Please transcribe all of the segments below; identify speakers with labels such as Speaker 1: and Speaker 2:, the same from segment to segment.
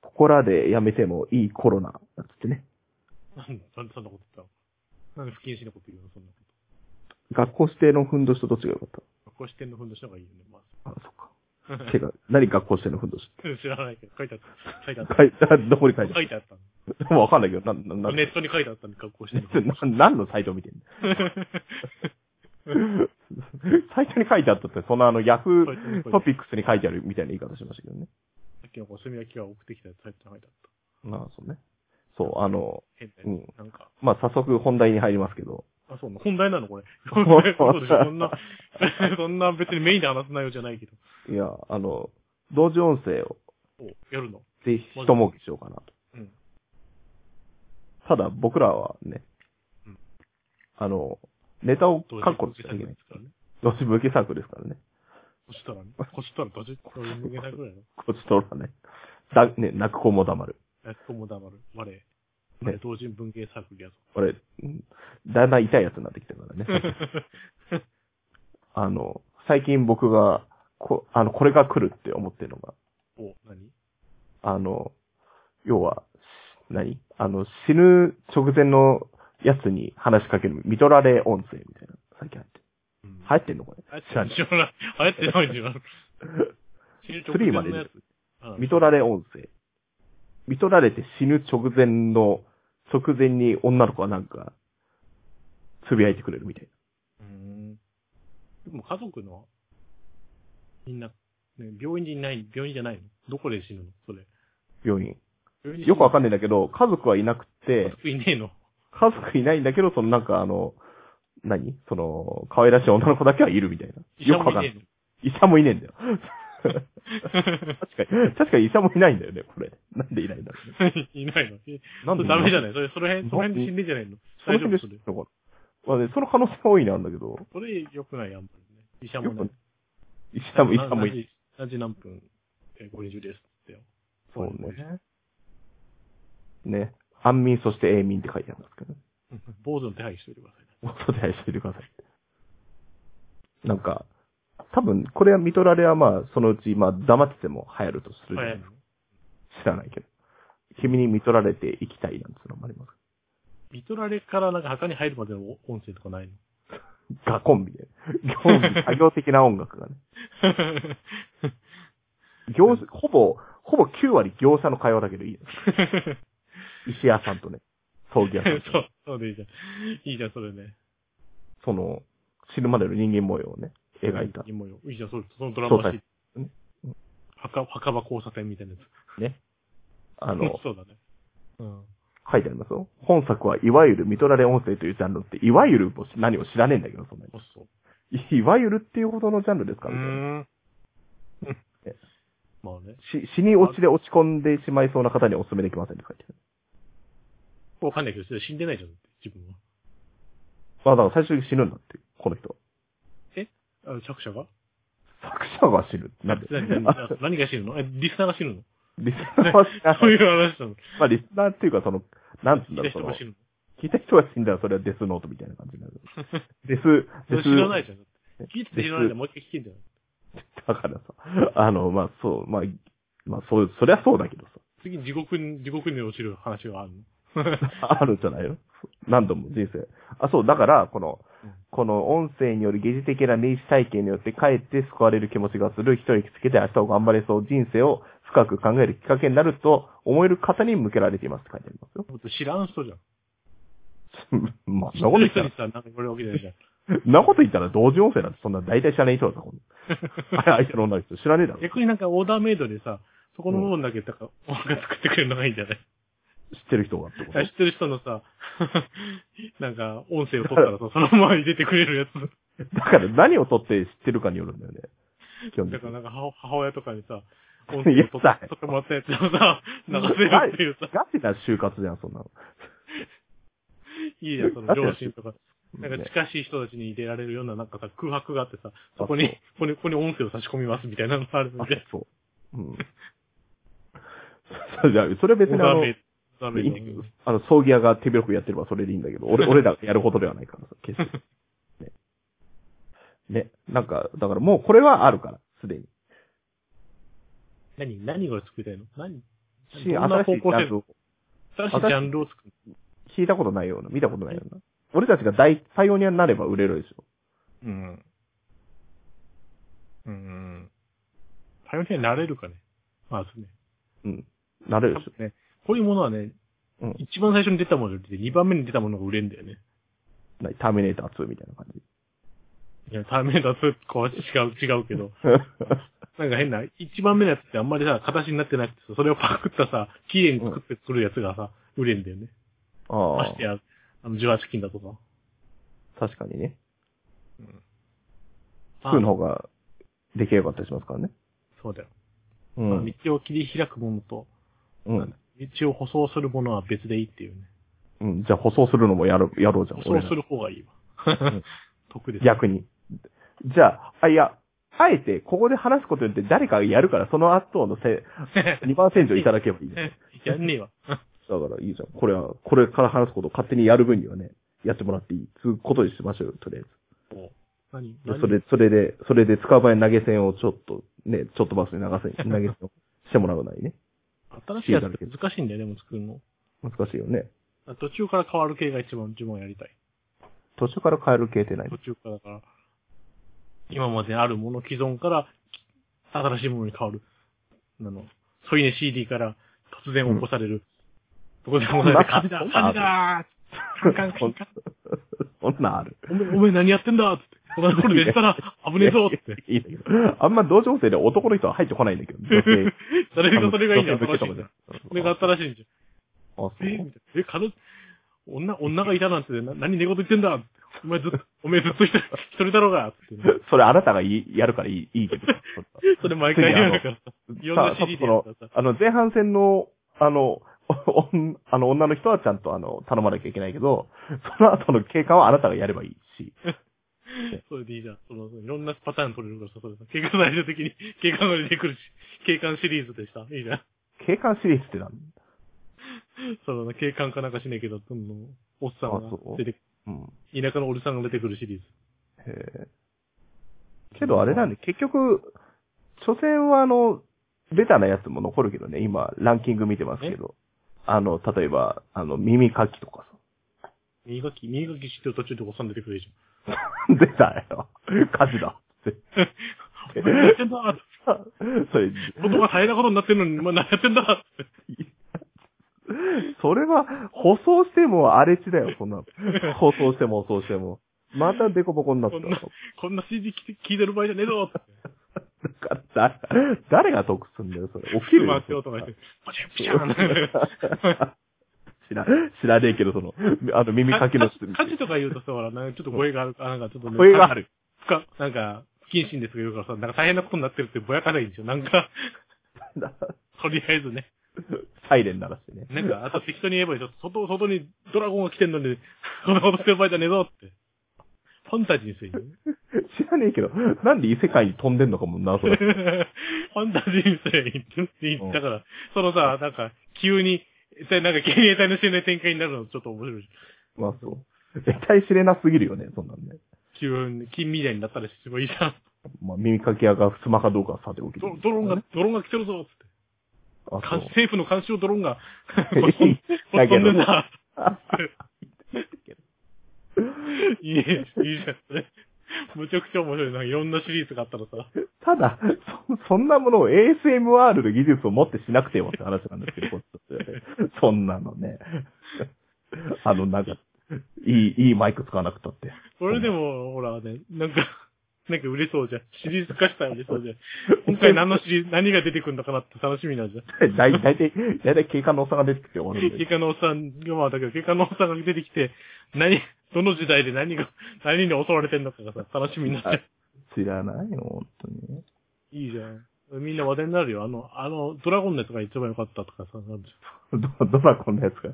Speaker 1: こらでやめてもいいコロナ、なんつってね。
Speaker 2: なんなんでそんなこと言ったのなんで不謹慎なこと言うのそんなこ
Speaker 1: 学校指定のふんどしとどっちが良かっ
Speaker 2: と。学校視点のふんどしの方がいいよね、ま
Speaker 1: たあ、そっ
Speaker 2: ず
Speaker 1: か。てか、何学校指定のふんどしっ。
Speaker 2: 知らないけど、書いてあった。書いてあってた。
Speaker 1: 書い た、どこに書いて
Speaker 2: 書いてあった
Speaker 1: あるわかんないけど、な、な、
Speaker 2: の。
Speaker 1: な、
Speaker 2: ネットに書いてあったんで、学校視点のふんどし。
Speaker 1: な何のサイトを見てん のサイトに書いてあったって、そのあの、ヤフ
Speaker 2: こいつ
Speaker 1: ー
Speaker 2: こいつ
Speaker 1: トピックスに書いてあるみたいな言い方しましたけどね。
Speaker 2: さっきのこう、炭焼きが送ってきたやつ入って書いてあった。
Speaker 1: まあ、そうね。そう、あの、
Speaker 2: 変だ
Speaker 1: う
Speaker 2: よ。
Speaker 1: ん。
Speaker 2: なんか、
Speaker 1: まあ、早速本題に入りますけど。
Speaker 2: あ、そうなの本題なのこ れ。
Speaker 1: う
Speaker 2: 本題そうでしょそんな、 そんな別にメインで話す内容じゃないけど。
Speaker 1: いや、あの、同時音声を
Speaker 2: おやるの
Speaker 1: ぜひ一儲けしようかなと。
Speaker 2: うん。
Speaker 1: ただ、僕らはね
Speaker 2: うん、
Speaker 1: あの、ネタを
Speaker 2: どう
Speaker 1: 確保しなきゃいけない
Speaker 2: で。すからね。
Speaker 1: 同時向けサークルですからね。
Speaker 2: こしたらね。こしたら、どじっと逃げないぐらいの。
Speaker 1: こっちとらね。だ、ね、泣く子も黙る。
Speaker 2: やっとも黙る。我。我、同人文芸サークルやぞ。
Speaker 1: 俺、うんだんだん痛いやつになってきてるからね。あの、最近僕が、こ、あの、これが来るって思ってるのが、
Speaker 2: お、何
Speaker 1: あの、要は、何あの、死ぬ直前のやつに話しかける、見取られ音声みたいな。最近入ってる。
Speaker 2: うん
Speaker 1: 入ってんのこれ。
Speaker 2: 流
Speaker 1: 知ら
Speaker 2: 行っ
Speaker 1: ない
Speaker 2: てない、知らない。流行ってない、知 らない。
Speaker 1: フリーまで出る見
Speaker 2: ら
Speaker 1: 取られ音声。見取られて死ぬ直前の、直前に女の子はなんか、つぶやいてくれるみたい
Speaker 2: うん。でも家族の、みんな、ね、病院にいない、病院じゃないのどこで死ぬのそれ。
Speaker 1: な。病院。
Speaker 2: 病院
Speaker 1: よくわかん
Speaker 2: ない。
Speaker 1: ないんだけど、家族はいなく
Speaker 2: 家
Speaker 1: て、
Speaker 2: 族いねえの。
Speaker 1: 家族いないんだけど、そのなんかあの、何その、可愛らしい女の子だけはいるみたいな。
Speaker 2: 医者
Speaker 1: よくわ
Speaker 2: も
Speaker 1: か
Speaker 2: い
Speaker 1: んな
Speaker 2: ね
Speaker 1: い。医者もいねえんだよ。
Speaker 2: えの。
Speaker 1: 確かに、確かに医者もいないんだよね、これ。なんでいないんだろうね。
Speaker 2: いないの。 え
Speaker 1: なんでいな
Speaker 2: ダ
Speaker 1: い
Speaker 2: メじゃないそれ、その辺、その辺で死んでんじゃないの
Speaker 1: その
Speaker 2: 大丈
Speaker 1: 辺で
Speaker 2: 夫
Speaker 1: す
Speaker 2: それ。
Speaker 1: のかな。まあね、その可能性は大いなんだけど、
Speaker 2: それ良くない、あんまりね。医者も
Speaker 1: よ
Speaker 2: ね
Speaker 1: く。医者も医者もい
Speaker 2: 何時何時何分、えー、50ですってよ。
Speaker 1: そうね。ね。安眠、そして永眠って書いてあるんですけどね。
Speaker 2: 坊主の手配しておいてくださいね。
Speaker 1: もっと手配しておいてください。なんか、多分、これは、見取られはまあ、そのうち、まあ、黙ってても流行るとするじゃない
Speaker 2: 早い
Speaker 1: です
Speaker 2: の
Speaker 1: か。知らないけど。君に見取られていきたいなんてのもあります。
Speaker 2: 見取られからなんか墓に入るまでの音声とかな いの
Speaker 1: ガコンビで。業務、作業的な音楽がね。業者、ほぼ、ほぼ9割業者の会話だけどいいよ。石屋さんとね、葬儀屋さんと
Speaker 2: そう、そうでいいじゃん。いいじゃん、それね。
Speaker 1: その、死ぬまでの人間模様をね、描いた。
Speaker 2: いいもんよいいじゃん、それ、そのドラマらしい
Speaker 1: そうだねうん。
Speaker 2: 墓、墓場交差点みたいなやつ。、
Speaker 1: ね。あの
Speaker 2: そうだね。うん。
Speaker 1: 書いてありますよ。本作はいわゆる見取られ音声というジャンルって、いわゆるも何も知らねえんだけど、そんなに。
Speaker 2: そうそう。
Speaker 1: いわゆるっていうほどのジャンルですからね。
Speaker 2: ん。
Speaker 1: え
Speaker 2: まあね。
Speaker 1: し死に落ちで落ち込んでしまいそうな方にはお勧めできませんって書いてある。
Speaker 2: わかんないけど、それ死んでないじゃん、自分は。
Speaker 1: まあだから最終的に死ぬんだって、この人は。
Speaker 2: あの、作 者が
Speaker 1: 作者が死ぬ。なんで
Speaker 2: 何何あ何が死ぬのえ、リスナーが死ぬの
Speaker 1: リスナーは死な
Speaker 2: そう
Speaker 1: ないい。
Speaker 2: う話 なの。
Speaker 1: まあリスナーっていうか、その、なんつうん
Speaker 2: 聞
Speaker 1: だ
Speaker 2: い
Speaker 1: ろう、
Speaker 2: た
Speaker 1: その
Speaker 2: 人が、死ぬ
Speaker 1: 聞いた人が死んだらそれはデスノートみたいな感じになる。デス、
Speaker 2: の。
Speaker 1: デ
Speaker 2: それ知らない
Speaker 1: ス、
Speaker 2: じゃん。聞いてて知らないじゃん。もう一回聞けんじゃん。
Speaker 1: だからさ、あの、まあそう、まあ、まあそう、そりゃそうだけどさ。
Speaker 2: 次に地獄に、地獄に落ちる話があるの。
Speaker 1: あるんじゃないの何度も人生。あ、そう、だから、この
Speaker 2: うん、
Speaker 1: この音声による疑似的な認識体験によってかえって救われる気持ちがする、一息つけて明日を頑張れそう、人生を深く考えるきっかけになると思える方に向けられていますって書いてありますよ。
Speaker 2: 知らん人じゃん。
Speaker 1: まあ、そん
Speaker 2: 知
Speaker 1: なこと言っ
Speaker 2: 人
Speaker 1: た
Speaker 2: に
Speaker 1: ら、
Speaker 2: さ、なんか言われるわけじゃないじゃん。
Speaker 1: そんなこと言ったら同時音声なんてそんな大体知らない人だ ぞ、こんな相手の女の人知らねえだろ。知っ
Speaker 2: 逆になんかオーダーメイドでさ、そこの部分だけ、だから、音楽作ってくれるのがいいんじゃない
Speaker 1: てる人がってこ
Speaker 2: 知ってる人 のさ、なんか、音声を取ったらさ、そのまま入れてくれるやつ。
Speaker 1: と。だから何をとって知ってるかによるんだよね。基本
Speaker 2: だ
Speaker 1: 的
Speaker 2: から
Speaker 1: に。
Speaker 2: なんか母、母親とかにさ、音声を取っ
Speaker 1: いやさ
Speaker 2: 取ってもらったやつをさ、流せるっていうさ、
Speaker 1: ガチな就活じゃん、そんなの。
Speaker 2: いいやん、その両親とか。なんか近しい人たちに入れられるようななんかさ、空白があってさ、そこに、
Speaker 1: そ
Speaker 2: ここに、ここに音声を差し込みますみたいなのがあるので。
Speaker 1: そう。うん。 じゃあ、それは別にあの、い
Speaker 2: ダメ
Speaker 1: い
Speaker 2: だ
Speaker 1: んだけど、あの、葬儀屋が手広くやってればそれでいいんだけど、 俺、俺らがやるほどではないからさ、決して。ね。ね。なんか、だからもうこれはあるから、すでに。
Speaker 2: 何何が作りたいの何
Speaker 1: し
Speaker 2: どん
Speaker 1: 新
Speaker 2: な
Speaker 1: しいジ
Speaker 2: 方向性
Speaker 1: ャンルを
Speaker 2: 新しいジャンルを作る。
Speaker 1: 聞いたことないような、見たことないような。俺たちが大、パイオニアになれば売れるでしょ。
Speaker 2: うん。うん。パイオニアになれるかね。まずね。
Speaker 1: うん。なれるでしょ。
Speaker 2: 多分ね、こういうものはね、
Speaker 1: うん
Speaker 2: 一番最初に出たものより2番目に出たものが売れんだよね。
Speaker 1: なターミネーター2みたいな感じ。
Speaker 2: いや、ターミネーター2とは違う、違うけど。なんか変な、一番目のやつってあんまりさ、形になってなくてさ、それをパクったさ、綺麗に作って作るやつがさ、売れんだよね。
Speaker 1: あ
Speaker 2: まして
Speaker 1: あ、
Speaker 2: や、あの、18金だとか。
Speaker 1: 確かにね。
Speaker 2: あ
Speaker 1: 2の方が、できればったりしますからね。
Speaker 2: そうだよ。
Speaker 1: う
Speaker 2: まあ
Speaker 1: ん。
Speaker 2: 道を切り開くものと、
Speaker 1: うん。
Speaker 2: 道を舗装するものは別でいいっていうね。
Speaker 1: うん。じゃあ、舗装するのもやろう、やろうじゃん。
Speaker 2: 舗装す
Speaker 1: る。
Speaker 2: る方がいい
Speaker 1: う
Speaker 2: わ
Speaker 1: ん。
Speaker 2: 得です。
Speaker 1: 逆に。じゃあ、あ、いや、あえて、ここで話すことによって誰かがやるから、その後のせ、2番 線上いただけばいい。だか
Speaker 2: やんねえわ。
Speaker 1: ら、いいじゃん。これは、これから話すことを勝手にやる分にはね、やってもらっていい。つうことにしましょうよ、とりあえず。
Speaker 2: 何
Speaker 1: で
Speaker 2: 何
Speaker 1: それ、それで、それで使う場合投げ銭をちょっと、ね、ちょっとバスに流 せ、投げ銭をしてもらうなりね。
Speaker 2: 新しいやつって難しいんだよね、でも作るの。
Speaker 1: 難しいよね。
Speaker 2: 途中から変わる系が一番自分はやりたい。
Speaker 1: 途中から変える系ってない
Speaker 2: 途。中からだから、今まであるもの既存から新しいものに変わる。あの、添い寝 CD から突然起こされる。突然起こされ
Speaker 1: ま
Speaker 2: て、
Speaker 1: た
Speaker 2: 風だ風だーカンカンカンカン
Speaker 1: そんなんある。
Speaker 2: おめえ、おめえ何やってんだーって。こんなところで寝てたら危ねえぞーって。
Speaker 1: いいんだけど。あんま同情生で男の人は入ってこないんだ けど、女性。
Speaker 2: それが、それがいいんだよ、
Speaker 1: 女性向けと
Speaker 2: 新しい
Speaker 1: か
Speaker 2: ん
Speaker 1: じ
Speaker 2: だ
Speaker 1: ゃん。
Speaker 2: それが新しいんじ
Speaker 1: あ、そう
Speaker 2: ゃん。えーみたいなえ、彼女、女がいたなんて、な何寝言言ってんだお前ずっと、お前ずっと一人一人だろうがってね。
Speaker 1: それあなたがいいやるからいい、いいけ ど。
Speaker 2: それ毎回言うんだからさ。いろんな
Speaker 1: さ
Speaker 2: CD
Speaker 1: そ
Speaker 2: でやっ
Speaker 1: の
Speaker 2: たらさ。、
Speaker 1: あの、前半戦の、あの、おおんあの、女の人はちゃんと、あの、頼まなきゃいけないけど、その後の経過はあなたがやればいいし。
Speaker 2: それでいいじゃん。その、いろんなパターン取れるからさ、それさ。警官最終的に、警官が出てくるし、警官シリーズでした。いいじゃん。
Speaker 1: 警官シリーズってなん
Speaker 2: その、警官かなんかしねえけど、その、おっさん
Speaker 1: あそ
Speaker 2: が
Speaker 1: う
Speaker 2: 出て、
Speaker 1: うん。
Speaker 2: 田舎のおじさんが出てくるシリーズ。
Speaker 1: へえ。けどあれなんで、結局、所詮はあの、ベタなやつも残るけどね、今、ランキング見てますけど。あの、例えば、あの、耳かきとか
Speaker 2: 右書き、右書きしてる途中でおっさん出てくるでしょ。
Speaker 1: さ。 出たよ。火事 だ。って
Speaker 2: お前何やってんだ
Speaker 1: それ、
Speaker 2: 言葉大変なことになってんのに、お前何やってんだって。
Speaker 1: それは、舗装しても荒れ地だよ、こんなの。舗装しても舗装しても。またデコボコになった。
Speaker 2: こんなこんな CD 聞いて聞いてる場合じゃねえぞって。
Speaker 1: だ誰誰が得すんだよ、それ。起きる
Speaker 2: 回
Speaker 1: よ
Speaker 2: っ。て音がして、パチャンパチャン
Speaker 1: 知ら、知らねえけど、その、あの、耳かきの
Speaker 2: 火事火事とか言うとさ、ほら、なんかちょっと声がある、あなんかちょっとね、
Speaker 1: 声がある。
Speaker 2: ふか、なんか、不謹慎ですが言うからさ、なんか大変なことになってるってぼやかないんですよ。なんか、 とりあえずね。
Speaker 1: サイレン鳴らしてね。
Speaker 2: なんか、あと適当に言えばいいですよ。外、外にドラゴンが来てんのに、そんなことしてる場合じゃねえぞって。ファンタジーにするよね。
Speaker 1: 知らねえけど、なんで異世界に飛んでんのかもな、それ。
Speaker 2: ファンタジーにすればいいっていうい。
Speaker 1: ん
Speaker 2: だから、そのさ、なんか、急に、でなんか、経営体の信頼展開になるのちょっと面白いし。
Speaker 1: まあそう。絶対知れなすぎるよね、そんなんね。
Speaker 2: 急に、近未来になったらすごいいじゃん。
Speaker 1: まあ、耳かき屋が襖かどうかはさておき。
Speaker 2: ドドローンが、ドローンが来てるぞっつって。
Speaker 1: あ、そ
Speaker 2: か
Speaker 1: う。
Speaker 2: 政府の監視用ドロ ーンが、
Speaker 1: へへ
Speaker 2: こんこん
Speaker 1: だけど
Speaker 2: 飛んでんだ。いい、いいじゃん、それ。むちゃくちゃ面白いな。いろんなシリーズがあったらさ。
Speaker 1: ただ、そ、そんなものを ASMR の技術を持ってしなくてよって話なんですけど、こっちとしてはねそんなのね。あの、なんか、いい、いいマイク使わなくたって。
Speaker 2: それでも、ほらね、なんか、なんか売れそうじゃん。シリーズ化したら売れそうじゃん。今回何のシリーズ、何が出てくるのかなって楽しみなんじゃん。
Speaker 1: だい、だいたい、だいたい警官のおっさんが出てきて終わるん
Speaker 2: 結
Speaker 1: で。
Speaker 2: 果のおっさんが、まあだけど、結果のおっさんが出てきて、何、どの時代で何が、何に襲われてんのかがさ、楽しみになっちゃう。
Speaker 1: 知らないよ、本当に。
Speaker 2: いいじゃん。みんな話題になるよ。あの、あの、ドラゴンのやつが一番良かったとかさ、なるじ
Speaker 1: ど、 どらこんなやつが。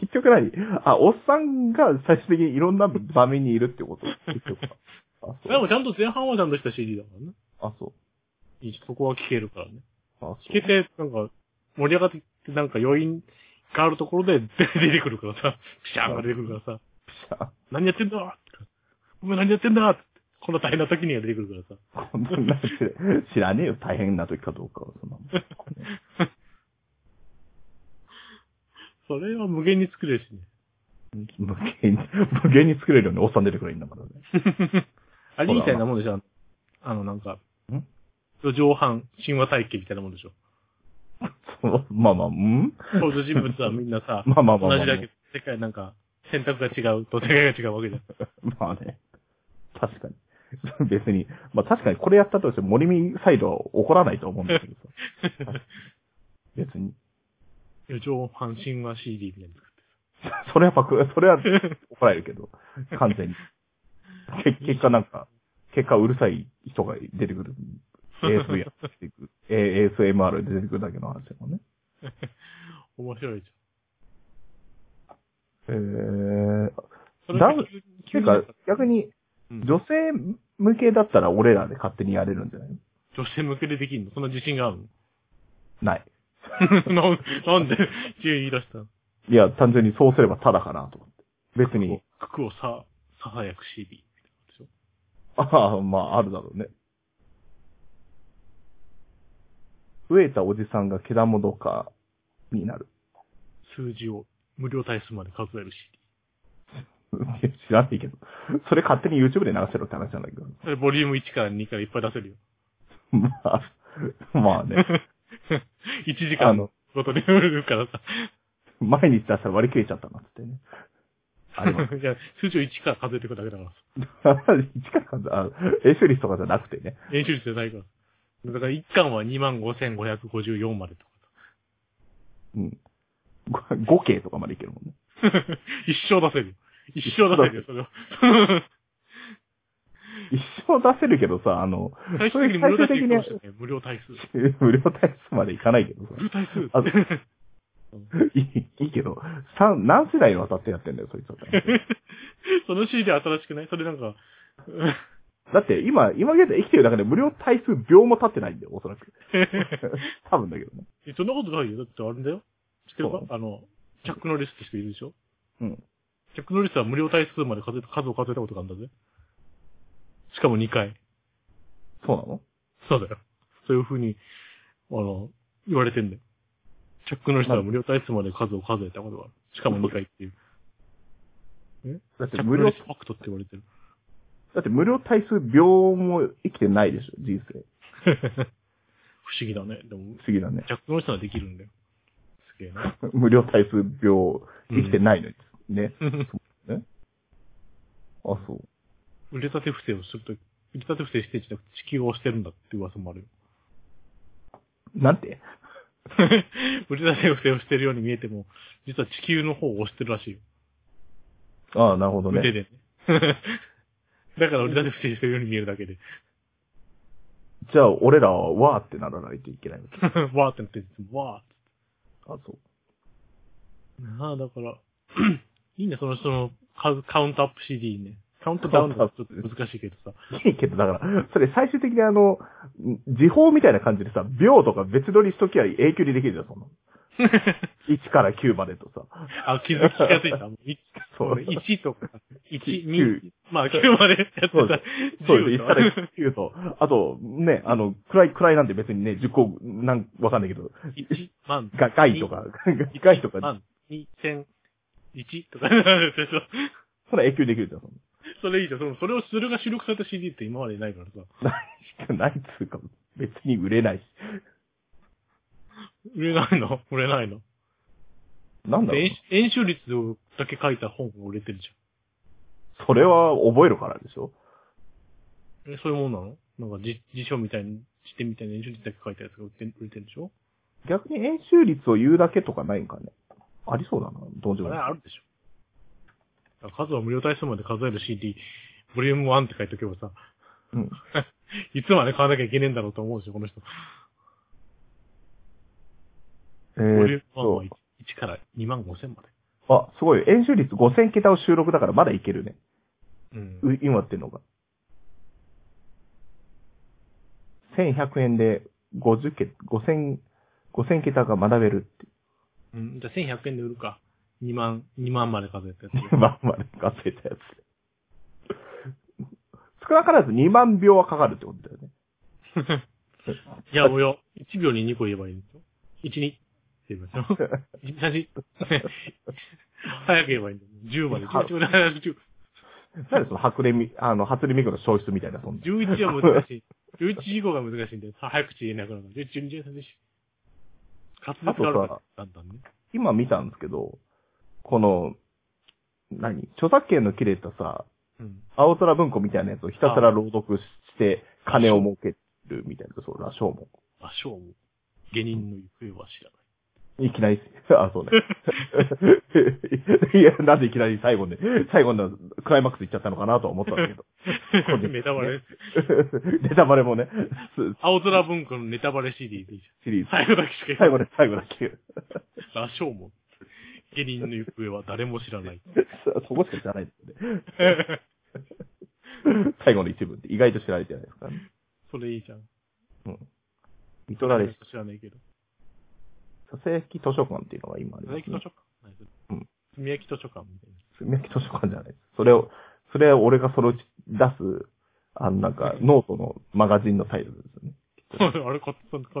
Speaker 1: 結局何あ、おっさんが最終的にいろんな場面にいるって こと結局は。
Speaker 2: ゃん。
Speaker 1: あ、
Speaker 2: で
Speaker 1: そう
Speaker 2: もちゃんと前半はちゃんとした CD だからね。。
Speaker 1: あ、そう。
Speaker 2: いいじゃんそこは聞けるからね。
Speaker 1: あ、
Speaker 2: 聞け
Speaker 1: そ
Speaker 2: て、なんか、盛り上がってきて、なんか余韻があるところで 出てくるからさ、ピシャーンが出てくるからさ、
Speaker 1: う。
Speaker 2: 何やってんだってお前何やってんだってこんな大変な時には出てくるからさ。
Speaker 1: こんな知ら知らねえよ、大変な時かどうかは。そんなもん
Speaker 2: それは無限に作れるしね。
Speaker 1: 無限に、無限に作れるよね。おっさん出てくるんだからね。
Speaker 2: あれみたいなもんでしょあの、なんか、
Speaker 1: ん
Speaker 2: 路上犯神話体系みたいなも んでしょ
Speaker 1: そうまあまあ、ん
Speaker 2: 登場人物はみんなさ、
Speaker 1: まあまあまあまあまあ
Speaker 2: 同じだけど、世界なんか、選択が違うと世界が違うわけじゃん。
Speaker 1: まあね。確かに。別に、まあ確かにこれやったとして森見サイドは怒らないと思うんだけどさ。 別に。
Speaker 2: 路上犯神話 CD みたいなの
Speaker 1: それはパク、それは怒られるけど、完全に。け結果なんか、結果うるさい人が出てくる。ASMR 出てくる A- ASMR で出てくるだけの話だもんね。
Speaker 2: 面白いじゃん。
Speaker 1: えー、
Speaker 2: それが
Speaker 1: だぶ
Speaker 2: 急に急
Speaker 1: て
Speaker 2: にな
Speaker 1: か
Speaker 2: んか、
Speaker 1: 逆に、
Speaker 2: うん
Speaker 1: 女性向けだったら俺らで勝手にやれるんじゃない
Speaker 2: 女性向けでできんのそんな自信があるの
Speaker 1: ない。
Speaker 2: なんなんで、急に言い出したの
Speaker 1: いや、単純にそうすればただかなと思って。別 に、
Speaker 2: 服をさ、ささやく CD みたいなのでしょ
Speaker 1: ああ、まあ、あるだろうね。増えたおじさんが毛玉どかになる。
Speaker 2: 数字を無料対数まで数える CD。
Speaker 1: いや 知らないけど。それ勝手に YouTube で流せろって話なんだけど。
Speaker 2: それボリューム1から2からいっぱい出せるよ。
Speaker 1: まあ、まあね。
Speaker 2: 1時
Speaker 1: あ
Speaker 2: 間
Speaker 1: の
Speaker 2: ごとに売れるからさ。
Speaker 1: 毎日出したら割り切れちゃったなっつってね。あ れ
Speaker 2: いや、数字を1から数えていくだけだからさ。
Speaker 1: 一から数あ、演習率とかじゃなくてね。
Speaker 2: 練習率じゃないから。だから1巻は25,554までとか
Speaker 1: うん。5系とかまでいけるもんね。
Speaker 2: さ。 一生出せるよ。一生出せるよ、そ れは。
Speaker 1: 一生出せるけどさ、あの、
Speaker 2: 最
Speaker 1: そ
Speaker 2: 終
Speaker 1: れ
Speaker 2: 的に
Speaker 1: 最終
Speaker 2: 無料対
Speaker 1: 的
Speaker 2: 数
Speaker 1: に
Speaker 2: 行きましたね。無料対数。
Speaker 1: 無料対数までいかないけどさ
Speaker 2: 無。料対数
Speaker 1: あ
Speaker 2: って。
Speaker 1: いいいいけど、三、何世代にわたってやってんだよ、そいつは。
Speaker 2: その CD 新しくないそれなんか、
Speaker 1: だって今、今現在生きてる中で無料対数秒も経ってないんだよ、おそらく。多分だけどね。
Speaker 2: えそんなことないよ。だってあれだよ。知ってるか
Speaker 1: そう
Speaker 2: あの、チャック・ノリスって人いるでしょ
Speaker 1: うん。
Speaker 2: チャック・ノリスは無料対数まで数え数を数えたことがあるんだぜ。しかも2回。
Speaker 1: そうなの
Speaker 2: そうだよ。そういう風に、あの、言われてんだよ。チャック・ノリスは無料対数まで数を数えたことがある。しかも2回っていう。
Speaker 1: だっ
Speaker 2: チ
Speaker 1: て
Speaker 2: ャッ
Speaker 1: 無
Speaker 2: ク・ノリ
Speaker 1: 料
Speaker 2: ス、ファクトって言われてる。
Speaker 1: だって無料対数秒も生きてないでしょ、人生。
Speaker 2: 不思議だね。でも、
Speaker 1: 不思議だね。
Speaker 2: チャック・ノリスはできるんだよ。すげえな。
Speaker 1: 無料対数秒生きてないのに。ね。あ、そう。
Speaker 2: 売れたて不正をすると、売れたて不正してんじゃなくて地球を押してるんだって 噂もあるよ。
Speaker 1: なんて
Speaker 2: 売れたて不正をしてるように見えても、実は地球の方を押してるらしいよ。
Speaker 1: ああ、なるほどね。
Speaker 2: 腕 でね。だから売れたて不正してるように見えるだけで。
Speaker 1: じゃあ、俺らは、わーってならないといけないわけ。
Speaker 2: わーってなってるんですよわ
Speaker 1: あ、そう。
Speaker 2: ー。ああ、だから、 いいね、その、その、カウカウントアップ CD ね。カウントダウンがちょっと難しいけど さ。
Speaker 1: いいけど、だから、それ最終的にあの、ん時報みたいな感じでさ、秒とか別撮りしときゃ永久にできるじゃん、その。1から9までとさ。
Speaker 2: あ、気づきがついた。もうい
Speaker 1: そう。
Speaker 2: 俺1とか、1、
Speaker 1: 九
Speaker 2: 2、まあ9までやってた。
Speaker 1: そうでそうです。
Speaker 2: 10
Speaker 1: 1
Speaker 2: と
Speaker 1: から9と、あと、ね、あの、暗い、暗いなんて別にね、10個、なん、わかんないけど、
Speaker 2: 1万。
Speaker 1: が、外とか、外とか、
Speaker 2: 万、2千、1とか、 そ
Speaker 1: それ永久にできるじゃん、その。
Speaker 2: れいいじゃん。そのそれを、それが収録された CD って今までないからさ。
Speaker 1: ない、ないっつうか、別に売れないし。
Speaker 2: 売れないの売れないの。
Speaker 1: なんだろう
Speaker 2: 演演習率だけ書いた本が売れてるじ
Speaker 1: な。それは覚えるからでしょ
Speaker 2: ゃん。え、そういうもんなのなんか辞辞書みたいに、辞典みたいな演習率だけ書いたやつが売って売れてるでしょ
Speaker 1: 逆に演習率を言うだけとかないんかね。ありそうだな、どうし
Speaker 2: あ
Speaker 1: ようも
Speaker 2: れ
Speaker 1: ない
Speaker 2: あるでしょ。数は無料対数まで数える CD、ボリューム1って書いとけばさ、
Speaker 1: うん。
Speaker 2: いつまで買わなきゃいけねえんだろうと思うでしょ、この人。
Speaker 1: え
Speaker 2: ボリ
Speaker 1: ーっ
Speaker 2: ューム1は
Speaker 1: と
Speaker 2: 1、から2万5千まで。
Speaker 1: あ、すごい。演習率5000桁を収録だからまだいけるね。
Speaker 2: うん。
Speaker 1: う今っていうのが。1100円で50桁、5000、5000桁が学べるっ
Speaker 2: うん、じゃあ1100円で売るか。2万、2万まで数えてやつ
Speaker 1: て。 まあまあ、稼いだやつ。少なからず2万秒はかかるってことだよね。
Speaker 2: いや、およ、1秒に2個言えばいいんですよ。1、ってみましょう。写真。 早ければいいんだよ。10まで。11まで。
Speaker 1: なんでその白蓮み、あの、初音ミクの消失みたいな、そんな。
Speaker 2: 11は難しい。11以降が難しいんだよ。早口言えなくなるから。11、12、13、14。滑舌があるから、だんだんね。
Speaker 1: 今見たんですけど、この、何著作権の切れたさ、
Speaker 2: うん。
Speaker 1: 青空文庫みたいなやつをひたすら朗読して、金を儲けるみたいな、そう、羅生門。
Speaker 2: あ、しょうも。下人の行方は知らない。
Speaker 1: いきなり、 あ、そうね。いや、なんでいきなり最後ね、最後のクライマックス行っちゃったのかなとは思ったんだけど。 そうですね
Speaker 2: ネタバレ。
Speaker 1: ネタバレもね、す
Speaker 2: 青空文庫のネタバレ CD でいいじ
Speaker 1: シリー
Speaker 2: ゃ
Speaker 1: ズ。
Speaker 2: ん。最後だけしか言わない
Speaker 1: 最後ね、最後だけ。
Speaker 2: 羅生門。下人の行方は誰も知 らない。
Speaker 1: そそこしか知らないですよね。最後の一部って意外と知られてないですからね。
Speaker 2: それいいじゃん。
Speaker 1: うん。見取られし、
Speaker 2: 知らないけど。
Speaker 1: 佐々木図書館っていうのが今あり
Speaker 2: つ
Speaker 1: ま
Speaker 2: みや
Speaker 1: す、
Speaker 2: き図
Speaker 1: ね。
Speaker 2: 書館何それ
Speaker 1: うん
Speaker 2: つみやき図書館みたいな。
Speaker 1: つみやき図書館じゃないです。それを、それは俺がそれを出す、あのなんか、ノートのマガジンのタイトルですよね。
Speaker 2: あれ、勝手に、か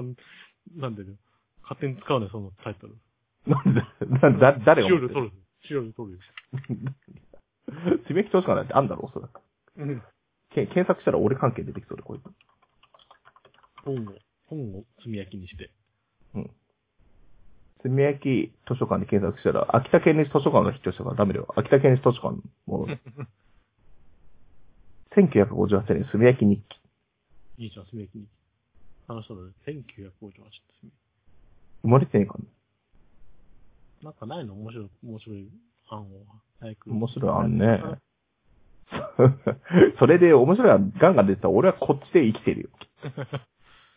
Speaker 2: なんでね。勝手に使うね、そのタイトル。
Speaker 1: なんで、なんだ、誰が
Speaker 2: シオ
Speaker 1: 持っ
Speaker 2: ル
Speaker 1: て
Speaker 2: 取
Speaker 1: る
Speaker 2: る。シオル取る。
Speaker 1: つみやき図書館なんてあんだろ、おそらく。
Speaker 2: うん。
Speaker 1: け検索したら俺関係出てきそうで、こういうの。
Speaker 2: 本を、本をつみやきに して。
Speaker 1: うん。つみやき図書館で検索したら、秋田県立図書館の筆頭したからダメだよ。秋田県立図書館のも の。1958年、つみやき日記。
Speaker 2: いいじゃん、つみやきに。あの人だね、1958年。
Speaker 1: 生まれてねえかな。
Speaker 2: なんかないの面白い、面白い案を。早く。
Speaker 1: 面白い案ね。 それで面白い案ガンガン出てたら、俺はこっちで生きてる よ。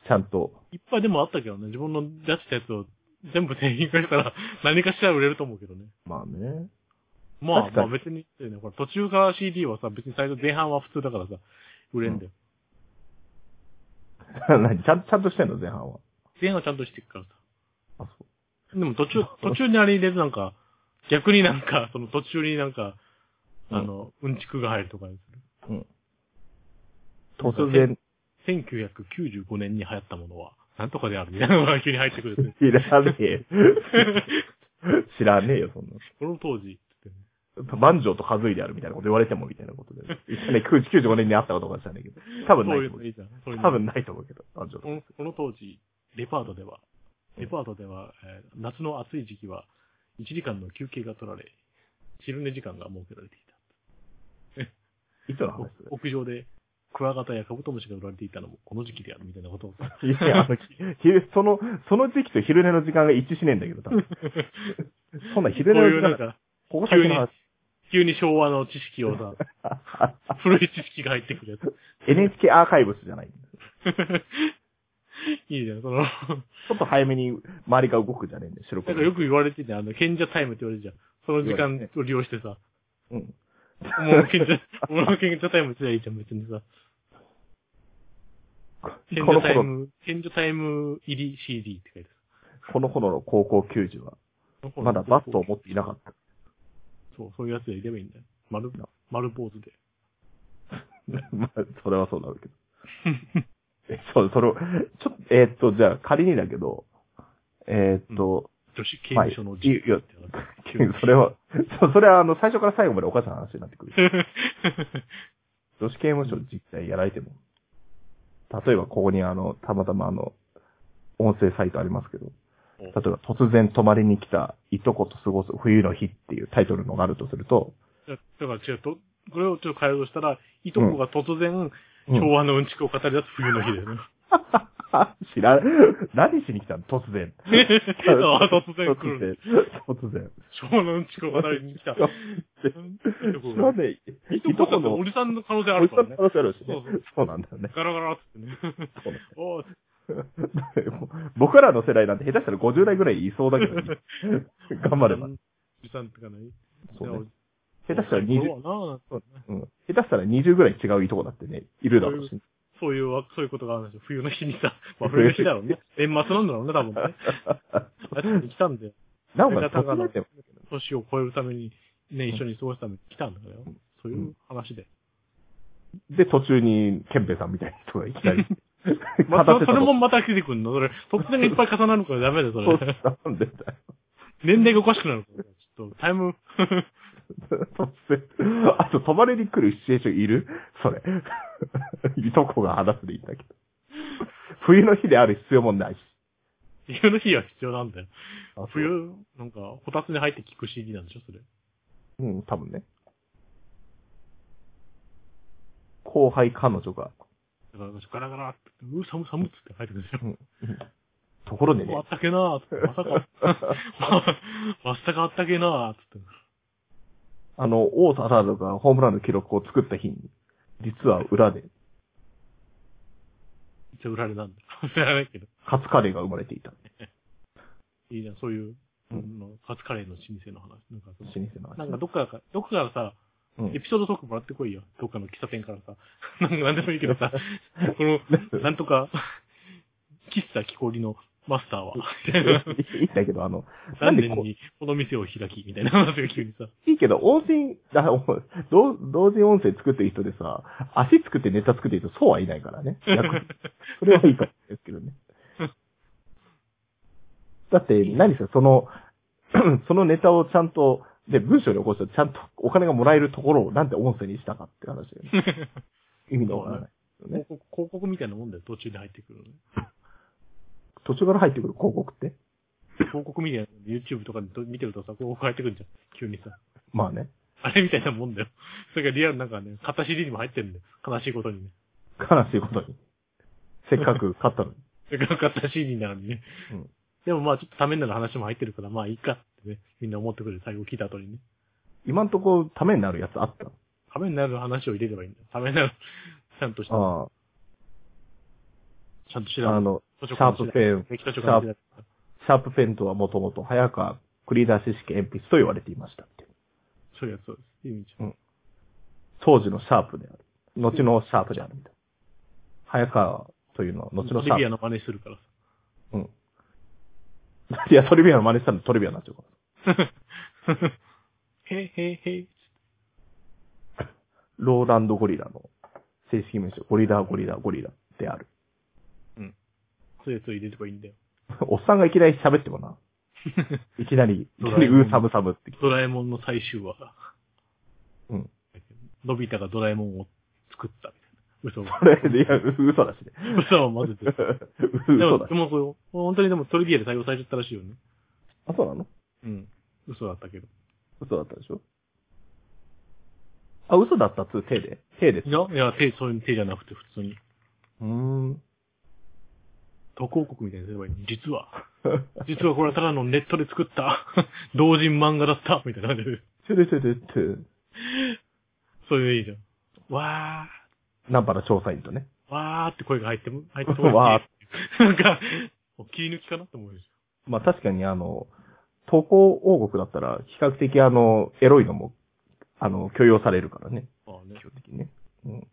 Speaker 1: ちゃんと。
Speaker 2: いっぱいでもあったけどね、自分の出したやつを全部全員化したら 何かしら売れると思うけどね。
Speaker 1: まあね。
Speaker 2: まあ、
Speaker 1: 確か
Speaker 2: まあ
Speaker 1: に
Speaker 2: 別に、ね、ほら途中から CD はさ、別に最初前半は普通だからさ、売れんだよ。
Speaker 1: 何ちゃんちゃんとしてんの、前半は。
Speaker 2: 前半はちゃんとしていくからさ。
Speaker 1: あ、そう。
Speaker 2: でも途 中、途中にあれ入れるなんか、逆になんか、そ の途中になんか、あの、うんちくが入るとかに
Speaker 1: うん。
Speaker 2: する。
Speaker 1: 突然、
Speaker 2: なんか。1995年に流行ったものは、なんとかであるみたいなのが急に入ってくる やつね
Speaker 1: 知らねえ。 知らねえよ、そんな。
Speaker 2: この当時、つってね
Speaker 1: 万丈と数いであるみたいなこと言われてもみたいなことで。一緒に95年にあったことか知らないけど。多分な
Speaker 2: そう
Speaker 1: い
Speaker 2: い
Speaker 1: うと思
Speaker 2: の
Speaker 1: う。
Speaker 2: いいじゃん。そういうの
Speaker 1: 多分ないと思うけど、万丈と
Speaker 2: こ。のこの当時、デパートでは、デパートでは、えー夏の暑い時期は、1時間の休憩が取られ、昼寝時間が設けられてい
Speaker 1: いつの
Speaker 2: た。
Speaker 1: 話
Speaker 2: お屋上で、クワガタやカブトムシが売られていたのもこの時期であるみたいなことを。
Speaker 1: するいや、あの、昼、その、その時期と昼寝の時間が一致しねえんだけど、多 分。そんな昼
Speaker 2: こ
Speaker 1: 寝
Speaker 2: う
Speaker 1: の
Speaker 2: いう
Speaker 1: 時
Speaker 2: なん
Speaker 1: 間、
Speaker 2: か、
Speaker 1: ここ最
Speaker 2: 急
Speaker 1: 近
Speaker 2: に
Speaker 1: の話。、
Speaker 2: 急に昭和の知識をさ、 古い知識が入ってくるやつ。
Speaker 1: NHK アーカイブスじゃない。ち
Speaker 2: いいじゃん、その、
Speaker 1: ょっと早めに周りが動くじゃねえんだよ、白
Speaker 2: な
Speaker 1: 黒
Speaker 2: んかよく言われてて、あの、賢者タイムって言われるじゃん。その時間を利用してさ、
Speaker 1: うん。
Speaker 2: もう賢者、もう賢者 タイムすりゃいいじゃん、別にさ。賢
Speaker 1: こ
Speaker 2: 者
Speaker 1: の
Speaker 2: タイ
Speaker 1: 頃、
Speaker 2: ム、賢者タイム入り CD って書いて
Speaker 1: この頃の高校球児は、
Speaker 2: ある。
Speaker 1: まだバットを持っていなかった。
Speaker 2: そう、そういうやつでいればいいんだよ。丸、丸坊主で。
Speaker 1: まあ、それはそうなるけど。えそう、それを、ちょっと、えーっと、じゃあ仮にだけど、えーっと、
Speaker 2: 女子刑務所の
Speaker 1: はいいいよ
Speaker 2: ってなる
Speaker 1: それは、そうそれはあの、最初から最後までお母さんの話になってくる。女子刑務所実際やられても。例えばここにあの、たまたまあの、音声サイトありますけど、
Speaker 2: お
Speaker 1: 例えば突然泊まりに来たいとこと過ごす冬の日っていうタイトルのがあるとすると、
Speaker 2: だだから違うと、これをちょっと変えようとしたら、いとこが突然、
Speaker 1: うん
Speaker 2: 昭和のうんちくを語り出す冬の日だよね。
Speaker 1: 知らん、何しに来たの突然。
Speaker 2: ああ、突然来る。
Speaker 1: 突然。突然。
Speaker 2: 昭和のうんちくを語りに来た。いとこ
Speaker 1: 知ら
Speaker 2: が
Speaker 1: ねえ。
Speaker 2: いとこだっておじさんの可能性あ
Speaker 1: お
Speaker 2: る
Speaker 1: じ
Speaker 2: か
Speaker 1: さ
Speaker 2: ら
Speaker 1: んの
Speaker 2: ね。
Speaker 1: 話あるしね
Speaker 2: そうそう。
Speaker 1: そうなんだよね。
Speaker 2: ガラガラっつってね。
Speaker 1: そうね
Speaker 2: おー
Speaker 1: 僕らの世代なんて下手したら50代ぐらいいそうだけ ど、頑張れば
Speaker 2: お。じさんってかない
Speaker 1: そうね
Speaker 2: い
Speaker 1: 下
Speaker 2: や
Speaker 1: 手したら20、
Speaker 2: そうだな
Speaker 1: うん、下手したら20ぐらい違ういとこだってね、いるだろうし。
Speaker 2: そういうわ、そういうことがあるんですよ。冬の日にさ、まあ冬の日だろうね。年末なんだろうね、多分ね。確かに来たんだよ。
Speaker 1: なおかつ、
Speaker 2: それが
Speaker 1: 突
Speaker 2: 高野
Speaker 1: 然でも
Speaker 2: 年を超えるために、ね、一緒に過ごすために来たんだよ。そういう話で。
Speaker 1: で、途中に、ケンペイさんみたいな人がいきなり、
Speaker 2: まあ、
Speaker 1: 語っ
Speaker 2: そ
Speaker 1: てた
Speaker 2: それもまた出てくるのそれ、突然がいっぱい重なるからダメだよ、そ
Speaker 1: そう
Speaker 2: れ。
Speaker 1: なんでだよ。
Speaker 2: 年齢がおかしくなるから。ちょっと、タイム、
Speaker 1: 突然。あと、泊まりに来るシチュエーションいるそれ。 いとこが話すでいいんだけど。冬の日である必要もないし。
Speaker 2: 冬の日は必要なんだよ。
Speaker 1: あそう
Speaker 2: 冬、なんか、ホタツに入って聞く CD なんでしょ、それ。
Speaker 1: うん、多分ね。後輩彼女が。
Speaker 2: だから、ガラガラって、うー、寒、寒っつって入ってくるでしょ。
Speaker 1: ところで
Speaker 2: あ
Speaker 1: ね
Speaker 2: っ、たけえなーっつ って、まさか、まさかあったけえなーっつって。
Speaker 1: あの、王貞治がホームランの記録を作った日に、実は裏で、
Speaker 2: 一応売られたんだ。知らないけど。
Speaker 1: カツカレーが生まれていた。
Speaker 2: いいじゃん、そういう、
Speaker 1: う
Speaker 2: うんん、カツカレーの老舗の話。なんかそ
Speaker 1: 老
Speaker 2: の、
Speaker 1: 舗の味。
Speaker 2: なんかどっかか、どっかからさ、
Speaker 1: うん
Speaker 2: エピソードトークもらってこいよ。どっかの喫茶店からさ。 なんかなんでもいいけどさ、この、 なんとか、喫茶木こりのマスターは、みたいな
Speaker 1: いいんだけど、あの、 なん
Speaker 2: 何
Speaker 1: で
Speaker 2: 年
Speaker 1: こう、
Speaker 2: にこの店を開き、みたいな話が急にさ。
Speaker 1: いいけど、音声、あ、お同同時音声作ってる人でさ、足作ってネタ作ってる人、そうはいない からね。逆それはいいかもしれないですけどね。だって、何ですか、その、 そのネタをちゃんと、で、文章に起こしてちゃんとお金がもらえるところをなんで音声にしたかって話だよ ね。意味のわからないですよね
Speaker 2: 広。告広告みたいなもんだよ、途中で入ってくるのね。
Speaker 1: 途中から入ってくる広告って
Speaker 2: 広告みたいな、YouTube とかでと見てるとさ、広告入ってくるじゃん。急にさ。
Speaker 1: まあね。
Speaker 2: あれみたいなもんだよ。それがリアルなんかね、片 CD にも入ってるんだよ。悲しいことにね。
Speaker 1: 悲しいことに。せっかく買 ったのに。
Speaker 2: それが片 CD なのにね。
Speaker 1: うん
Speaker 2: でもまあちょっとためになる話も入ってるから、まあいいかってね、みんな思ってくれる。最後聞いた後にね。
Speaker 1: 今んとこためになるやつあった
Speaker 2: ためになる話を入れればいいんだよ。ためになる。ちゃんとした、
Speaker 1: あ
Speaker 2: ちゃんと調べ
Speaker 1: あ。あの、
Speaker 2: 図
Speaker 1: シ
Speaker 2: 書
Speaker 1: ャー
Speaker 2: 館
Speaker 1: プ
Speaker 2: の
Speaker 1: ペン、
Speaker 2: 歴史図書館の
Speaker 1: シャープペンとはもともと早川繰り出し式鉛筆と言われていましたっていう。
Speaker 2: そういうやつそうです。いいみちゃん
Speaker 1: 当時のシャープである。後のシャープであるみたいな。早川というのは後のシ
Speaker 2: ト
Speaker 1: ャ
Speaker 2: リビア
Speaker 1: ー
Speaker 2: の真似するからさ。
Speaker 1: プ。うん。 いや、トリビアの真似したのトリビアになっちゃうから。
Speaker 2: へいへいへい。
Speaker 1: ローランドゴリラの正式名称、ゴリラゴリラゴリラである。
Speaker 2: そういうやつを入れればいいんだよ。
Speaker 1: おっさんがいきなり喋ってもな。いきなり、いきなりうーサブサブって。
Speaker 2: ドラえもんの最終話が。
Speaker 1: うん。
Speaker 2: のび太がドラえもんを作ったみたいな。嘘を
Speaker 1: これ、いや、嘘だしね。
Speaker 2: 嘘を混ぜてる。で
Speaker 1: 嘘
Speaker 2: も、
Speaker 1: だ
Speaker 2: で
Speaker 1: し。
Speaker 2: もこれを、本当にでもトリビアで採用されちゃったらしいよね。
Speaker 1: あ、そうなの
Speaker 2: うん。嘘だったけど。
Speaker 1: 嘘だったでしょあ、嘘だったっつう手で手です
Speaker 2: い。や、いや、手、そういう手じゃなくて普通に。
Speaker 1: うーん。
Speaker 2: 特報告みたいにすればいいのに実 は、実はこれはただのネットで作った、 同人漫画だった、みたいな感じで。
Speaker 1: ちょでちょでちょ。
Speaker 2: それでいいじゃん。わ
Speaker 1: ナンパの調査員とね。
Speaker 2: ー、わーって声が入っても、入って
Speaker 1: わ
Speaker 2: ー。なんか、もう切り抜きかなって思うでし
Speaker 1: まあ確かにあの、投稿王国だったら、比較的あの、エロいのも、あの、許容されるからね。
Speaker 2: ょ。まあね
Speaker 1: 基。本的にね。うん。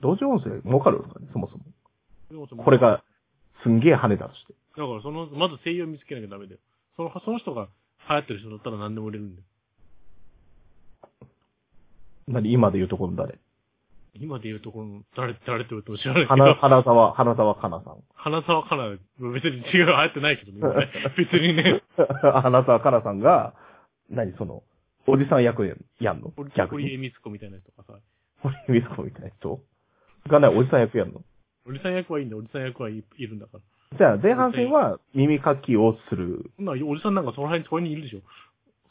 Speaker 1: 同時音声儲かるんですかね、そもそも。
Speaker 2: でもその
Speaker 1: これ。が、すんげえ跳ねたとして。
Speaker 2: だからその、まず声優を見つけなきゃダメだよ。その、その人が流行ってる人だったら何でも売れるんだよ。
Speaker 1: 何今で言うところの誰
Speaker 2: 今で言うところの、誰、誰って言われても知らない け
Speaker 1: 花、
Speaker 2: ど、
Speaker 1: 花沢、花沢香菜さん。
Speaker 2: 花沢かな、別に違う、流行ってないけど ね。今ね別にね、
Speaker 1: 花沢香菜さんが、何その、おじさん役やんの
Speaker 2: 堀
Speaker 1: 逆
Speaker 2: 堀江
Speaker 1: に。
Speaker 2: 光子みたいな人がさ、
Speaker 1: 堀江美子みたいな人がね、おじさん役やんの
Speaker 2: おじさん役はいいんだよ、おじさん役はい、いるんだから。
Speaker 1: じゃあ、前半戦は耳かきをする。
Speaker 2: そんなおじさんなんかその辺、そこにいるでしょ。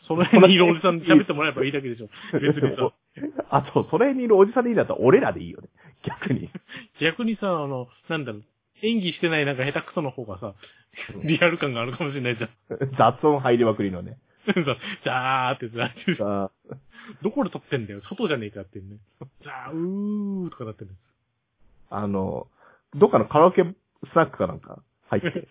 Speaker 2: その辺にいるおじさんに喋ってもらえばいいだけでしょ。別 にさ、
Speaker 1: あと、それにいるおじさんでいいんだったら俺らでいいよね。逆に。
Speaker 2: 逆にさ、あの、なんだろう、演技してないなんか下手くその方がさ、リアル感があるかもしれないじゃん。
Speaker 1: 雑音入りまくりのね。
Speaker 2: さ、ザーってなってる
Speaker 1: あ
Speaker 2: どこで撮ってんだよ外じゃねえかっていうね。ザー、うーとかなってるんです。
Speaker 1: あの、どっかのカラオケスナックかなんか入って、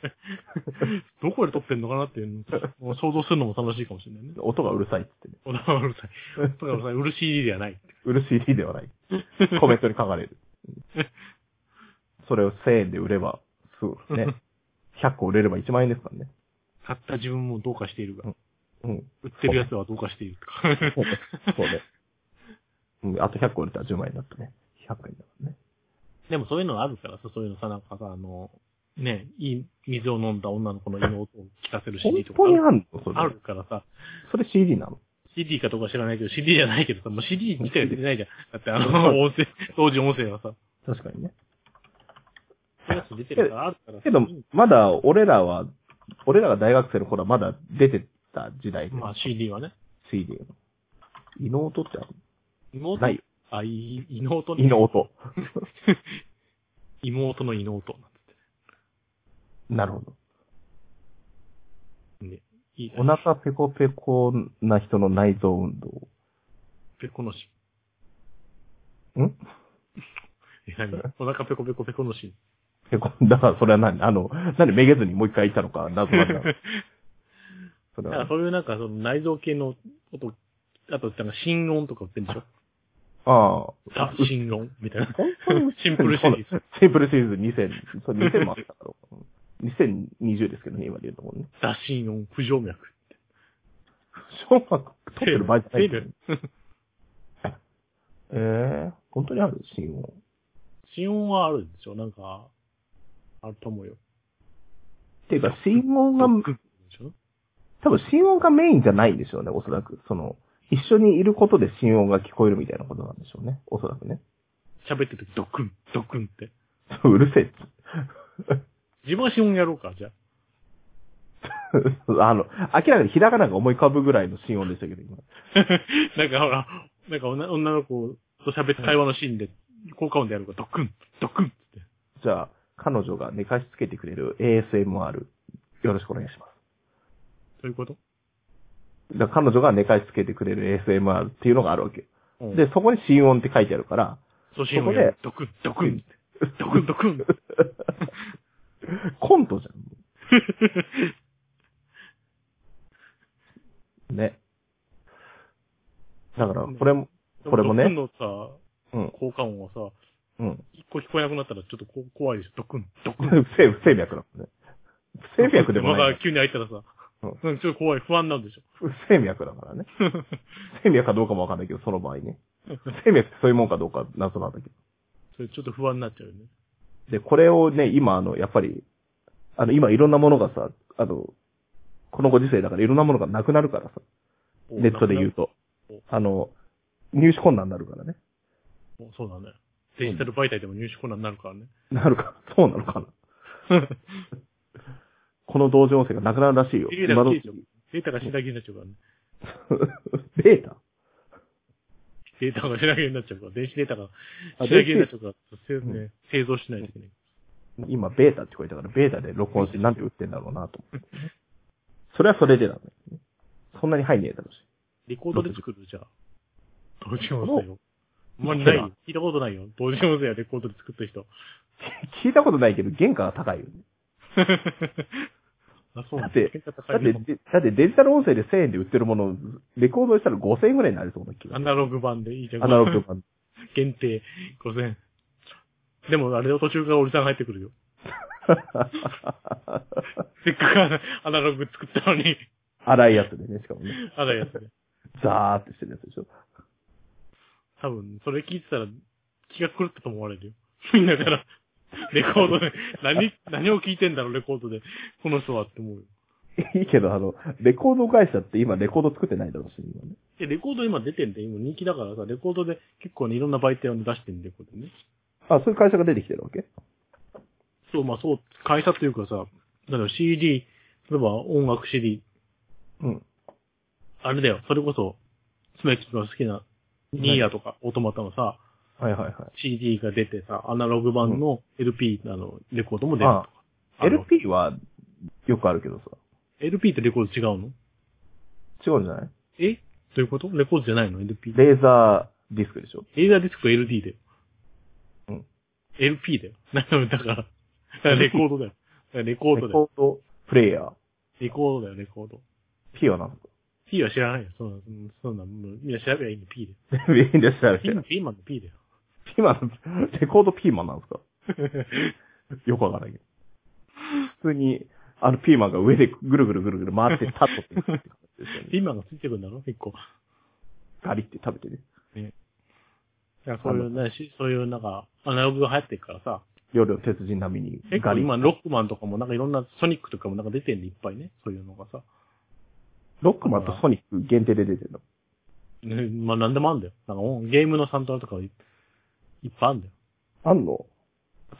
Speaker 2: どこで撮ってんのかなっていうのを想像するのも楽しいかもしれないね。
Speaker 1: 音がうるさいっつってね。
Speaker 2: 小田原うるさい。小田原うるさい。うるしいではない。
Speaker 1: うる CD ではない。コメントに書かれる。それを1000円で売れば、すごいね。100個売れれば1万円ですからね。
Speaker 2: 買った自分もどうかしているが、
Speaker 1: うん。
Speaker 2: 売ってる奴はどうかしているとか。
Speaker 1: そうね。うん、あと100個売れたら10万円だったね。100円だからね。
Speaker 2: でもそういうのあるからさ、そういうのさ、なんかさ、あの、ね、いい水を飲んだ女の子の妹を聞かせる CD と
Speaker 1: 本当
Speaker 2: か
Speaker 1: にあんのそれ。
Speaker 2: あるからさ、
Speaker 1: それ CD なの
Speaker 2: CD かとか知らないけど、CD じゃないけどさ、もう CD 自体は出てないじゃん。だってあの、音声、当時音声はさ、
Speaker 1: 確かにね。
Speaker 2: そういうやつ出てるからあるからさ
Speaker 1: けど、まだ俺らは、俺らが大学生の頃はまだ出てた時代で、
Speaker 2: まあ CD はね。
Speaker 1: CD の。イノートってある
Speaker 2: 妹
Speaker 1: ないよ。
Speaker 2: あ、い、妹
Speaker 1: イ
Speaker 2: ね。
Speaker 1: ノート。
Speaker 2: 妹の妹なん
Speaker 1: なるほど。
Speaker 2: てね。いい
Speaker 1: お腹ペコペコな人の内臓運動。
Speaker 2: ペコのし。
Speaker 1: ん
Speaker 2: え、 何お腹ペコペコペコのし。
Speaker 1: ペコ、だからそれは何あの、なんでめげずにもう一回言ったのか、謎なん だ。それ
Speaker 2: だから
Speaker 1: は。
Speaker 2: そういうなんかその内臓系の音、あとなんか心音とか売ってるでしょ
Speaker 1: ああ。
Speaker 2: ザ・心音みたいな。
Speaker 1: 本当に
Speaker 2: シンプルシリーズ。
Speaker 1: シンプルシリーズ2000、それ2000もあったから。2020ですけどね、今で言うともね。
Speaker 2: ザ・心音、不静脈。
Speaker 1: 小学取ってる場合じゃない
Speaker 2: 出る。
Speaker 1: ええー、本当にある心音。
Speaker 2: 心音はあるんでしょなんか、あると思うよ。
Speaker 1: っていうか、心音が、
Speaker 2: ドッグでしょ
Speaker 1: 多分心音がメインじゃないんでしょうね、おそらく。その、一緒にいることで心音が聞こえるみたいなことなんでしょうね、おそらくね。
Speaker 2: 喋ってる時ドックン、ドックンって。
Speaker 1: うるせえっつ。
Speaker 2: 自分は心音やろうか、じゃあ。
Speaker 1: あの、明らかにひらがなが思い浮かぶぐらいの心音でしたけど、今。
Speaker 2: なんかほら、なんか女女の子と喋って会話のシーンで、効果音でやるから、ドックン、ドックンって。
Speaker 1: じゃあ、彼女が寝かしつけてくれる ASMR、よろしくお願いします。
Speaker 2: そういうこと
Speaker 1: だから彼女が寝かしつけてくれる ASMR っていうのがあるわけ。
Speaker 2: うん
Speaker 1: で、そこに心音って書いてあるから、
Speaker 2: そう、心音
Speaker 1: そこ
Speaker 2: や
Speaker 1: で
Speaker 2: ドックン、ドックンって。ドックン、ドックンって。
Speaker 1: コントじゃ ん。ね。だから、これも、 これもね
Speaker 2: ドックンのさ、
Speaker 1: うん、
Speaker 2: 効果音はさ、
Speaker 1: うん。
Speaker 2: 一個聞こえなくなったらちょっとこ怖いでしょ。ドックン、ドックン。
Speaker 1: 不正、不正脈だもんね。不正脈でも
Speaker 2: ま
Speaker 1: な
Speaker 2: だ
Speaker 1: い。
Speaker 2: 急に開いたらさ、
Speaker 1: うん
Speaker 2: なんかちょっと怖い、不安なんでしょ。
Speaker 1: 不正脈だからね。不正脈かどうかもわかんないけど、その場合ね。不正脈ってそういうもんかどうか謎なんだけど。
Speaker 2: それちょっと不安になっちゃうよね。
Speaker 1: で、これをね、今、あの、やっぱり、あの、今いろんなものがさ、あの、このご時世だからいろんなものがなくなるからさ、ネットで言うと
Speaker 2: お。
Speaker 1: あの、入手困難になるからね。
Speaker 2: おそうだね。デジタル媒体でも入手困難になるからね。
Speaker 1: なるか、そうなの かな。この同情音声がなくなるらしいよ。
Speaker 2: データが
Speaker 1: 今の
Speaker 2: 消えちゃう。データが品切れになっちゃうからね。
Speaker 1: データ
Speaker 2: データが品切れになっちゃうから、電子データが
Speaker 1: あ
Speaker 2: 品切れになっちゃうから、せ
Speaker 1: 子
Speaker 2: ね製造しないといけない。
Speaker 1: 今、ベータって聞こえたから、ベータで録音してなんて打ってんだろうなと思って、それはそれでだね。そんなに入んねえだろうし。
Speaker 2: レコードで作るじゃあ。同時音声を。あんま
Speaker 1: う
Speaker 2: りないよ。聞いたことないよ。同時音声やレコードで作った人。
Speaker 1: 聞いたことないけど、原価が高いよね。
Speaker 2: あ、そう
Speaker 1: だ
Speaker 2: な
Speaker 1: っ
Speaker 2: ん
Speaker 1: て
Speaker 2: 結果高
Speaker 1: だっ
Speaker 2: い
Speaker 1: て、
Speaker 2: ね
Speaker 1: でだってデジタル音声で1000円で売ってるものを、レコードにしたら5000円ぐらいになりそうな気が
Speaker 2: ア。ナログ版でいいじゃん。
Speaker 1: アナログ版。
Speaker 2: 限定5000。でも、あれの途中からおじさん入って くるよ。せっかくアナログ作ったのに、
Speaker 1: 荒いやつでね、しかもね。
Speaker 2: あらやつで。
Speaker 1: ザーってしてるやつでしょ。
Speaker 2: 多分、それ聞いてたら気が狂ったと思われるよ。 みんなから、レコードで、 何、何を聞いてんだろう、レコードで。 この人はって思うよ。
Speaker 1: いいけど、あの、レコード会社って今レコード作ってないだろうし、今ね。
Speaker 2: で、レコード今出てんで、今人気だからさ、レコードで結構ね、いろんな媒体を出してんで、これね。
Speaker 1: あ、そういう会社が出てきてるわけ
Speaker 2: そう、まあそう、会社というかさ、だから CD、例えば音楽 CD、
Speaker 1: うん。
Speaker 2: あれだよ、それこそ、つめきが好きな、ニーヤとか、オートマタのさ、
Speaker 1: はいはいはい。
Speaker 2: CD が出てさ、アナログ版の LP、あの、レコードも出ると
Speaker 1: あ
Speaker 2: か。
Speaker 1: あ、LP はよくあるけどさ。
Speaker 2: LP とレコード違うの
Speaker 1: 違うんじゃない
Speaker 2: えどういうことレコードじゃないの ?LP。
Speaker 1: レーザーディスクでしょ
Speaker 2: レーザーディスクと LD だよ。
Speaker 1: うん。
Speaker 2: LP だよ。 なのでだから、だ からレコードだよ。だからレコード
Speaker 1: レ
Speaker 2: だよ。
Speaker 1: コードプレイヤー。
Speaker 2: レコードだよ、レコード。
Speaker 1: P は何
Speaker 2: P は知らないよ。そんな、そんな、もうみんな調べりゃいいの P だよ。
Speaker 1: いいんですよ。
Speaker 2: ピーピーマンの P だよ。
Speaker 1: ピーマン、レコードピーマンなんですか よくわからないけど。普通に、あのピーマンが上でぐるぐるぐるぐる回って立っとって、
Speaker 2: ピーマンがついてくるんだろ結構。
Speaker 1: ガリって食べてね。
Speaker 2: ねいやそういうね、しそういうなんか、アナログが流行ってるからさ、
Speaker 1: 夜の鉄人並みに
Speaker 2: 結
Speaker 1: ガ
Speaker 2: 構
Speaker 1: リ。
Speaker 2: 今、ロックマンとかもなんかいろんな、ソニックとかもなんか出てんね、いっぱいね、そういうのがさ。
Speaker 1: ロックマンとソニック限定で出てるの。
Speaker 2: ねまあなんでもあんだよ。なんかもうゲームのサントラとかいいっぱいあんだよ。
Speaker 1: あんの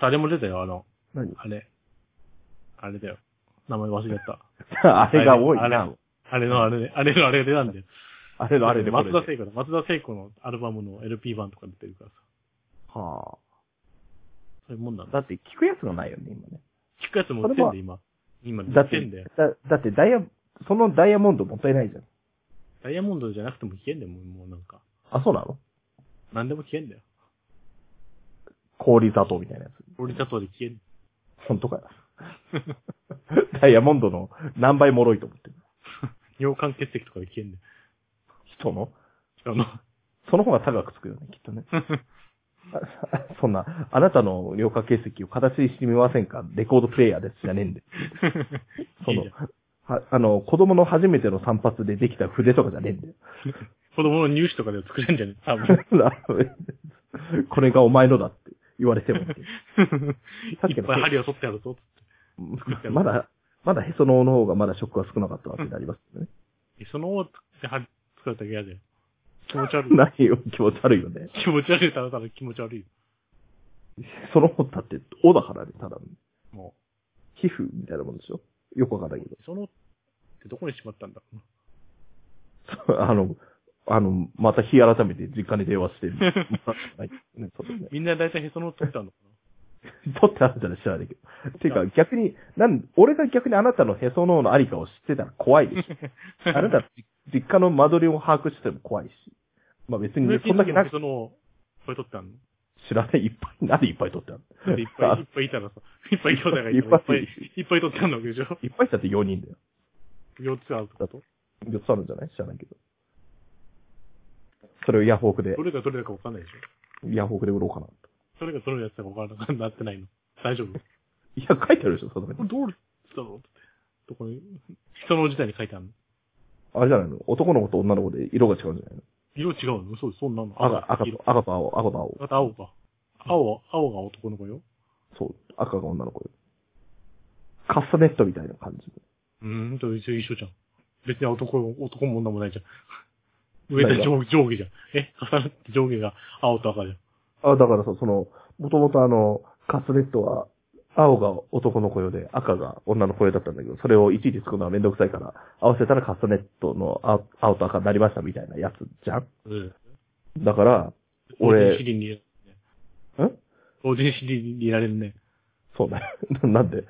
Speaker 2: 誰も出たよ、あの、
Speaker 1: 何
Speaker 2: あれ。あれだよ。名前忘れちゃった。
Speaker 1: あれが多い
Speaker 2: あれ
Speaker 1: な。
Speaker 2: あれのあれ、あれのあれが出たんだよ。
Speaker 1: あれのあれでこれ
Speaker 2: 松田
Speaker 1: で。
Speaker 2: 聖子だ。松田聖子のアルバムの LP 版とか出てるからさ。
Speaker 1: は
Speaker 2: そういうもんなん
Speaker 1: あ。だ
Speaker 2: だ。
Speaker 1: って聞くやつがないよね、今ね。
Speaker 2: 聞くやつも売ってんだよ、今。今
Speaker 1: だ
Speaker 2: 売
Speaker 1: っ
Speaker 2: って
Speaker 1: て
Speaker 2: んだよ。、
Speaker 1: だだってダイヤ、そのダイヤモンドもったいないじゃん。
Speaker 2: ダイヤモンドじゃなくても聞けんだよ、もうもうなんか。
Speaker 1: あ、そうなの
Speaker 2: 何でも聞けんだよ。
Speaker 1: 氷砂糖みたいなやつ。
Speaker 2: 俺だとで聞けん。
Speaker 1: 本当かよ。 ダイヤモンドの何倍脆いと思ってる。
Speaker 2: 尿管結石とかで聞けんだよ。
Speaker 1: 人の
Speaker 2: あの、
Speaker 1: その方が高くつくよね、きっとね。あ そんな、あなたの尿管結石を形にしてみませんかレコードプレイヤーですじゃねえんで。その
Speaker 2: いいじゃん、
Speaker 1: はあの、子供の初めての散髪でできた筆とかじゃねえ んだよ。
Speaker 2: 子供の入試とかで作れんじゃね多分。
Speaker 1: これがお前のだって言われてもって。さっ
Speaker 2: い
Speaker 1: き
Speaker 2: っぱい
Speaker 1: の、
Speaker 2: 針を取ってやるぞ。
Speaker 1: まだ、まだへその緒の方がまだショックは少なかったわけでありますよね。
Speaker 2: えその、で針作られたら嫌だよ。気持 ち悪い。
Speaker 1: 何よ、気持ち悪いよね。
Speaker 2: 気持ち悪いたらただ気持ち悪い。
Speaker 1: その方だって、おだからね、ただの。
Speaker 2: も
Speaker 1: 皮膚みたいなもんでしょよくわかんないけど
Speaker 2: う。。その、ってどこにしまったんだろうな。
Speaker 1: そうあの、あの、また日改めて実家に電話してる。 はいね、そうですね。
Speaker 2: みんな大体へその緒取ってたのか
Speaker 1: 取ってあるじゃない知らないけど。ていうか、逆に、なん、俺が逆にあなたのへその緒のありかを知ってたら怖い でしょ。 あなた、実家の間取りを把握してても怖いし。まあ別に
Speaker 2: な。
Speaker 1: ね、そんだけな
Speaker 2: へ
Speaker 1: く
Speaker 2: その緒、これ取ってたの
Speaker 1: 知らない、いっぱい、なんでいっ ぱい取ってある
Speaker 2: だっていっぱい、いっぱいいたらさ、いっぱい兄弟がいたら、いっぱい、いっぱい取ってたんだわけでしょ
Speaker 1: いっぱいしたって4人だよ。
Speaker 2: ?4 つあるってこと
Speaker 1: 4つあるんじゃない知らないけど。それをヤフオクで
Speaker 2: ど、れがどれだかわかんないでしょ
Speaker 1: ヤフオクで売ろうかなと。
Speaker 2: どれがどれのやつだかわからなくなってないの。大丈夫
Speaker 1: いや、書いてあるでしょ、その
Speaker 2: これどうだろうって。どこに、人の時代に書いてあるの
Speaker 1: あれじゃないの男の子と女の子で色が違うんじゃないの
Speaker 2: 色違うのそう、そんなの。
Speaker 1: 赤、赤
Speaker 2: 色
Speaker 1: と、赤と青、赤と青。
Speaker 2: あと青か。青、青が男の子よ。
Speaker 1: そう。赤が女の子よ。カスタネットみたいな感じ。
Speaker 2: うーん、と一緒一緒じゃん。別に男も、男も女 もないじゃん。上で上上下じゃん。え、 重なって上下が青と赤じゃん。
Speaker 1: あ、だからさ、その、もともとあの、カスタネットは、青が男の子用で、赤が女の子用だったんだけど、それをいちいち作るのはめんどくさいから、合わせたらカスタネットの青青と赤になりましたみたいなやつじゃん
Speaker 2: うん。
Speaker 1: だから、俺
Speaker 2: 同時に知りに、ん
Speaker 1: ん
Speaker 2: 同時に知りにいられる ね。
Speaker 1: そうだよ。 ななんで、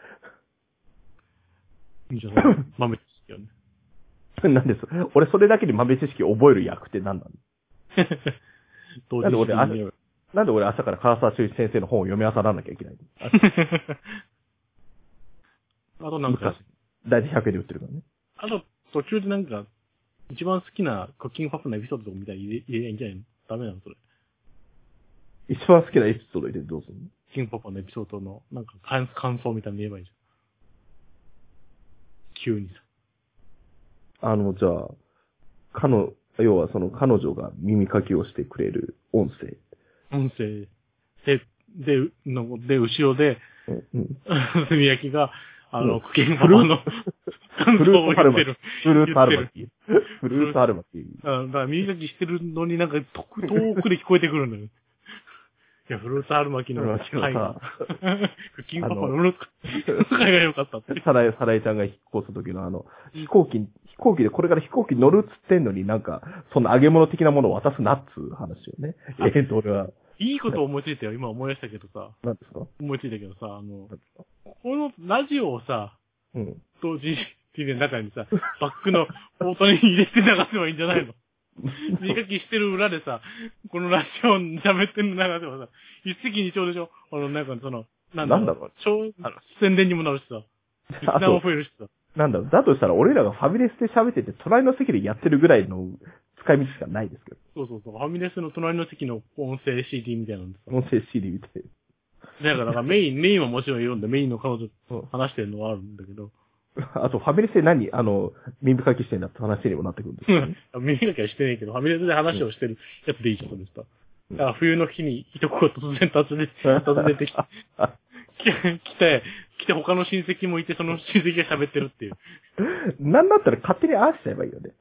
Speaker 2: いいじゃん。豆知識よね。
Speaker 1: なんです。俺それだけで豆知識覚える役って何なの
Speaker 2: 同
Speaker 1: なんで俺
Speaker 2: 知りに入
Speaker 1: なんで俺朝から唐沢修一先生の本を読み漁らなきゃいけ ないのあ
Speaker 2: れる あとなんか
Speaker 1: 昔、大体100円で売ってるからね。
Speaker 2: あと途中でなんか、一番好きなクッキングパップのエピソードとかみたいに入れ入れないいんじゃないのダメなのそれ。
Speaker 1: 一番好きなエピソード入れてどうするの
Speaker 2: キングパパのエピソードの、なんか感、感想みたいに言えばいいじゃん。急にさ。
Speaker 1: あの、じゃあ、かの、要はその彼女が耳かきをしてくれる音 声。
Speaker 2: 音声で、で、の、で、後ろで、
Speaker 1: うんうん。
Speaker 2: 炭焼きが、あの、
Speaker 1: うん
Speaker 2: クッキングパパの、感
Speaker 1: フル
Speaker 2: 想を
Speaker 1: ーツア
Speaker 2: 言
Speaker 1: ル
Speaker 2: っ
Speaker 1: マテ
Speaker 2: てる。
Speaker 1: ィ。フルーツアルマティ。フ
Speaker 2: る
Speaker 1: ルーツアルマティ。
Speaker 2: うんだから耳かきしてるのになんか遠く遠くで聞こえてくるんだよ。いや、フルーツアルマキの
Speaker 1: フルーツア
Speaker 2: 回
Speaker 1: ルマ
Speaker 2: が、クッキングパパの
Speaker 1: あの
Speaker 2: フルーツ回が良かったって。
Speaker 1: サライ、サライちゃんが引っ越す時のあの、飛行機、飛行機でこれから飛行機乗るっつってんのになんか、その揚げ物的なものを渡すなっつう話よね。
Speaker 2: あ
Speaker 1: えっと、俺は、
Speaker 2: いいこと思いついたよ。今思い出したけどさ、
Speaker 1: なんですか
Speaker 2: 思いついたけどさ、あの
Speaker 1: なん、ですか
Speaker 2: このラジオをさ、
Speaker 1: うん。
Speaker 2: 同時に、の中にさ、バックのポートに入れて流せばいいんじ ゃないの耳かきしてる裏でさ、このラジオ喋ってるの流せばさ、一石二鳥でしょあの、なんかその、なんだ
Speaker 1: なんだ
Speaker 2: ろ
Speaker 1: ろ
Speaker 2: う
Speaker 1: う、
Speaker 2: 超
Speaker 1: あの、
Speaker 2: 宣伝にもなるしさ、リスナ
Speaker 1: あ
Speaker 2: ーも
Speaker 1: と、
Speaker 2: 増えるしさ、
Speaker 1: なんだろう、だとしたら俺らがファミレスで喋ってて、隣の席でやってるぐらいの使い道しかないですけど。
Speaker 2: そうそうそう、ファミレスの隣の席の音声 CD みたいなのでさ、
Speaker 1: 音声 CD 見て。
Speaker 2: だからなんかメイン、メインはもちろん読んで、メインの彼女
Speaker 1: うん
Speaker 2: と話してるのはあるんだけど、
Speaker 1: あと、ファミレスで何、あの、耳かきしてんだって話にもなってくるんですよね。
Speaker 2: 耳かきはしてねえけど、ファミレスで話をしてるやつでいい人でした。だから冬の日にいとこが突然訪ね、訪ねて き来て、来て他の親戚もいて、その親戚が喋ってるっていう。
Speaker 1: なんだったら勝手に合わせちゃえばいいよね。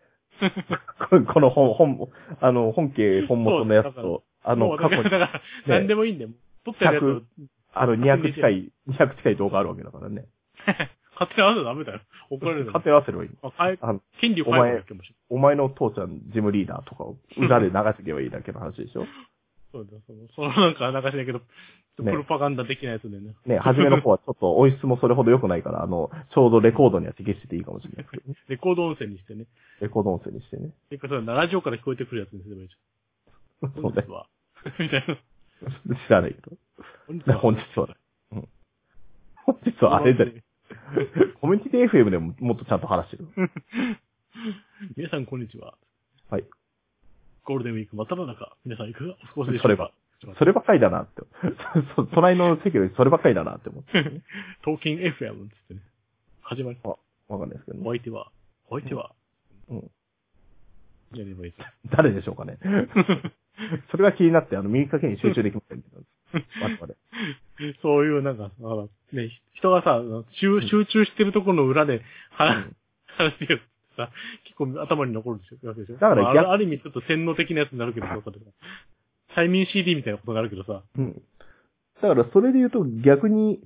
Speaker 1: ここの本、本、あの、本家本元のやつと、あの、
Speaker 2: もうだ
Speaker 1: 過
Speaker 2: か
Speaker 1: 去
Speaker 2: ら、だか
Speaker 1: に、
Speaker 2: ら、何でもいいんだよ。撮ってるやつを
Speaker 1: 100、あの、200近い、200近い動画あるわけだからね。
Speaker 2: 勝手に合わせたらダメだよ。怒られるよ。
Speaker 1: 勝手に合わせればいい。
Speaker 2: まあ変え
Speaker 1: あの、
Speaker 2: 権利を変えるだけかもしれない。
Speaker 1: お前の父ちゃん、ジムリーダーとかを裏で流してけばいいだけの話でしょ。
Speaker 2: そうだよ、その、そのなんか流しだけど、プ
Speaker 1: ね
Speaker 2: ロパガンダ的なやつでね。
Speaker 1: ね、初めの方はちょっと音質もそれほど良くないから、あの、ちょうどレコードには適してていいかもしれないですけ どね。
Speaker 2: レコード音声にしてね。
Speaker 1: レコード音声にしてね。
Speaker 2: てか、それラジオから聞こえてくるやつにすればいいじゃん。
Speaker 1: そう
Speaker 2: 本
Speaker 1: ね
Speaker 2: 日。は。みたいな。
Speaker 1: 知らないけど。
Speaker 2: 本日
Speaker 1: ね 本日は。うん。本日はあれだよ。コミュニティ FM でももっとちゃんと話してる。
Speaker 2: 皆さん、こんにちは。
Speaker 1: はい。
Speaker 2: ゴールデンウィーク真っ只中。皆さん、いかがお過ごしでし
Speaker 1: そ
Speaker 2: ょ
Speaker 1: れ
Speaker 2: う
Speaker 1: ば
Speaker 2: かちょっと
Speaker 1: そればっかりだなって。 そ、そ隣の席よりそればっかりだなって思って。
Speaker 2: 待って。トーキン FM っつってね。始まり。
Speaker 1: わかんないですけど
Speaker 2: お
Speaker 1: ね。
Speaker 2: 相手は、お相手は、
Speaker 1: うん。
Speaker 2: やればいいです。
Speaker 1: 誰でしょう かね。それが気になって、あの、右掛けに集中できませんけど。我々。
Speaker 2: そういう、なんか、あのね、ひ人がさ、集集中してるところの裏で話、話してるってさ、結構頭に残るでしょわけでしょ
Speaker 1: だから
Speaker 2: まああ
Speaker 1: 逆
Speaker 2: る、ある意味ちょっと洗脳的なやつになるけどさ、それが催眠 CD みたいなことになるけどさ、
Speaker 1: うん。だから、それで言うと逆に、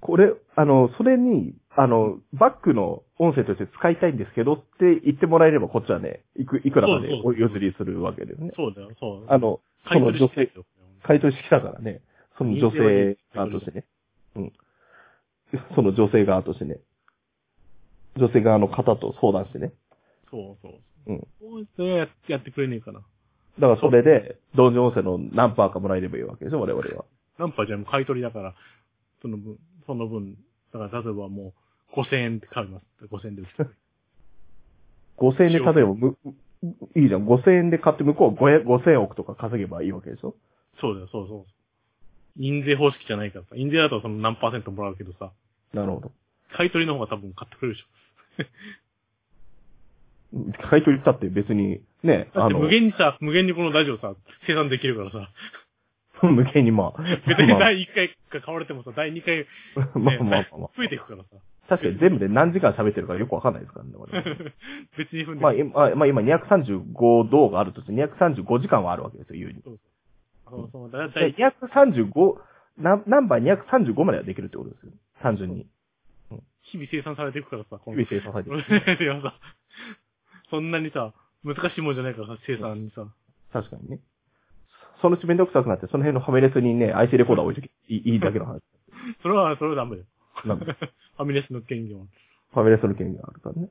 Speaker 1: これ、あの、それに、あの、バックの音声として使いたいんですけどって言ってもらえれば、こっちはね、いく、いくらかで
Speaker 2: そうそ
Speaker 1: お
Speaker 2: う
Speaker 1: 譲りするわけですね。
Speaker 2: そうだよ、そう。
Speaker 1: あ、の、その女性、
Speaker 2: よ。
Speaker 1: 回答してきたからね、その女性側としてね。うん。その女性側としてね。女性側の方と相談してね。
Speaker 2: そうそ
Speaker 1: う
Speaker 2: う。
Speaker 1: ん。
Speaker 2: そうそれはややってくれねえかな。
Speaker 1: だからそれで、同時音声の何パーかもらえればいいわけでしょ、我々は。
Speaker 2: ナンパじゃもう買い取りだから、その分、その分、だから例えばもう、5000円って買います。5000円で売って くれる
Speaker 1: 5000円で例えばむ、いいじゃん、5000円で買って向こう5 5000億とか稼げばいいわけでしょ
Speaker 2: そうだよ、そうそう。印税方式じゃないからさ。印税だとその何パーセントもらうけどさ。
Speaker 1: なるほど。
Speaker 2: 買い取りの方が多分買ってくれるでし
Speaker 1: うん買い取りしたって別に、ね、
Speaker 2: ょ。だっ
Speaker 1: あ
Speaker 2: て
Speaker 1: の、
Speaker 2: 無限にさ、無限にこのラジオさ、生産できるからさ。
Speaker 1: 無限にまあ、
Speaker 2: 別に
Speaker 1: まあ
Speaker 2: 第1回が買われてもさ、第2回、ね、
Speaker 1: まあまあまあまあ。
Speaker 2: 増えていくからさ。
Speaker 1: 確かに全部で何時間喋ってるかよくわかんないですからね、我々
Speaker 2: 別に踏んで
Speaker 1: まあ、今、まあ、今235動画あるとして、235時間はあるわけですよ、優に。
Speaker 2: そのそのだ
Speaker 1: で
Speaker 2: 第
Speaker 1: 235、ナナンバー235まではできるってことですよ。単純に。
Speaker 2: 日々生産されていくからさ、こ
Speaker 1: 日
Speaker 2: の
Speaker 1: 々生産されてる。
Speaker 2: いやさ、そんなにさ、難しいもんじゃないからさ、生産にさ。
Speaker 1: 確かにね。そのうちめんどくさくなって、その辺のファミレスにね、IC レコーダー置いとき、いいいだけの話。
Speaker 2: それは、それはダメだよ。
Speaker 1: なんで
Speaker 2: ファミレスの権限は。
Speaker 1: ファミレスの権利があるからね。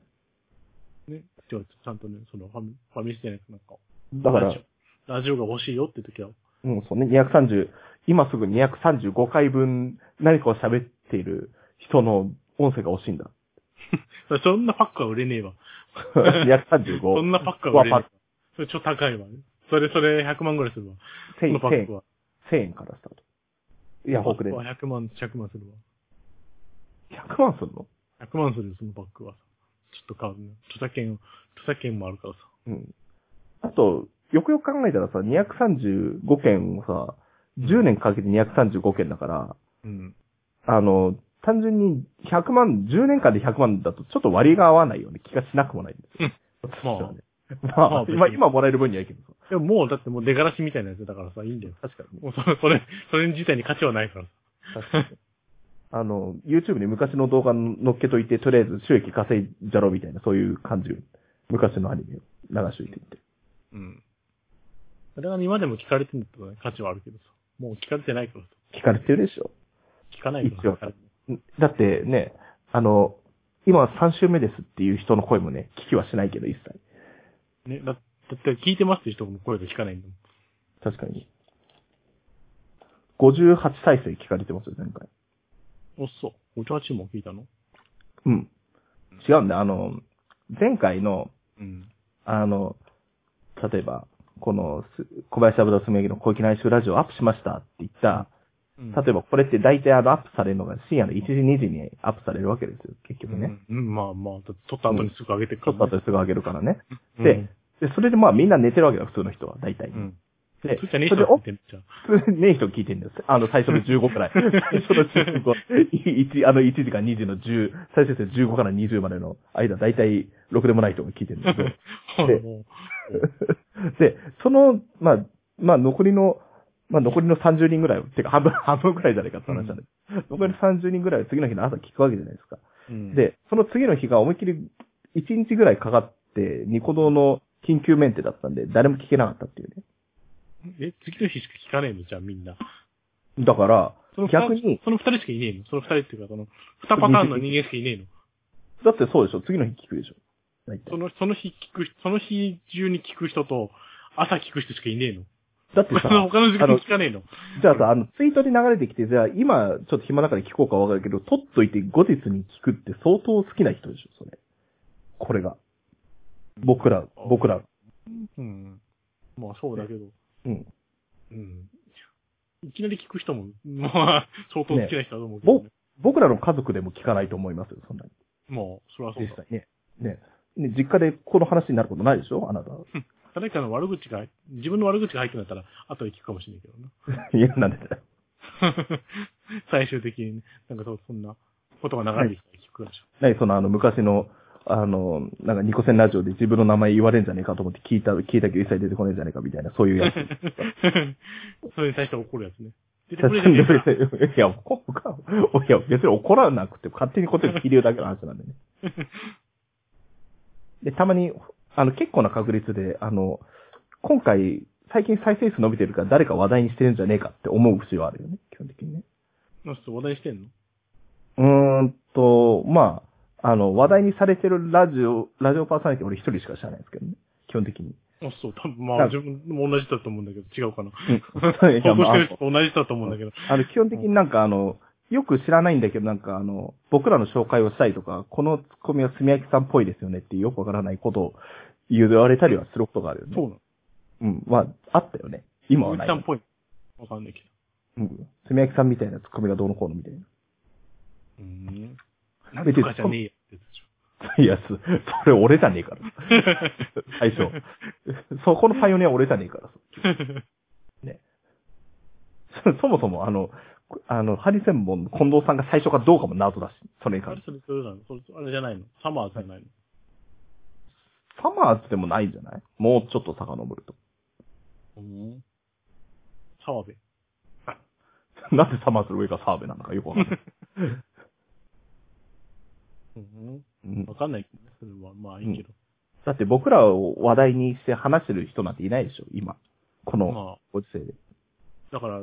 Speaker 2: ね。じゃあ、ちゃんとね、そのファミ、ファミレスじゃないかなんか。
Speaker 1: だから
Speaker 2: ラジ、オ、ラジオが欲しいよって時は、
Speaker 1: うん、そうね、230、今すぐ235回分何かを喋っている人の音声が欲しい んだ。
Speaker 2: それそんなパックは売れねえわ。
Speaker 1: 235。
Speaker 2: そんなパックは売れねえわ。それちょっと高いわ、ね。それ、それ100万ぐらいするわ。そ
Speaker 1: 1000
Speaker 2: のパッ
Speaker 1: 円
Speaker 2: ク、は。
Speaker 1: 1000円からスタート。いや、
Speaker 2: パッ
Speaker 1: 北
Speaker 2: ク
Speaker 1: で。
Speaker 2: は100万、100万する
Speaker 1: 100万すんの
Speaker 2: わ。100万するよ、そのパックは。ちょっと買うね。著作権、著作権もあるからさ。
Speaker 1: うん。あと、よくよく考えたらさ、235件をさ、10年かけて235件だから、
Speaker 2: うん。
Speaker 1: あの、単純に100万、10年間で100万だとちょっと割が合わないような気がしなくもないんですよ。まあ、
Speaker 2: まあ別に
Speaker 1: まあ、今もらえる分にはいいけどさ。
Speaker 2: でももう、だってもう出がらしみたいなやつだからさ、いいんだよ。
Speaker 1: 確かにね。
Speaker 2: もうそれ、それ、それ自体に価値はないからさ。
Speaker 1: 確かにね。あの、YouTube に昔の動画乗っけといて、とりあえず収益稼いじゃろみたいな、そういう感じよ。昔のアニメを流しといてって。
Speaker 2: うん。それが今でも聞かれてるんだったらね価値はあるけどさ。もう聞かれてないからさ。
Speaker 1: 聞かれてるでしょ。
Speaker 2: 聞かないか
Speaker 1: 一
Speaker 2: ら
Speaker 1: 応
Speaker 2: さ。
Speaker 1: だってね、あの、今3週目ですっていう人の声もね、聞きはしないけど、一切。
Speaker 2: ね、だだって聞いてますって人の声が聞かないんだもん。
Speaker 1: 確かに。58再生聞かれてますよ、前回。
Speaker 2: おっそ。58も聞いたの
Speaker 1: うん。違うんだ、あの、前回の、
Speaker 2: うん。
Speaker 1: あの、例えば、この、す小林油すめぎの小池内緒ラジオアップしましたって言った、例え
Speaker 2: ば、
Speaker 1: ばこれって大体あのアップされるのが深夜の1時2時にアップされるわけですよ、結局ね。
Speaker 2: うん。うん、まあまあ、だって取った後にすぐ上げてく
Speaker 1: ちょ
Speaker 2: か
Speaker 1: っと
Speaker 2: ら、
Speaker 1: 後ですぐ上げるからね。
Speaker 2: うん
Speaker 1: で、で、それでまあみんな寝てるわけだ、普通の人は、大体。
Speaker 2: うん。
Speaker 1: で、
Speaker 2: そっちゃねえ
Speaker 1: そ
Speaker 2: 人
Speaker 1: れで
Speaker 2: だ
Speaker 1: お
Speaker 2: っ、て言ってんじゃん。
Speaker 1: ねえ人聞いてんだよ。あの、最初の15くらい。 その15、一あの、1時間2時の10、最初です15から20までの間、だいたいろくでもない人が聞いてるんだけど。
Speaker 2: ほらも
Speaker 1: で、その、まあ、まあ、残りの、まあ、残りの30人ぐらいを、てか半分、 半分ぐらいじゃないかって話なんだけど、残りの30人ぐらいを次の日の朝聞くわけじゃないですか。
Speaker 2: ううん、
Speaker 1: で、その次の日が思いっきり1日ぐらいかかって、ニコ動の緊急メンテだったんで、誰も聞けなかったっていうね。
Speaker 2: え、次の日しか聞かねえのじゃあみんな。
Speaker 1: だから
Speaker 2: その、二
Speaker 1: 逆に、
Speaker 2: その二人しかいねえのその二人っていうか、その、二パターンの人間しかいねえの
Speaker 1: だってそうでしょ次の日聞くでしょ大体
Speaker 2: その、その日聞く、その日中に聞く人と、朝聞く人しかいねえの。
Speaker 1: だってさ、
Speaker 2: そ の他の時間
Speaker 1: あの
Speaker 2: に聞かねえの。
Speaker 1: じゃあさ、あの、ツイートで流れてきて、じゃあ今、ちょっと暇だから聞こうかわかるけど、撮っといて後日に聞くって相当好きな人でしょ、それ。これが。僕ら、僕ら。
Speaker 2: うん。まあそうだけど。
Speaker 1: うん。
Speaker 2: うん。いきなり聞く人も、 まあ、相当好きな人だと思うけど、ね
Speaker 1: ぼ、僕らの家族でも聞かないと思いますよ、そんなに。
Speaker 2: まあ、それはそう
Speaker 1: 実
Speaker 2: だ。
Speaker 1: 際ね。ね。ね実家でこの話になることないでしょあなた。
Speaker 2: 誰かの悪口が、自分の悪口が入ってんだったら、後で聞くかもしれないけど な。
Speaker 1: いや、なんでだよ。
Speaker 2: 最終的にね、なんかそう、そんなことが流れてきたら聞くでしょ。
Speaker 1: 何そのあの、昔の、あの、なんかニコセンラジオで自分の名前言われんじゃねえかと思って聞いた、聞いたけど一切出てこねえんじゃねえかみたいな、そういう やつ。
Speaker 2: それに対して怒るやつね。出て
Speaker 1: いや
Speaker 2: これじゃ ねえ
Speaker 1: い
Speaker 2: か。
Speaker 1: や、怒るか。いや、別に怒らなくて、勝手にこっちが聞いてるだけの話なんでね。で、たまに、あの、結構な確率で、あの、今回、最近再生数伸びてるから誰か話題にしてるんじゃねえかって思う節はあるよね、基本的にね。
Speaker 2: なんかちょっと話題してんの
Speaker 1: うーんと、まあ、あの、話題にされてるラジオ、ラジオパーソナリティ俺一人しか知らないですけどね。基本的に。
Speaker 2: あ、そう、多分まあ
Speaker 1: なん
Speaker 2: 自分も同じだと思うんだけど、違うかな。
Speaker 1: いや
Speaker 2: 報告
Speaker 1: ま
Speaker 2: し
Speaker 1: あ
Speaker 2: てる人と同じだと思うんだけど。
Speaker 1: あの、基本的になんかあの、よく知らないんだけど、なんかあの、僕らの紹介をしたりとか、このツッコミはすみやきさんっぽいですよねっていうよくわからないことを言われたりはすることがあるよね。
Speaker 2: そうなの。
Speaker 1: うん。まあ、あったよね。今は
Speaker 2: 鈴
Speaker 1: ない
Speaker 2: 木さ。んっぽい。わかんないけど。
Speaker 1: うん。すみやきさんみたいなツッコミがどうのこうのみたいな。
Speaker 2: うん。
Speaker 1: な
Speaker 2: とかじゃねえよってやつ でしょ。
Speaker 1: いや、そそれ俺じゃねえから。最初。 そこのパイオニア俺じゃねえから。 そそもそもあの、あの、ハリセンボンの近藤さんが最初かどうかも謎だし、それに
Speaker 2: あ
Speaker 1: 関
Speaker 2: れ
Speaker 1: して。
Speaker 2: それ、それなのそれ、あれじゃないのサマーズじゃないの
Speaker 1: サマーズでもないんじゃないもうちょっと遡ると。
Speaker 2: うん。澤部。
Speaker 1: なんでサマーズの上が澤部なのかよくわかんない。
Speaker 2: うん。
Speaker 1: うん
Speaker 2: わかんないけどね、それは。まあいいけど。
Speaker 1: だって僕らを話題にして話してる人なんていないでしょ、今。この
Speaker 2: まあ、
Speaker 1: ご時世で。
Speaker 2: だから、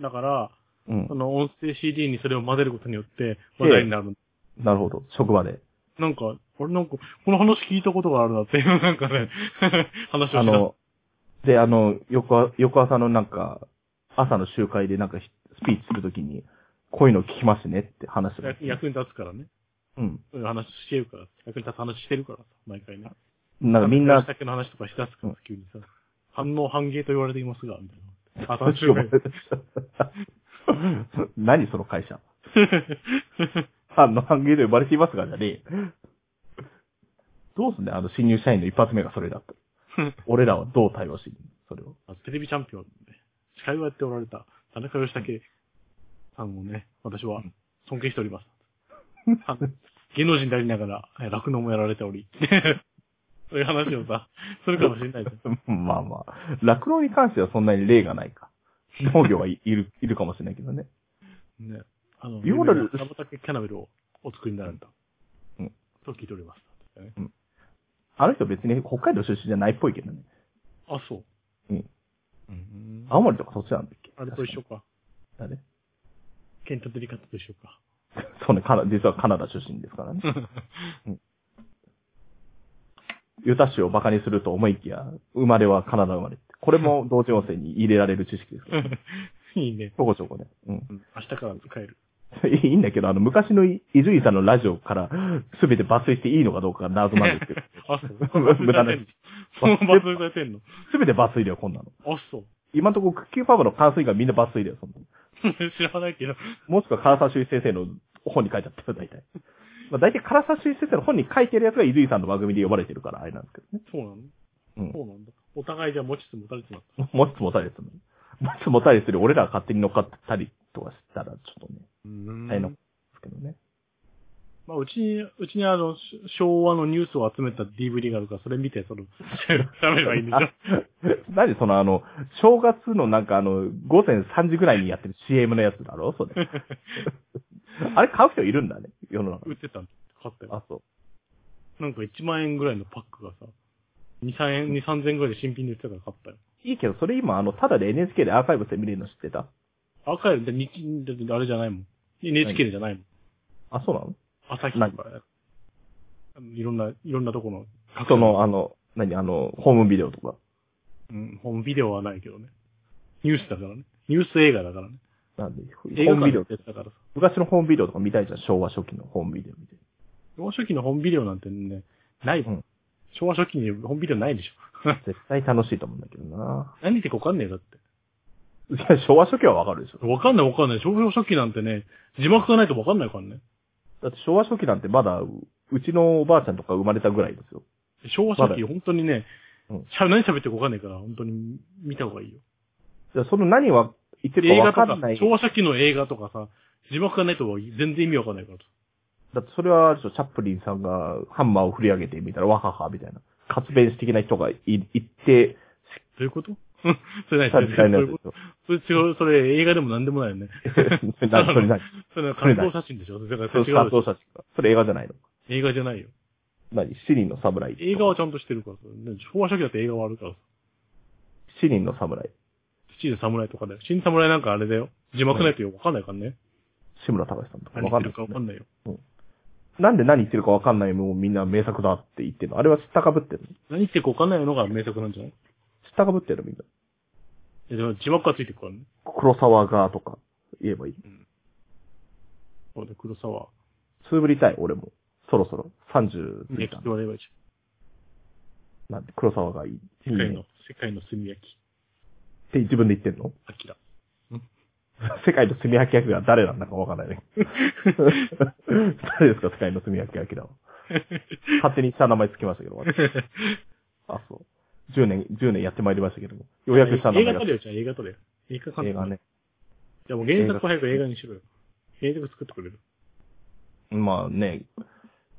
Speaker 2: だから、
Speaker 1: うん
Speaker 2: そ。の音声 CD にそれを混ぜることによって話題になる。
Speaker 1: なるほど。職場で。
Speaker 2: なんか、あれなんか、この話聞いたことがあるなっていう、 なん かね、話を
Speaker 1: あ
Speaker 2: し
Speaker 1: の、で、あの、翌朝、翌朝のなんか、朝の集会でなんかひスピーチするときに、こういうの聞きますねって話して
Speaker 2: た。
Speaker 1: ます
Speaker 2: 役役に立つからね。
Speaker 1: うん。
Speaker 2: そういう話してるから。役に立つ話してるからさ、毎回ね。
Speaker 1: なんかみんな、
Speaker 2: 先の話とかしだすから、急にさ。反応半芸と言われていますが、みたいな。あ、
Speaker 1: ちょっと待って 何その会社。あの、半芸で呼ばれていますが、じゃねえよ。どうすんねあの、新入社員の一発目がそれだったら。俺らはどう対応していいのそれを。
Speaker 2: テレビチャンピオンで、司会をやっておられた田中義武さんをね、私は尊敬しております。あ芸能人でありながら、え酪農もやられており、そういう話をさ、するかもしれないじゃん。
Speaker 1: まあまあ。落農に関してはそんなに例がないか。農業 はい、いる、いるかもしれないけどね。
Speaker 2: ね。あの、
Speaker 1: 言うことで
Speaker 2: ラボタケキャナベルをお作りになられた。
Speaker 1: うん。
Speaker 2: と聞いております。ね
Speaker 1: あの人別に北海道出身じゃないっぽいけどね。
Speaker 2: あ、そう。
Speaker 1: うん。
Speaker 2: うん。
Speaker 1: 青森とかそっちなんだっけ
Speaker 2: あれと一緒か。
Speaker 1: だね。
Speaker 2: ケンタデリカットと一緒か。
Speaker 1: そうね、カナ、実はカナダ出身ですからね。ユタ州をバカにすると思いきや、生まれはカナダ生まれって。これも同時音声に入れられる知識ですけど。
Speaker 2: いいね。
Speaker 1: ちょこちょこね。うん。
Speaker 2: うん明日から使える。
Speaker 1: いいんだけど、あの、昔の伊集院さんのラジオから全て抜粋していいのかどうかが謎なん ですけど。
Speaker 2: あ、そう。
Speaker 1: 無駄な
Speaker 2: そのバトルされてんの。
Speaker 1: 全て抜粋だよ、こんなの。
Speaker 2: あ、そう。
Speaker 1: 今んとこクッキーパパの関数以外みんな抜粋だよ、そんなの。
Speaker 2: 知らないけど。
Speaker 1: もしくは唐沢修一先生の本に書いてあったよ、 大体。まあ大体唐沢修一先生の本に書いてるやつが伊集院さんの番組で呼ばれてるから、あれなんですけどね。
Speaker 2: そうなの
Speaker 1: うん
Speaker 2: そうなんだ。お互いじゃ持ちつ持たれつな。
Speaker 1: 持ちつ持たれつも。持ちつ持たれつで俺らが勝手に乗っかったりとかしたら、ちょっとね、
Speaker 2: うん
Speaker 1: 大変なんですけどね。
Speaker 2: まあ、うちに、うちにあの、し昭和のニュースを集めた DVD があるから、それ見て、その、喋ればいいんでしょ。
Speaker 1: 何そのあの、正月のなんかあの、午前3時ぐらいにやってる CM のやつだろ それ。あれ買う人いるんだね、世の中
Speaker 2: 売
Speaker 1: に。
Speaker 2: ってたの。買ったよ。
Speaker 1: あ、そう。
Speaker 2: なんか1万円ぐらいのパックがさ、2、3円、2、3円ぐらいで新品で売ってたから買ったよ。
Speaker 1: いいけど、それ今あの、ただで NHK でアーカイブして見れるの知ってた
Speaker 2: アーカイブで日、だってあれじゃないもん。NHK でじゃないもん。
Speaker 1: あ、そうなの
Speaker 2: 朝日と
Speaker 1: 何
Speaker 2: か。あのいろんな、いろんなとこの、
Speaker 1: その、あの、何あの、ホームビデオとか。
Speaker 2: うん、ホームビデオはないけどね。ニュースだからね。ニュース映画だからね。
Speaker 1: なんで、ホ
Speaker 2: 映画
Speaker 1: ーム
Speaker 2: 館
Speaker 1: ビデオ
Speaker 2: の。やつだからさ。
Speaker 1: 昔のホームビデオとか見たいじゃん、昭和初期のホームビデオみたい
Speaker 2: 昭和初期のホームビデオなんてね、ないもん。
Speaker 1: うん
Speaker 2: 昭和初期にホームビデ オないでしょ。
Speaker 1: な。絶対楽しいと思うんだけどな。
Speaker 2: 何見てかわかんねえよだって。
Speaker 1: いや、昭和初期はわかるでしょ。
Speaker 2: わかんないわかんない。昭和初期なんてね、字幕がないとわかんないからね。
Speaker 1: だって昭和初期なんてまだ、ううちのおばあちゃんとか生まれたぐらいですよ。
Speaker 2: 昭和
Speaker 1: ま
Speaker 2: 初
Speaker 1: だ
Speaker 2: 期、
Speaker 1: よ
Speaker 2: 本当にね、
Speaker 1: うん
Speaker 2: しゃ何喋ってるかわかんないから、本当に見た方がいいよ。
Speaker 1: じゃあその何は言ってる
Speaker 2: 映
Speaker 1: か
Speaker 2: 画
Speaker 1: わ
Speaker 2: とか
Speaker 1: かんない。
Speaker 2: 昭和初期の映画とかさ、字幕がないと全然意味わかんないから。
Speaker 1: だってそれは、チャップリンさんがハンマーを振り上げてみたら、わははみたいな。活弁士的な人がい言って、
Speaker 2: どういうこと それ何
Speaker 1: さ
Speaker 2: そ
Speaker 1: みた
Speaker 2: れ
Speaker 1: いな
Speaker 2: どうい
Speaker 1: や
Speaker 2: うこ
Speaker 1: つ
Speaker 2: とそれ違う、それ映画でも何でもないよね。
Speaker 1: ですよ。なそれ何
Speaker 2: それは活動写真でしょだから
Speaker 1: そ
Speaker 2: そ
Speaker 1: れ
Speaker 2: れ違
Speaker 1: 佐
Speaker 2: うでしょ
Speaker 1: 藤社それ映画じゃないの
Speaker 2: 映画じゃないよ。
Speaker 1: 何七人の侍。
Speaker 2: 映画はちゃんとしてるからさ。ね昭和初期だって映画はあるからさ。
Speaker 1: 七人の侍。
Speaker 2: 七の侍とかだよ。新侍なんかあれだよ。字幕ないとよくわかんないからね。
Speaker 1: 志村隆さんとか
Speaker 2: 何
Speaker 1: わ
Speaker 2: 言
Speaker 1: か
Speaker 2: っ
Speaker 1: んない
Speaker 2: てるかわかんないよ。
Speaker 1: なんで何言ってるかわかんないもうみんな名作だって言ってるのあれは知ったかぶってるの知
Speaker 2: 何言ってるかわかんないのが名作なんじゃない
Speaker 1: ったかぶってるのみんな。
Speaker 2: いやでも字幕がついてるからね。
Speaker 1: 黒沢がとか言えばいい。
Speaker 2: これで黒沢。
Speaker 1: つぶりたい、俺も。そろそろ。30過ぎた
Speaker 2: 焼きって言われればいいじ
Speaker 1: なんで、黒沢がいい。
Speaker 2: ゃん。世
Speaker 1: いい
Speaker 2: 界
Speaker 1: ね
Speaker 2: の、世界の炭焼き。
Speaker 1: って自分で言ってんの
Speaker 2: アキラ。
Speaker 1: 世界の炭焼き役が誰なんだかわからないね。誰ですか、世界の炭焼き役 だは。勝手に下名前つきましたけど、私あ、そう。10年、10年やってまいりましたけども。ようやく下名
Speaker 2: 映
Speaker 1: 前が
Speaker 2: 画撮。れよ、じゃあ映画撮れよ。映画撮れ
Speaker 1: 映画ね。。
Speaker 2: じゃあもう原作を早く映画にしろよ。原作作ってくれる。
Speaker 1: まあね、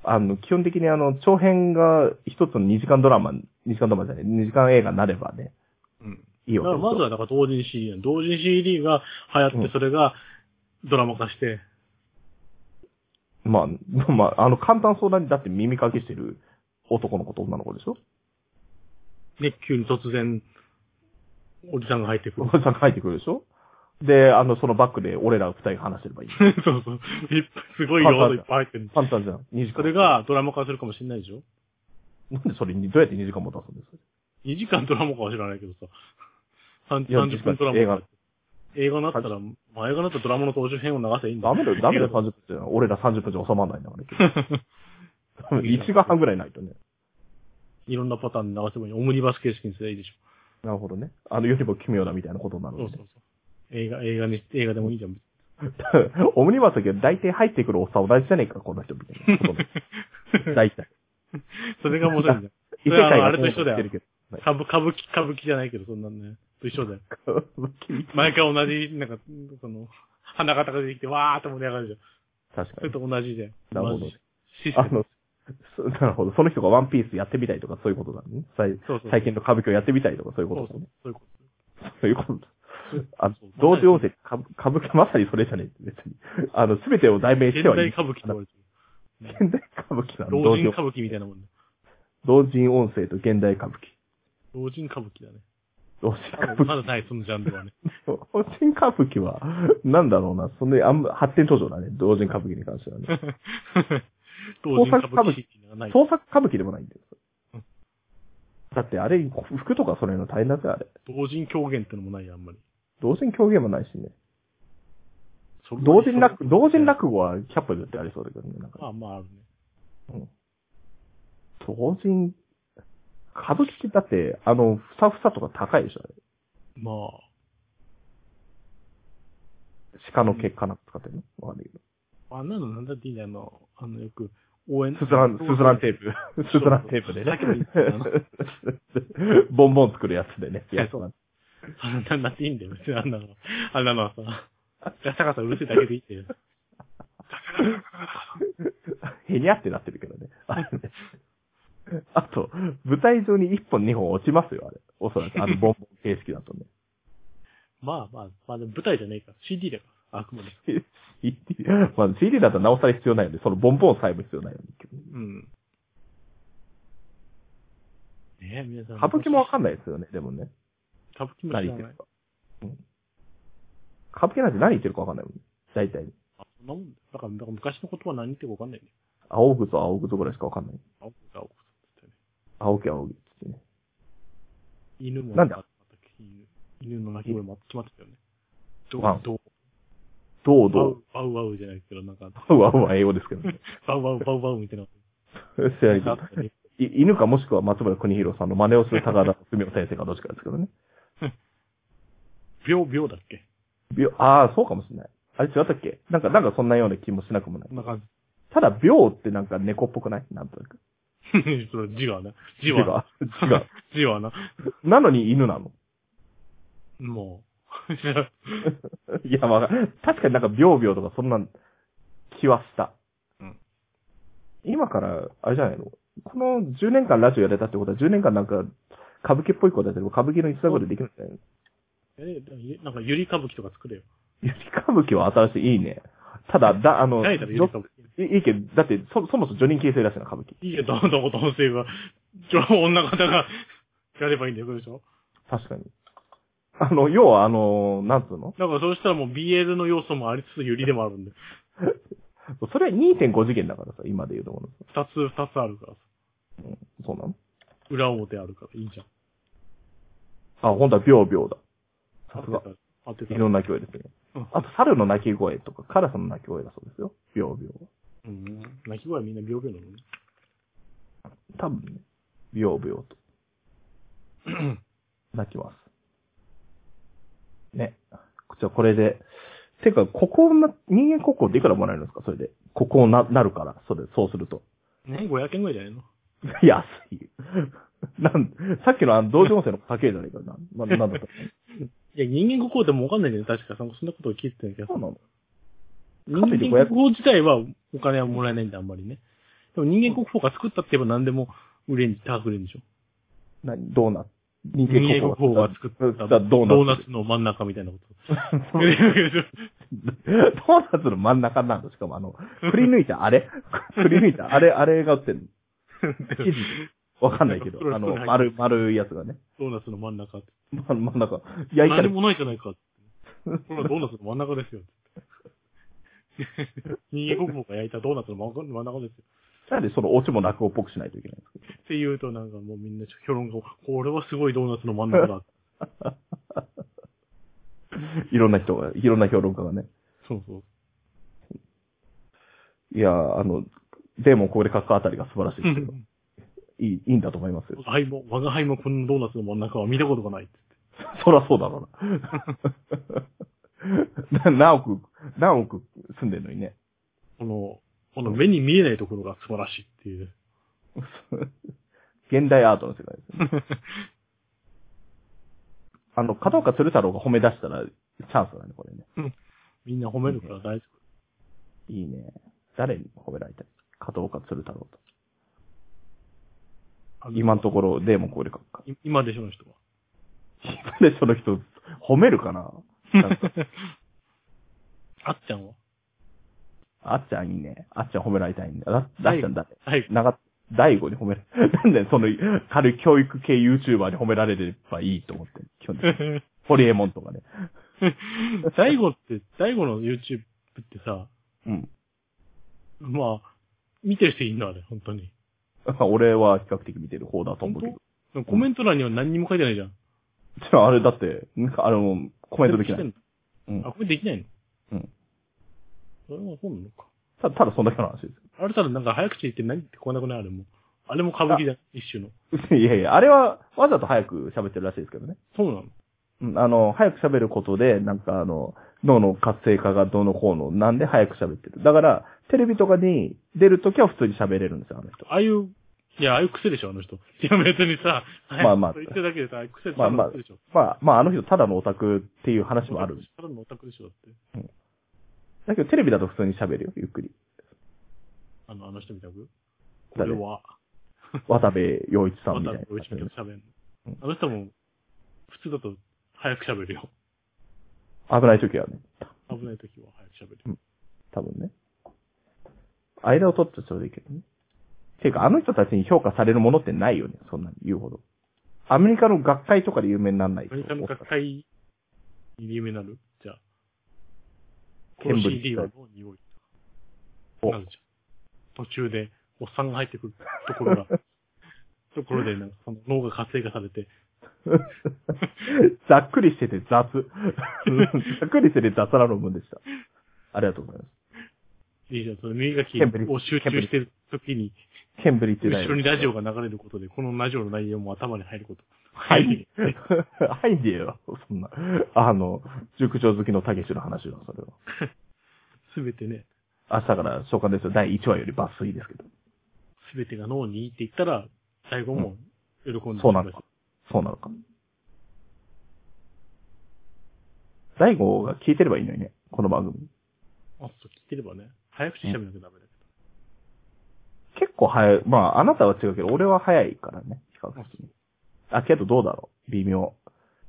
Speaker 1: あの、基本的にあの、長編が一つの2時間ドラマ、2時間ドラマじゃない、2時間映画になればね、
Speaker 2: うん。
Speaker 1: いい
Speaker 2: だか
Speaker 1: わ
Speaker 2: ら
Speaker 1: けですよ。
Speaker 2: まずはだから同人 CD なの同人 CD が流行って、それがドラマ化して、
Speaker 1: まあ、まあ、あの、簡単そうなに、だって耳かきしてる男の子と女の子でしょ
Speaker 2: ね、急に突然、おじさんが入ってく
Speaker 1: お
Speaker 2: る。
Speaker 1: ばさんが入ってくるでしょで、あの、そのバックで俺ら二人が話してればいい。
Speaker 2: そうそう。いっぱいすごい用語いっぱい入ってる。
Speaker 1: 簡単じゃん。2時間。
Speaker 2: それ、がドラマ化するかもしれないでしょ
Speaker 1: なんでそれに、どうやって2時間も出すんです
Speaker 2: ?2 時間ドラマかは知らないけどさ。
Speaker 1: いや
Speaker 2: 30分ドラ
Speaker 1: 映
Speaker 2: マ
Speaker 1: 画
Speaker 2: か。映画になったら、まあ映画になったらドラマの登場編を流せばいいんだ
Speaker 1: ダメだよ、ダメだよ、
Speaker 2: 映画
Speaker 1: 30分じゃ。俺ら30分じゃ収まらないんだから、ね、
Speaker 2: いいな
Speaker 1: 1時間半ぐらいないとね。
Speaker 2: いろんなパターン流せばいい。オムニバス形式にすればいいでし
Speaker 1: なるほどね。あの、よりも奇妙だみたいなことにな
Speaker 2: ょ。
Speaker 1: るので
Speaker 2: そうそ
Speaker 1: ね。
Speaker 2: うそう。映画、映画に、映画でもいいじゃん。
Speaker 1: オムニバスだけど、大体入ってくるおっさん同じじゃねえか、こんな人みた いなことね。大体。
Speaker 2: それが面白いんだよ。
Speaker 1: 異
Speaker 2: そ
Speaker 1: 世
Speaker 2: れは
Speaker 1: 界
Speaker 2: あのあ
Speaker 1: が
Speaker 2: れと一緒だよ
Speaker 1: こうなってるけど。
Speaker 2: 歌舞歌舞伎、歌舞伎じゃないけど、そんなんね。と一緒 だよ。毎回同じ、なんか、その、花形が出てきて、わーって盛り上がるじゃん。
Speaker 1: 確か
Speaker 2: それ
Speaker 1: に。
Speaker 2: と同じで。
Speaker 1: なるほど
Speaker 2: 同じシステ
Speaker 1: あ
Speaker 2: ム。
Speaker 1: の、そなるほど。その人がワンピースやってみたいとかそういうことだね。最
Speaker 2: そうそう
Speaker 1: 最近の歌舞伎をやってみたいとかそういうこ
Speaker 2: そ
Speaker 1: と
Speaker 2: う
Speaker 1: だ
Speaker 2: そう
Speaker 1: ね。。
Speaker 2: そういうこ
Speaker 1: そういうことだ。あの
Speaker 2: そう、
Speaker 1: 同情で歌歌舞伎、まさにそれじゃねえ。別に。あの、すべてを代名
Speaker 2: と。
Speaker 1: し
Speaker 2: 現
Speaker 1: てはい
Speaker 2: 代
Speaker 1: い。
Speaker 2: 歌舞伎って言われてる。
Speaker 1: 現代歌舞伎なの。
Speaker 2: 老
Speaker 1: 同
Speaker 2: 人
Speaker 1: 情
Speaker 2: 歌。舞伎みたいなもんね。
Speaker 1: 同人音声と現代歌舞伎。
Speaker 2: 老人歌舞伎 だね。
Speaker 1: 同人歌舞伎
Speaker 2: ま。だない、そのジャン ルはね。
Speaker 1: 同人歌舞伎は、 なんだろうな、そんなにあんま発展途上だね、同人歌舞伎に関してはね。
Speaker 2: 老人歌舞伎っていうのがない。
Speaker 1: 創作歌舞伎でもないんだよ。だってあれ、服とかそれの大変だぜ、あれ。
Speaker 2: 同人狂言ってのもないよ、あんまり。
Speaker 1: 同人狂言もないしね。
Speaker 2: それ
Speaker 1: 同人落、同人落語はキャップでってありそうだけどね、なんか。
Speaker 2: まあまああるね。
Speaker 1: 同人、歌舞伎ってだって、あの、ふさふさとか高いでしょ、あれ。
Speaker 2: まあ。
Speaker 1: 鹿の毛かな使ってるのわかんないけど。
Speaker 2: あんなのなんだっていいんだよ、あの、あの、よく、応援。
Speaker 1: スズラン、スズランテープ。スズランテープで
Speaker 2: そうそう
Speaker 1: ね
Speaker 2: ふざけてもいい ん。
Speaker 1: ボンボン作るやつでね。
Speaker 2: そうそうあんなんなっていいんだよ、別にあんなの。あんなのはさ、ガサガサうるせえだけでいいっていう。
Speaker 1: へにゃってなってるけどね。あれねあと、舞台上に1本2本落ちますよ、あれ。おそらく。あの、ボンボン形式だとね。
Speaker 2: まあまあ、まあでも舞台じゃねえから、CD だから、あくまで。
Speaker 1: CD、まあ、CD だったらなおさら必要ないよね。そのボンボンさえも必要ないよね。
Speaker 2: うん。ねえ、皆さん。
Speaker 1: 歌舞伎もわかんないですよね、でもね。
Speaker 2: 歌舞伎も
Speaker 1: 何
Speaker 2: 知
Speaker 1: 言っ
Speaker 2: ら
Speaker 1: て
Speaker 2: な
Speaker 1: る
Speaker 2: い。
Speaker 1: か。うん歌舞伎なんて何言ってるかわかんないもんね。大体。
Speaker 2: あ、そんなもんだよ。だから、だから昔の言葉何言ってるかわかんないんだよ。
Speaker 1: 青ぐと青ぐとぐらいしかわかんない。
Speaker 2: 青く青くつってね。
Speaker 1: 青き青きっつってね。
Speaker 2: 犬も
Speaker 1: なんだ
Speaker 2: あったっけ犬犬の鳴き声も決まってたよね。どう
Speaker 1: ワン、
Speaker 2: どう、
Speaker 1: どう
Speaker 2: バ
Speaker 1: どう
Speaker 2: ウ、バウバウじゃないけど、なんか、
Speaker 1: うわうわ英語ですけどね。
Speaker 2: バウバウバウバウみたいな。
Speaker 1: 知らないけ
Speaker 2: な
Speaker 1: ど
Speaker 2: んかあったね
Speaker 1: い犬かもしくは松村邦弘さんの真似をする高田文夫先生かどっちかですけどね。
Speaker 2: 秒、秒だっけ
Speaker 1: 秒、ああ、そうかもしれない。あれ違ったっけなんか、なんかそんなような気もしなくもない
Speaker 2: こ。んな感じ。
Speaker 1: ただ、秒ってなんか猫っぽくないなんとなく。
Speaker 2: それ、字はな。字は。
Speaker 1: 違う。違う。
Speaker 2: 字はな。
Speaker 1: なのに犬なの。
Speaker 2: もう。
Speaker 1: いや、まあ、確かになんか秒秒とかそんな気はした。
Speaker 2: うん
Speaker 1: 今から、あれじゃないのこの10年間ラジオやれたってことは10年間なんか、歌舞伎っぽいことやってる歌舞伎の一座ごでできるんじゃないの
Speaker 2: え、でもゆなんか、ゆり歌舞伎とか作れよ。
Speaker 1: ゆり歌舞伎は新しい、いいね。ただ、だ、あの、
Speaker 2: ないだろ、ゆり歌舞伎。
Speaker 1: いいいけど、だって、そ、そもそも女人形成らしいな、歌舞伎。
Speaker 2: いいよ、どんどこ男性が。ちょ、女方が、 やればいいんだよ、これでしょ
Speaker 1: 確かに。あの、要は、あの、なんつうの
Speaker 2: だから、そうしたらもう BL の要素もありつつ、ゆりでもあるんで。
Speaker 1: それは2.5次元だからさ、今で言うところ
Speaker 2: 二つ、二つあるからさ。
Speaker 1: の。うん、そうなの
Speaker 2: 裏表あるから、いいじゃん。
Speaker 1: あ、ほんとは秒秒だ。さす
Speaker 2: 当
Speaker 1: が
Speaker 2: て。た。当てた。
Speaker 1: 犬の鳴き声ですね
Speaker 2: うん。
Speaker 1: あと、猿の鳴き声とか、カラスの鳴き声だそうですよ。秒秒。
Speaker 2: うん。鳴き声はみんな秒々なのね。
Speaker 1: 多分ね、秒 秒と。鳴きます。ね。じゃあ、これで。てか、ここな、人間国宝っていくらもらえるんですかそれで。ここな、なるから。それ、そうすると。
Speaker 2: ね、500円ぐらいじゃないの
Speaker 1: 安い。なん、さっきのあの、同情生の家計じゃないかな。な、なん だったっけ
Speaker 2: いや、人間国宝でもわかんないんだよね、確か。そんそんなことを聞いてたけど
Speaker 1: そ。うなの
Speaker 2: 人
Speaker 1: かと
Speaker 2: 間
Speaker 1: いって
Speaker 2: 国宝自体はお金はもらえないんだ、あんまりね。でも人間国宝が作ったって言えば何でも売れん、高く売れんでしょ。
Speaker 1: 何ドーナツ。人
Speaker 2: 人間国宝が作った
Speaker 1: ドーナツ。
Speaker 2: の真ん中みたいな こと。
Speaker 1: ドー ナツの真ん中なんだ。しかもあの、くり抜いたあれ くり抜いたあれ、あれが売ってんの。生地。 わかんないけど
Speaker 2: なん、か
Speaker 1: あの、
Speaker 2: 袋に入ってる
Speaker 1: 丸、丸いやつがね。
Speaker 2: ドーナツの真ん中って。
Speaker 1: ま真ん中。焼いた
Speaker 2: 何で
Speaker 1: り、
Speaker 2: もないじゃないかって。これはドーナツの真ん中ですよ。 人間国宝が焼いたドーナツの真ん中ですよ。
Speaker 1: なんでそのオチも落語っぽくしないといけないんです
Speaker 2: って言うとなんかもうみんな評論家も、これはすごいドーナツの真 ん中だ。
Speaker 1: かいろんな人が、いろんな評論家がね。
Speaker 2: そうそう。
Speaker 1: いやー、あの、でもこれ書くあたりが素晴らしいですけ ど、いい、いいんだと思いますよ
Speaker 2: 我。が輩も、我が輩もこのドーナツの真ん中は見たことがないって。
Speaker 1: そらそうだろうな。な 何億、何億住んでるのにね。
Speaker 2: この、この目に見えないところが素晴らしいっていう。
Speaker 1: 現代アートの世界ですね。あの、片岡鶴太郎が褒め出したらチャンスだね、これね。
Speaker 2: みんな褒めるから大丈
Speaker 1: いいね。誰に褒められたい片岡鶴太郎と。
Speaker 2: 夫。
Speaker 1: 今のところ、でもこれ書くか。
Speaker 2: い今でしょの人は。
Speaker 1: なんでその人、褒めるかななんか
Speaker 2: あっちゃんは
Speaker 1: あっちゃんいいね。あっちゃん褒められたいんだ。ああっちゃんだ。
Speaker 2: はい。
Speaker 1: 長、大悟に褒められ、なんでその軽い教育系 YouTuber に褒められればいいと思ってる。基 本的にホリエモンとかね。
Speaker 2: 大悟って、大悟の YouTube ってさ、
Speaker 1: うん。
Speaker 2: まあ、見てる人いるのあれ、本当に。
Speaker 1: 俺は比較的見てる方だと思うけど。
Speaker 2: 本当コメント欄には何にも書いてないじゃん。
Speaker 1: じゃああれだって、なんかあの、コメントできな
Speaker 2: してん
Speaker 1: い。
Speaker 2: の
Speaker 1: うん
Speaker 2: あ、。これできないの
Speaker 1: うん。
Speaker 2: それはそうなのか。
Speaker 1: たただそんだけの話で
Speaker 2: あれただなんか早口言って何ってこなくないあれも。あれも歌舞伎じゃん、一種の。
Speaker 1: す。いやいや、あれはわざと早く喋ってるらしいですけどね。
Speaker 2: そうなの
Speaker 1: うんあの、早く喋ることで、なんかあの、脳の活性化がどうのこうの、なんで早く喋ってる。だから、テレビとかに出るときは普通に喋れるんですよ、あの人。
Speaker 2: ああいう、いや、ああいう癖でしょ、あの人。いや、別にさ、
Speaker 1: まあまあ
Speaker 2: そう言ってるだけでさ、ああいう癖で
Speaker 1: まあまあ
Speaker 2: でしょ。
Speaker 1: まあ、まああの人ただのオタクっていう話もある。。
Speaker 2: ただのオタクでしょ、だって。
Speaker 1: だけどテレビだと普通に喋るよ、ゆっく り。
Speaker 2: あの、あの人みたく。こ
Speaker 1: 誰
Speaker 2: れは、
Speaker 1: 渡部陽一さん
Speaker 2: ま
Speaker 1: みた
Speaker 2: た
Speaker 1: いな、。
Speaker 2: うちみたく喋ん
Speaker 1: う
Speaker 2: の
Speaker 1: ん。
Speaker 2: あの人も、普通だと、早く喋るよ。
Speaker 1: 危ない時はね、
Speaker 2: 危ない時は早く喋る。
Speaker 1: 多分ね。間を取ってちょうどいいけどね。ていうか、あの人たちに評価されるものってないよね、そんなに言うほど。アメリカの学会とかで有名にならない
Speaker 2: アメリカの学会に有名になるじゃあ。こ
Speaker 1: ケン
Speaker 2: の
Speaker 1: ブリッジ
Speaker 2: CD はどうにおい
Speaker 1: お
Speaker 2: なるじゃん。途中で、おっさんが入ってくるところが、 ところで、なんか、その脳が活性化されて、
Speaker 1: ざっくりしてて 雑。ざっくりしてて雑な論文でした。ありがとうございます。
Speaker 2: いいじゃん、その耳かき
Speaker 1: ケンブリッジ
Speaker 2: を集中してる時に、
Speaker 1: ケンブリッジ
Speaker 2: 後
Speaker 1: 大学。
Speaker 2: ろにラジオが流れることで、このラジオの内容も頭に入ること。
Speaker 1: 入んねえ。 入んねえよ、そんな。あの、塾長好きのたけしの話だ、それは。
Speaker 2: すべてね、
Speaker 1: 明日から召喚ですよ。第1話より抜粋ですけど。
Speaker 2: すべてが脳にいいって言ったら、最後も喜んでくれる
Speaker 1: そうなのか。そうなのか。大悟が聞いてればいいのにね、この番組。
Speaker 2: あ、そう、聞いてればね。早口喋んなきゃダメだけ
Speaker 1: 結構早い。まあ、あなたは違うけど、俺は早いからね、比較的に。あ、けどどうだろう微妙。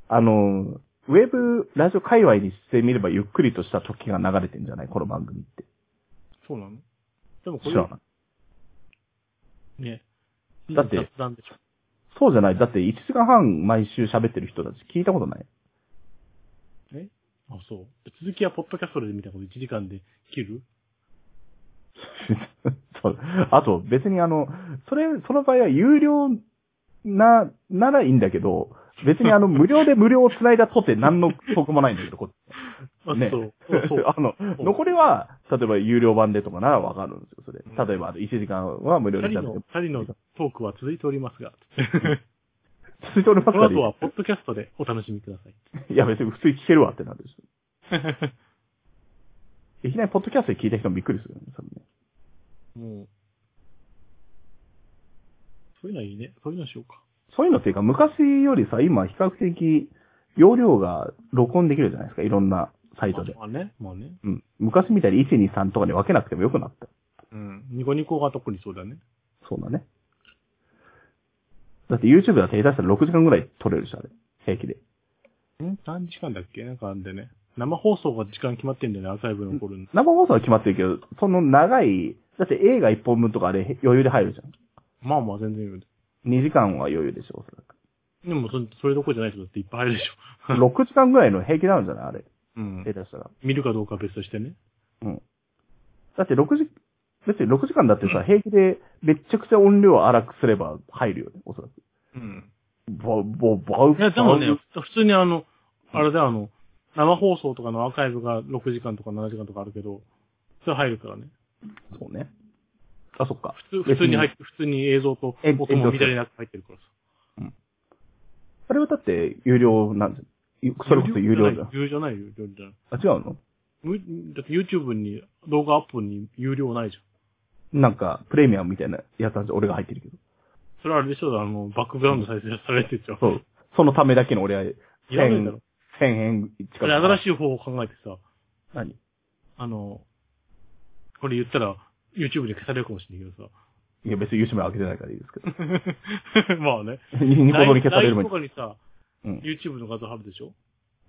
Speaker 1: あの、ウェブ、ラジオ界隈にしてみればゆっくりとした時が流れてんじゃないこの番組って。
Speaker 2: ど。そうなのでもこ
Speaker 1: 知
Speaker 2: れ
Speaker 1: らない。
Speaker 2: ね。
Speaker 1: だって
Speaker 2: 雑談でしょ。
Speaker 1: そうじゃない。だって1時間半毎週喋ってる人たち聞いたことない。
Speaker 2: あ、そう。続きはポッドキャストで見たこと1時間で切る
Speaker 1: そう。あと、別にあの、それ、その場合は有料な、ならいいんだけど、別にあ の、無料で無料を繋いだとって何の得もないんだけど、こっち
Speaker 2: あ、
Speaker 1: ね
Speaker 2: そう。そうそ う。
Speaker 1: あの、
Speaker 2: そう
Speaker 1: 残りは、例えば有料版でとかならわかるんですよ、それ
Speaker 2: う。ん
Speaker 1: 例えば、1時間は無料で
Speaker 2: 二
Speaker 1: 喋
Speaker 2: 人
Speaker 1: っ
Speaker 2: の
Speaker 1: て、
Speaker 2: 二人のトークは続いてお りますが、
Speaker 1: 続いておりま
Speaker 2: こ
Speaker 1: す
Speaker 2: の
Speaker 1: か
Speaker 2: 後
Speaker 1: ら
Speaker 2: は、ポッドキャストでお楽しみください。
Speaker 1: いや別に普通に聞けるわってなるでし ょ。いきなりポッドキャストで聞いた人もびっくりするよね、多分ね。
Speaker 2: もう、そういうのはいいね。そういうのしようか。
Speaker 1: そういうのっていうか、昔よりさ、今比較的、容量が録音できるじゃないですか、いろんなサイトで。
Speaker 2: まあね。まあね。
Speaker 1: うん。昔みたいに1、2、3とかに分けなくてもよくなった。
Speaker 2: うん。ニコニコが特にそうだね。
Speaker 1: そうだね。だって YouTube だって下手したら6時間ぐらい撮れるし、あれ。平気で。
Speaker 2: ん何時間だっけなんかあんでね。生放送が時間決まってんだよね、アーカイブの頃に。
Speaker 1: 生放送は決まってるけど、その長い、だって映画1本分とかあれ余裕で入るじゃ
Speaker 2: まあまあ全然言う。
Speaker 1: ん。2時間は余裕でしょ、おそらく。
Speaker 2: でもそ、それどころじゃない人だっていっぱい入るでしょ。
Speaker 1: 6時間ぐらいの平気なんじゃないあれ。
Speaker 2: うん
Speaker 1: 下手したら。
Speaker 2: 見るかどうかは別としてね。
Speaker 1: うん。だって6時、別に6時間だってさ、平気でめっちゃくちゃ音量を荒くすれば入るよね、おそらく。
Speaker 2: うん。
Speaker 1: ぼ、ぼ、ぼ、
Speaker 2: いや、でもね
Speaker 1: ぼ、
Speaker 2: 普通にあの、あれだよ、あの、生放送とかのアーカイブが6時間とか7時間とかあるけど、それ入るからね。
Speaker 1: そうね。あ、そっか。
Speaker 2: 普通、普通に入って、普通に映像と
Speaker 1: え
Speaker 2: 音も乱れなく入ってるからさ。
Speaker 1: あれはだって、有料なんじゃん。ゆそれこそ有料じゃん。
Speaker 2: 有料じゃない、有料じゃない。
Speaker 1: あ、違うの
Speaker 2: 無だって YouTube に動画アップに有料ないじゃん。
Speaker 1: なんか、プレミアムみたいなやつなんじゃん、俺が入ってるけど。
Speaker 2: それはあれでしょ、あの、バックグラウンド再生されてっちゃう。
Speaker 1: そう。そのためだけの俺は、
Speaker 2: いらないだ
Speaker 1: 千
Speaker 2: ろ、
Speaker 1: 千円近
Speaker 2: そ
Speaker 1: く。
Speaker 2: れ新し
Speaker 1: い。
Speaker 2: い方法を考えてさ、
Speaker 1: 何
Speaker 2: あの、これ言ったら YouTube で消されるかもしれないけど
Speaker 1: いや、別に YouTube は開けてないからいいですけど。
Speaker 2: さ。まあね。
Speaker 1: ニコ動に消される
Speaker 2: LINE
Speaker 1: も
Speaker 2: と
Speaker 1: ん。
Speaker 2: かにさ、
Speaker 1: うん。
Speaker 2: YouTube の画像貼るでしょ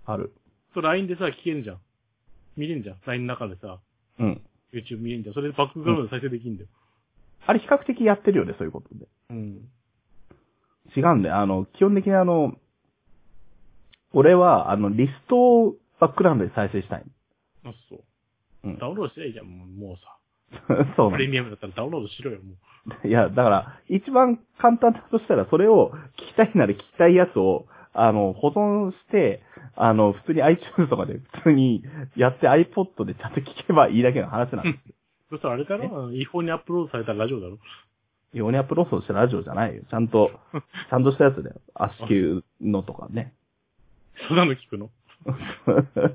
Speaker 1: ある。
Speaker 2: それ LINE でさ、聞けるじゃん。見れんじゃん。LINE の中でさ、
Speaker 1: うん。
Speaker 2: YouTube 見れんじゃん。それでバックグラウンド再生できんだよ。
Speaker 1: あれ比較的やってるよね、そういうことで。
Speaker 2: うん。
Speaker 1: 違うんだよ。あの、基本的にあの、俺は、あの、リストをバックグラウンドで再生したい。
Speaker 2: あ、そう。
Speaker 1: うん
Speaker 2: ダウンロードしていいじゃん、もうもうさ。
Speaker 1: そうな
Speaker 2: プ
Speaker 1: ん
Speaker 2: レミアムだったらダウンロードしろよ、もう。
Speaker 1: いや、だから、一番簡単だとしたら、それを聞きたいなら聞きたいやつを、あの、保存して、あの、普通に iTunes とかで普通にやって iPod でちゃんと聞けばいいだけの話なんで
Speaker 2: そしたらあれだ
Speaker 1: え
Speaker 2: ろあの違法にアップロードされたラジオだろ
Speaker 1: すよ。オニアップロー ドしたラジオじゃないよ。ちゃんと、ちゃんとしたやつだよ。アスキューのとかね。
Speaker 2: そんなの聞くの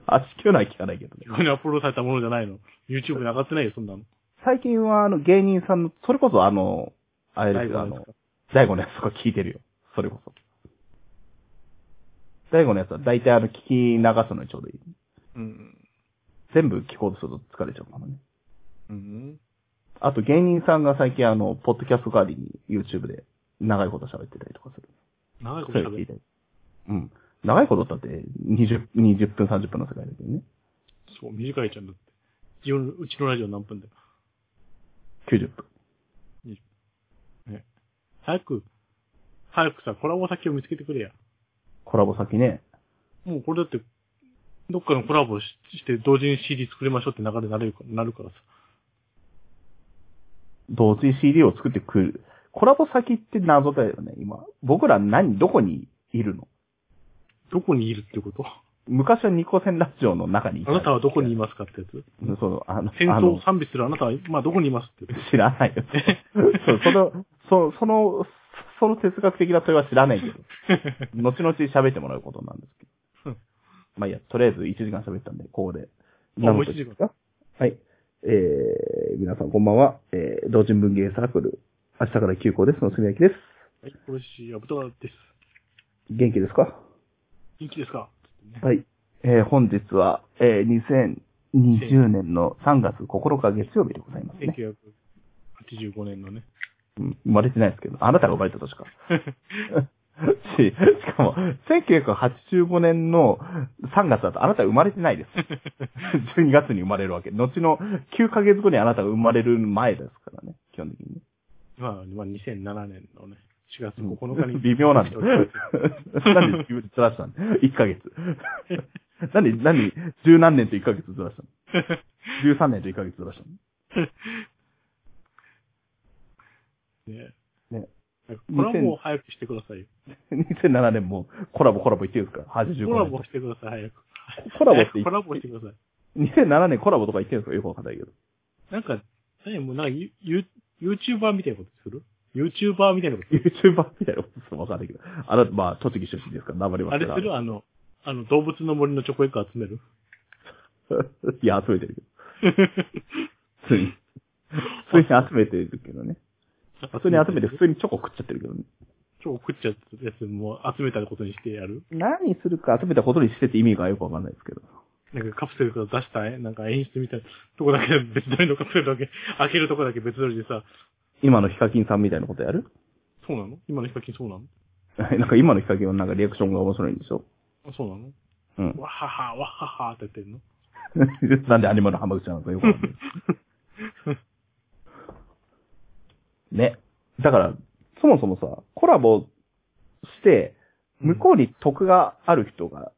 Speaker 1: 足球のは聞かないけどね。
Speaker 2: ここにアップロードされたものじゃないの ?YouTube に上がってないよ、そんなの。
Speaker 1: 最近は、あの、芸人さんの、それこそあの、あれです
Speaker 2: 大
Speaker 1: よ、あ
Speaker 2: 丈夫
Speaker 1: の
Speaker 2: です、か
Speaker 1: 大悟のやつとか聞いてるよ。それこそ。大悟のやつは大体あの、聞き流すのにちょうどいい。
Speaker 2: うん。
Speaker 1: 全部聞こうとすると疲れちゃうからね。
Speaker 2: うん。
Speaker 1: あと芸人さんが最近あの、ポッドキャスト代わりに YouTube で長いこと喋ってたりとかする。
Speaker 2: 長いこ
Speaker 1: そ
Speaker 2: と
Speaker 1: ういうの
Speaker 2: 喋
Speaker 1: 聞い
Speaker 2: る。
Speaker 1: たり。うん。長いことだって20、20分、30分の世界だけどね。
Speaker 2: そう、短いじゃんだって。自分うちのラジオ何分だよ。
Speaker 1: 90分。
Speaker 2: 早く、早くさ、コラボ先を見つけてくれや。
Speaker 1: コラボ先ね。
Speaker 2: もうこれだって、どっかのコラボしして同時に CD 作りましょうって流れになれるかなるからさ。
Speaker 1: 同時に CD を作ってくる。コラボ先って謎だよね、今。僕ら何、どこにいるの
Speaker 2: どこにいるってこと
Speaker 1: 昔はニコセンラジオの中にい
Speaker 2: あなたはどこにい
Speaker 1: い
Speaker 2: ますかってやつ
Speaker 1: ますそう、あの、
Speaker 2: 戦
Speaker 1: あ
Speaker 2: 争
Speaker 1: の
Speaker 2: を、賛美するあなたは、まあどこにいますって。
Speaker 1: 知ら ないよ。そうその、そその、その哲学的な問いは知らないけど。 後々喋ってもらうことなんですけ
Speaker 2: うん
Speaker 1: ど。まあいいや、とりあえず1時間喋ったんで、ここで。
Speaker 2: もう
Speaker 1: 何の
Speaker 2: 1時間
Speaker 1: ですかはい。えー、皆さんこんばんは。えー、同人文芸サークル。明日から休校です。のすみやきです。
Speaker 2: はい、殺し、アブトラです。
Speaker 1: 元気ですか
Speaker 2: 元気ですかってね
Speaker 1: はい。えー、本日は、えー、2020年の3月9日月曜日でございますね。
Speaker 2: 1985年のね。
Speaker 1: うん生まれてないですけど、あなたが生まれた年 か。 し、しかも、1985年の3月だとあなたは生まれてないです。12月 に生まれるわけ。後の9ヶ月後にあなたが生まれる前ですからね、基本的にね。
Speaker 2: まあ、まあ、2007年のね、4月9日に。
Speaker 1: 微妙なんだよ。 なんで自分でずらしたの ?1 ヶ月。 なんで、なんで、十何年と1ヶ月ずらしたの ?13 年と1ヶ月ずらしたの
Speaker 2: ね
Speaker 1: ね
Speaker 2: これはもう早くしてくださいよ。
Speaker 1: 2007年もコラボコラボ言ってるんですか ?85 年。
Speaker 2: コラボしてください、早く。
Speaker 1: コラボって言
Speaker 2: 早くコラボ
Speaker 1: っ
Speaker 2: してください。
Speaker 1: 2007年コラボとか言ってるんですかよくわかんないけど。
Speaker 2: なんか、何もうなんか、ユ、ユ、YouTuber みたいなことする ?YouTuber みたいなことする
Speaker 1: YouTuber みたいなことするのわかんないけど。あなた、まあ、栃木出身ですから、頑張りま
Speaker 2: あ
Speaker 1: す
Speaker 2: れ
Speaker 1: から。
Speaker 2: するあの、あの、動物の森のチョコエッグ集める
Speaker 1: いや、集めてるけど。普通に。普通に集めてるけどね。 普通に集めて、普通にチョコ食っちゃってるけどね。
Speaker 2: 超食っちゃったやつも集めたことにしてやる
Speaker 1: 何するか集めたことにしてって意味がよくわかんないですけど。
Speaker 2: なんかカプセルから出した、えなんか演出みたいなとこだけ、 別撮りのカプセルだけ、開けるとこだけ別撮りでさ、
Speaker 1: 今のヒカキンさんみたいなことや る
Speaker 2: そうなの今のヒカキンそうなの
Speaker 1: なんか今のヒカキンはなんかリアクションが面白いんでしょ
Speaker 2: あそうなの
Speaker 1: うん。
Speaker 2: わはは、わははって言ってんの
Speaker 1: なんでアニマルの浜口なのかよくわかんない。ね。だから、そもそもさ、コラボして、向こうに得がある人が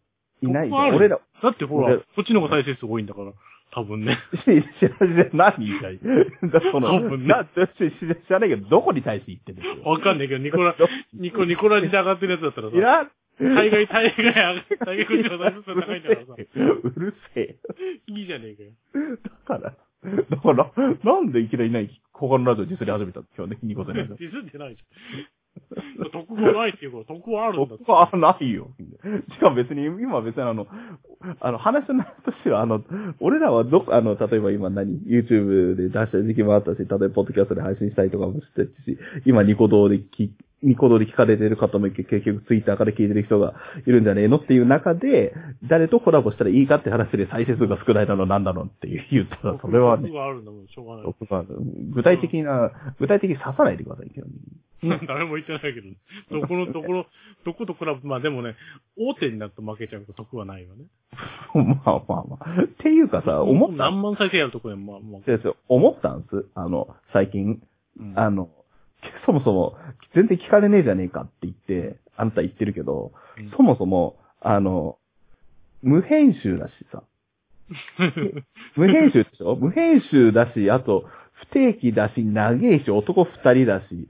Speaker 1: いないじゃん
Speaker 2: 得がある
Speaker 1: 俺ら、
Speaker 2: だってほら
Speaker 1: で、
Speaker 2: こっちの方が再生数多いんだから、多分 ね。
Speaker 1: 知らない、何言いたいだその、
Speaker 2: 多分ね
Speaker 1: な知知らないけど、どこに対して言ってんですよ。
Speaker 2: わかんないけど、ニコラ、ニコ、ニコラジで上がってるやつだったらさ
Speaker 1: い、らん
Speaker 2: 海外、海外上が、海外国の再生数高いんだから さ、
Speaker 1: うるせえ。
Speaker 2: いいじゃねえかよ。
Speaker 1: だから、だから、なんでいきなりいない、他のラジオ実際に始めたの今日ね、ニコセンラ ジオ
Speaker 2: ディスってないじゃん。得がないっていうから、得はあるんだって。
Speaker 1: 僕はないよ。しかも別に、今は別にあの、あの、話の内容としては、あの、俺らはどこ、あの、例えば今何 ?YouTube で出した時期もあったし、例えばポッドキャストで配信したりとかもしてるし、今ニコ動で聞、ニコ動で聞かれてる方もいて結局ツイッターから聞いてる人がいるんじゃねえのっていう中で、誰とコラボしたらいいかって話で再生数が少ないだのなんだのっていう言ったら、それはね
Speaker 2: 得、があるんだもん、しょうがない。
Speaker 1: 具体的な、具体的に刺さないでください、基本的に。
Speaker 2: 誰も言ってないけどね、どこの、どこの、どこと比べ、まあでもね、大手になると負けちゃうと得はないわね。
Speaker 1: まあまあまあ。っていうかさ、思った
Speaker 2: 何万再生やるとこでも、まあ、もう、
Speaker 1: ですよ。思ったんです。あの、最近。
Speaker 2: うん
Speaker 1: あの、そもそも、全然聞かれねえじゃねえかって言って、あんた言ってるけど、
Speaker 2: うん
Speaker 1: そもそも、あの、無編集だしさ。無編集で しょ無編集だし、あと、不定期だし、長いし、男二人だし、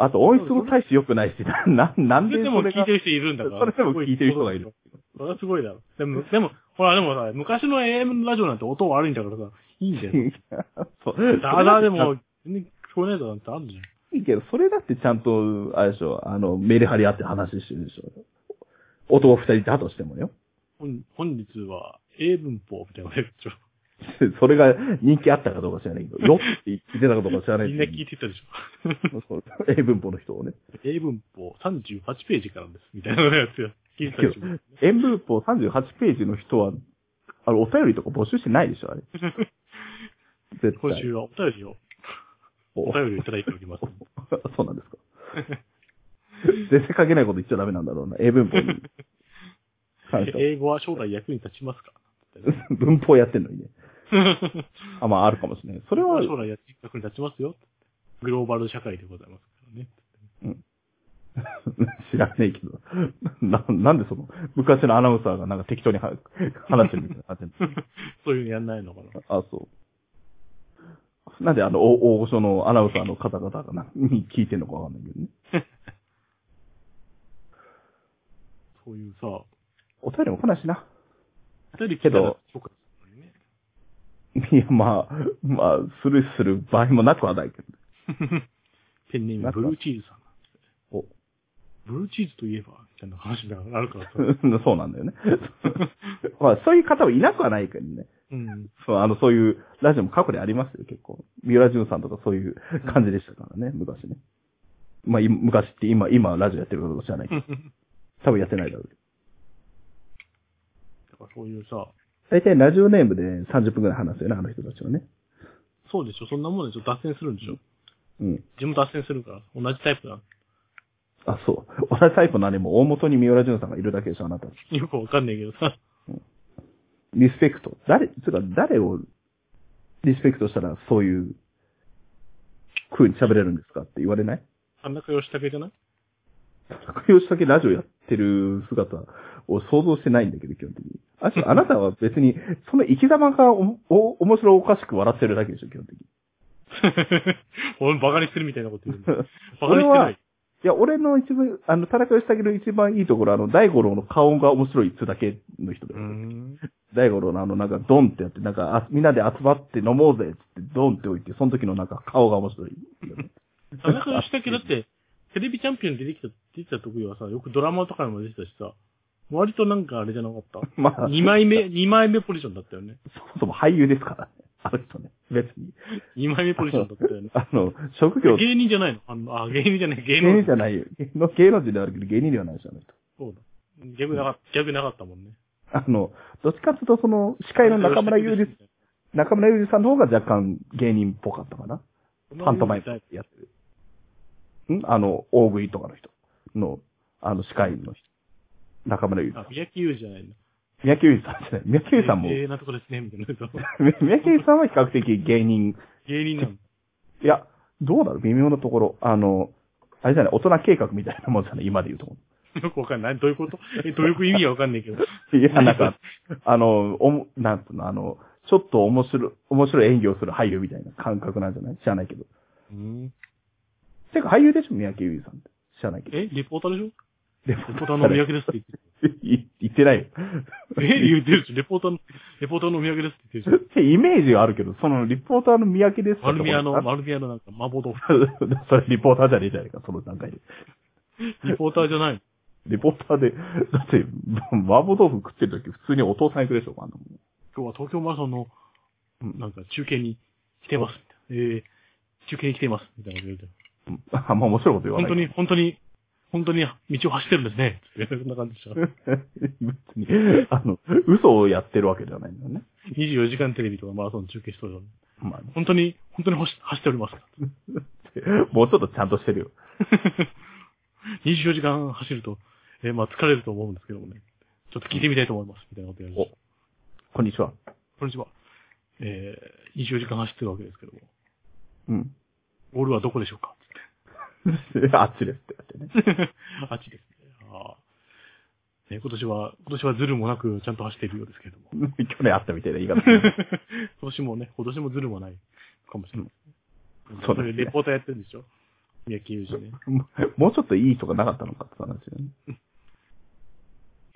Speaker 1: あと音質も大して良くないし、な、ななん
Speaker 2: そ
Speaker 1: で
Speaker 2: れでも
Speaker 1: それ
Speaker 2: 聞い
Speaker 1: が
Speaker 2: て、る人いるんだから。
Speaker 1: それでも聞いてる人がいる。
Speaker 2: それはすごいだろ。でも、でも、ほら、でもさ、昔の AM のラジオなんて音悪いんだからさ、いいんだよ。
Speaker 1: そう
Speaker 2: ダーダーでも、全然聞こえないだなんてあるじゃん。
Speaker 1: いいけど、それだってちゃんと、あれでしょ、あの、メリハリあって話してるでしょ。
Speaker 3: 男二人だとしてもよ。
Speaker 2: 本本日は、英文法みたいなことやっちゃ
Speaker 3: それが人気あったかどうか知らない けど、よって言ってたかどうか知らな
Speaker 2: う
Speaker 3: い
Speaker 2: み
Speaker 3: け
Speaker 2: ん
Speaker 3: ど
Speaker 2: な聞いてたでし
Speaker 3: そう英文法の人をね。
Speaker 2: ょ。 英文法38ページからです。みたいなことやってた。聞いてた
Speaker 1: け
Speaker 2: で
Speaker 1: ど
Speaker 2: しょ。、
Speaker 1: 演文法38ページの人は、あの、お便りとか募集してないでしょ、あ れ。絶
Speaker 2: 今
Speaker 1: 対。
Speaker 2: 週はお便りを、 お便りをいただいております。
Speaker 3: そうなん ですか。
Speaker 1: 全然書けないこと言っちゃダメなんだろうな、英文法に。感 謝
Speaker 2: 英 語は将来役に立ちます か
Speaker 1: 文法やってんのにね。あ、まああるかもしれない。それは、
Speaker 2: 将来役に立ちますよ。グローバル社会でございますからね。
Speaker 1: 知らねえけど。な、なんでその、昔のアナウンサーがなんか適当には話してるみたいな感 じ。
Speaker 2: そういうのやんないのかな。
Speaker 1: あ、そう。なんであの、お大御所のアナウンサーの方々がな、に聞いてんのかわかんないけどね。
Speaker 2: そういうさ、
Speaker 1: お便りも来ないしな。
Speaker 2: 二人
Speaker 1: けど、
Speaker 2: そうかそうね
Speaker 1: いや、まあ、まあ、スルーする場合もなくはないけど。
Speaker 2: ペンネーム、ブルーチーズさん。
Speaker 1: お
Speaker 2: ブルーチーズといえば、みたいな話がある からさ。
Speaker 1: そうなんだよね。 まあ、そういう方はいなくはないけどね。
Speaker 2: うん。
Speaker 1: そう、あの、そういう、ラジオも過去でありましたよ、結構。三浦淳さんとかそういう感じでしたからね、昔ね。まあ、い昔って今、今、ラジオやってること知らないけど。多分やってないだろうけど。
Speaker 2: だからそういうさ、
Speaker 1: 大体ラジオネームで30分くらい話すよね、あの人たちはね。
Speaker 2: そうでしょ、そんなもんでしょ、脱線するんでしょ。
Speaker 1: うん。
Speaker 2: 自分も脱線するから、同じタイプだ。
Speaker 1: あ、そう。 同じタイプのあれも大元に三浦淳さんがいるだけでしょ、あなた。
Speaker 2: よくわかんないけどさ。
Speaker 1: リスペクト。誰、つうか、誰をリスペクトしたらそういう風に喋れるんですかって言われない
Speaker 2: 田中義武じゃない
Speaker 1: 吉武ラジオやってる姿を想像してないんだけど、基本的に。あし、あなたは別に、 その生き様がお、お、面白おかしく笑ってるだけでしょ、基本的に。
Speaker 2: 俺バカにしてるみたいなこと言う。バカ
Speaker 1: 俺
Speaker 2: にしてな
Speaker 1: は、い
Speaker 2: い。
Speaker 1: や、俺の一部、あの、田中義武の一番いいところ、あの、大五郎の顔が面白いっつうだけの人だ
Speaker 2: う
Speaker 1: よ。
Speaker 2: ん。
Speaker 1: 大五郎のあの、なんか、ドンってやって、なんか、あみんなで集まって飲もうぜっつって、ドンって置いて、その時のなんか、顔が面白い。
Speaker 2: 田中義武だって、テレビチャンピオンに出てきた、出てた時はさ、よくドラマとかにも出てたしさ、割となんかあれじゃなかった
Speaker 1: まあ、
Speaker 2: 二枚目、二枚目ポジションだったよね。
Speaker 1: そもそも俳優ですから ね。あの人ね。別に。
Speaker 2: 二枚目ポジションだったよね。
Speaker 1: あの、職業、芸
Speaker 2: 芸人じゃないのあの、あ、芸人じゃない、芸
Speaker 1: 人
Speaker 2: 能
Speaker 1: じ
Speaker 2: 人。
Speaker 1: ゃないよ。芸能芸能人ではあるけど、芸人ではないでしょ、あの人。
Speaker 2: そうだ。逆なかった、逆なかったもんね。
Speaker 1: あの、どっちかっていうと、その、司会の中村
Speaker 2: 裕
Speaker 1: 祐二、中村祐二さんの方が若干芸人っぽかったかな。パントマイムやってる。んあの、大食いとかの人の、あの、司会の人。中村祐二さ
Speaker 2: あ
Speaker 1: ん、。
Speaker 2: 三宅裕二じゃないの。
Speaker 1: 三宅祐二さんじゃない。三宅祐二さんも、
Speaker 2: ええなとこですね、みたいな。
Speaker 1: 三宅祐二さんは比較的芸人、
Speaker 2: 芸人なの。
Speaker 1: いや、どうだろう微妙なところ。あの、あれじゃない、大人計画みたいなもんじゃない今で言うと思う。
Speaker 2: よくわかんない。どういうことえ、どういう意味がわかんないけど。
Speaker 1: いや、なんか、あの、おも、なんつうの、あの、ちょっと面白い、面白い演技をする俳優みたいな感覚なんじゃない知らないけど。
Speaker 2: うん。
Speaker 1: てか俳優でしょ三宅裕二さんって。知らないけど。
Speaker 2: え、リポーターでしょ
Speaker 1: レ
Speaker 2: リポーターのお土産ですって
Speaker 1: い言ってないよ。
Speaker 2: 言ってる。え、言ってるでしょリポーターの、リポーターのお土産ですって言ってるでし
Speaker 1: イメージはあるけど、その、リポーターの三宅です
Speaker 2: ょ丸 宮の、
Speaker 1: あ
Speaker 2: 丸宮のなんか、麻婆豆腐。
Speaker 1: それリポーターじゃねえじゃねえか、その段階で。
Speaker 2: リポーターじゃないの。
Speaker 1: リポーターで、だ って、麻婆豆腐食ってる時普通にお父さん行くでしょ、あんなもん
Speaker 2: 今日は東京マラソンの、
Speaker 1: うん
Speaker 2: なんか中継に来 てます。えー、中継に来てます。みたいなこと言われて。
Speaker 1: うんあんま面白いこと言わ
Speaker 2: 本
Speaker 1: ない
Speaker 2: 当。に、本当に、本当に道を走ってるんですね。そんな感 じでした。
Speaker 1: 別に、あの、嘘をやってるわけではないんだよね。
Speaker 2: 24時間テレビとかマラソン中継しとるのに
Speaker 1: まあね、
Speaker 2: 本当に、本当に走走っております。
Speaker 1: もうちょっとちゃんとしてるよ。
Speaker 2: 24時間走ると、えーまあ疲れると思うんですけどもね。ちょっと聞いてみたいと思います。みたいなことやる
Speaker 1: おこんにちは。
Speaker 2: こんにちは。えー、24時間走ってるわけですけども。
Speaker 1: うん。
Speaker 2: ゴールはどこでしょうか
Speaker 1: あっちですって言ってね。
Speaker 2: あっちですね。あーね今年は、今年はズルもなくちゃんと走っているようですけれど も。
Speaker 1: 去年あったみたいな言い方。
Speaker 2: 今年もね、今年もズルはないかもしれない。
Speaker 1: んそうですね
Speaker 2: れレポーターやってるんでしょ三宅裕二ね。
Speaker 1: もうちょっといいとかなかったのかって話だよね。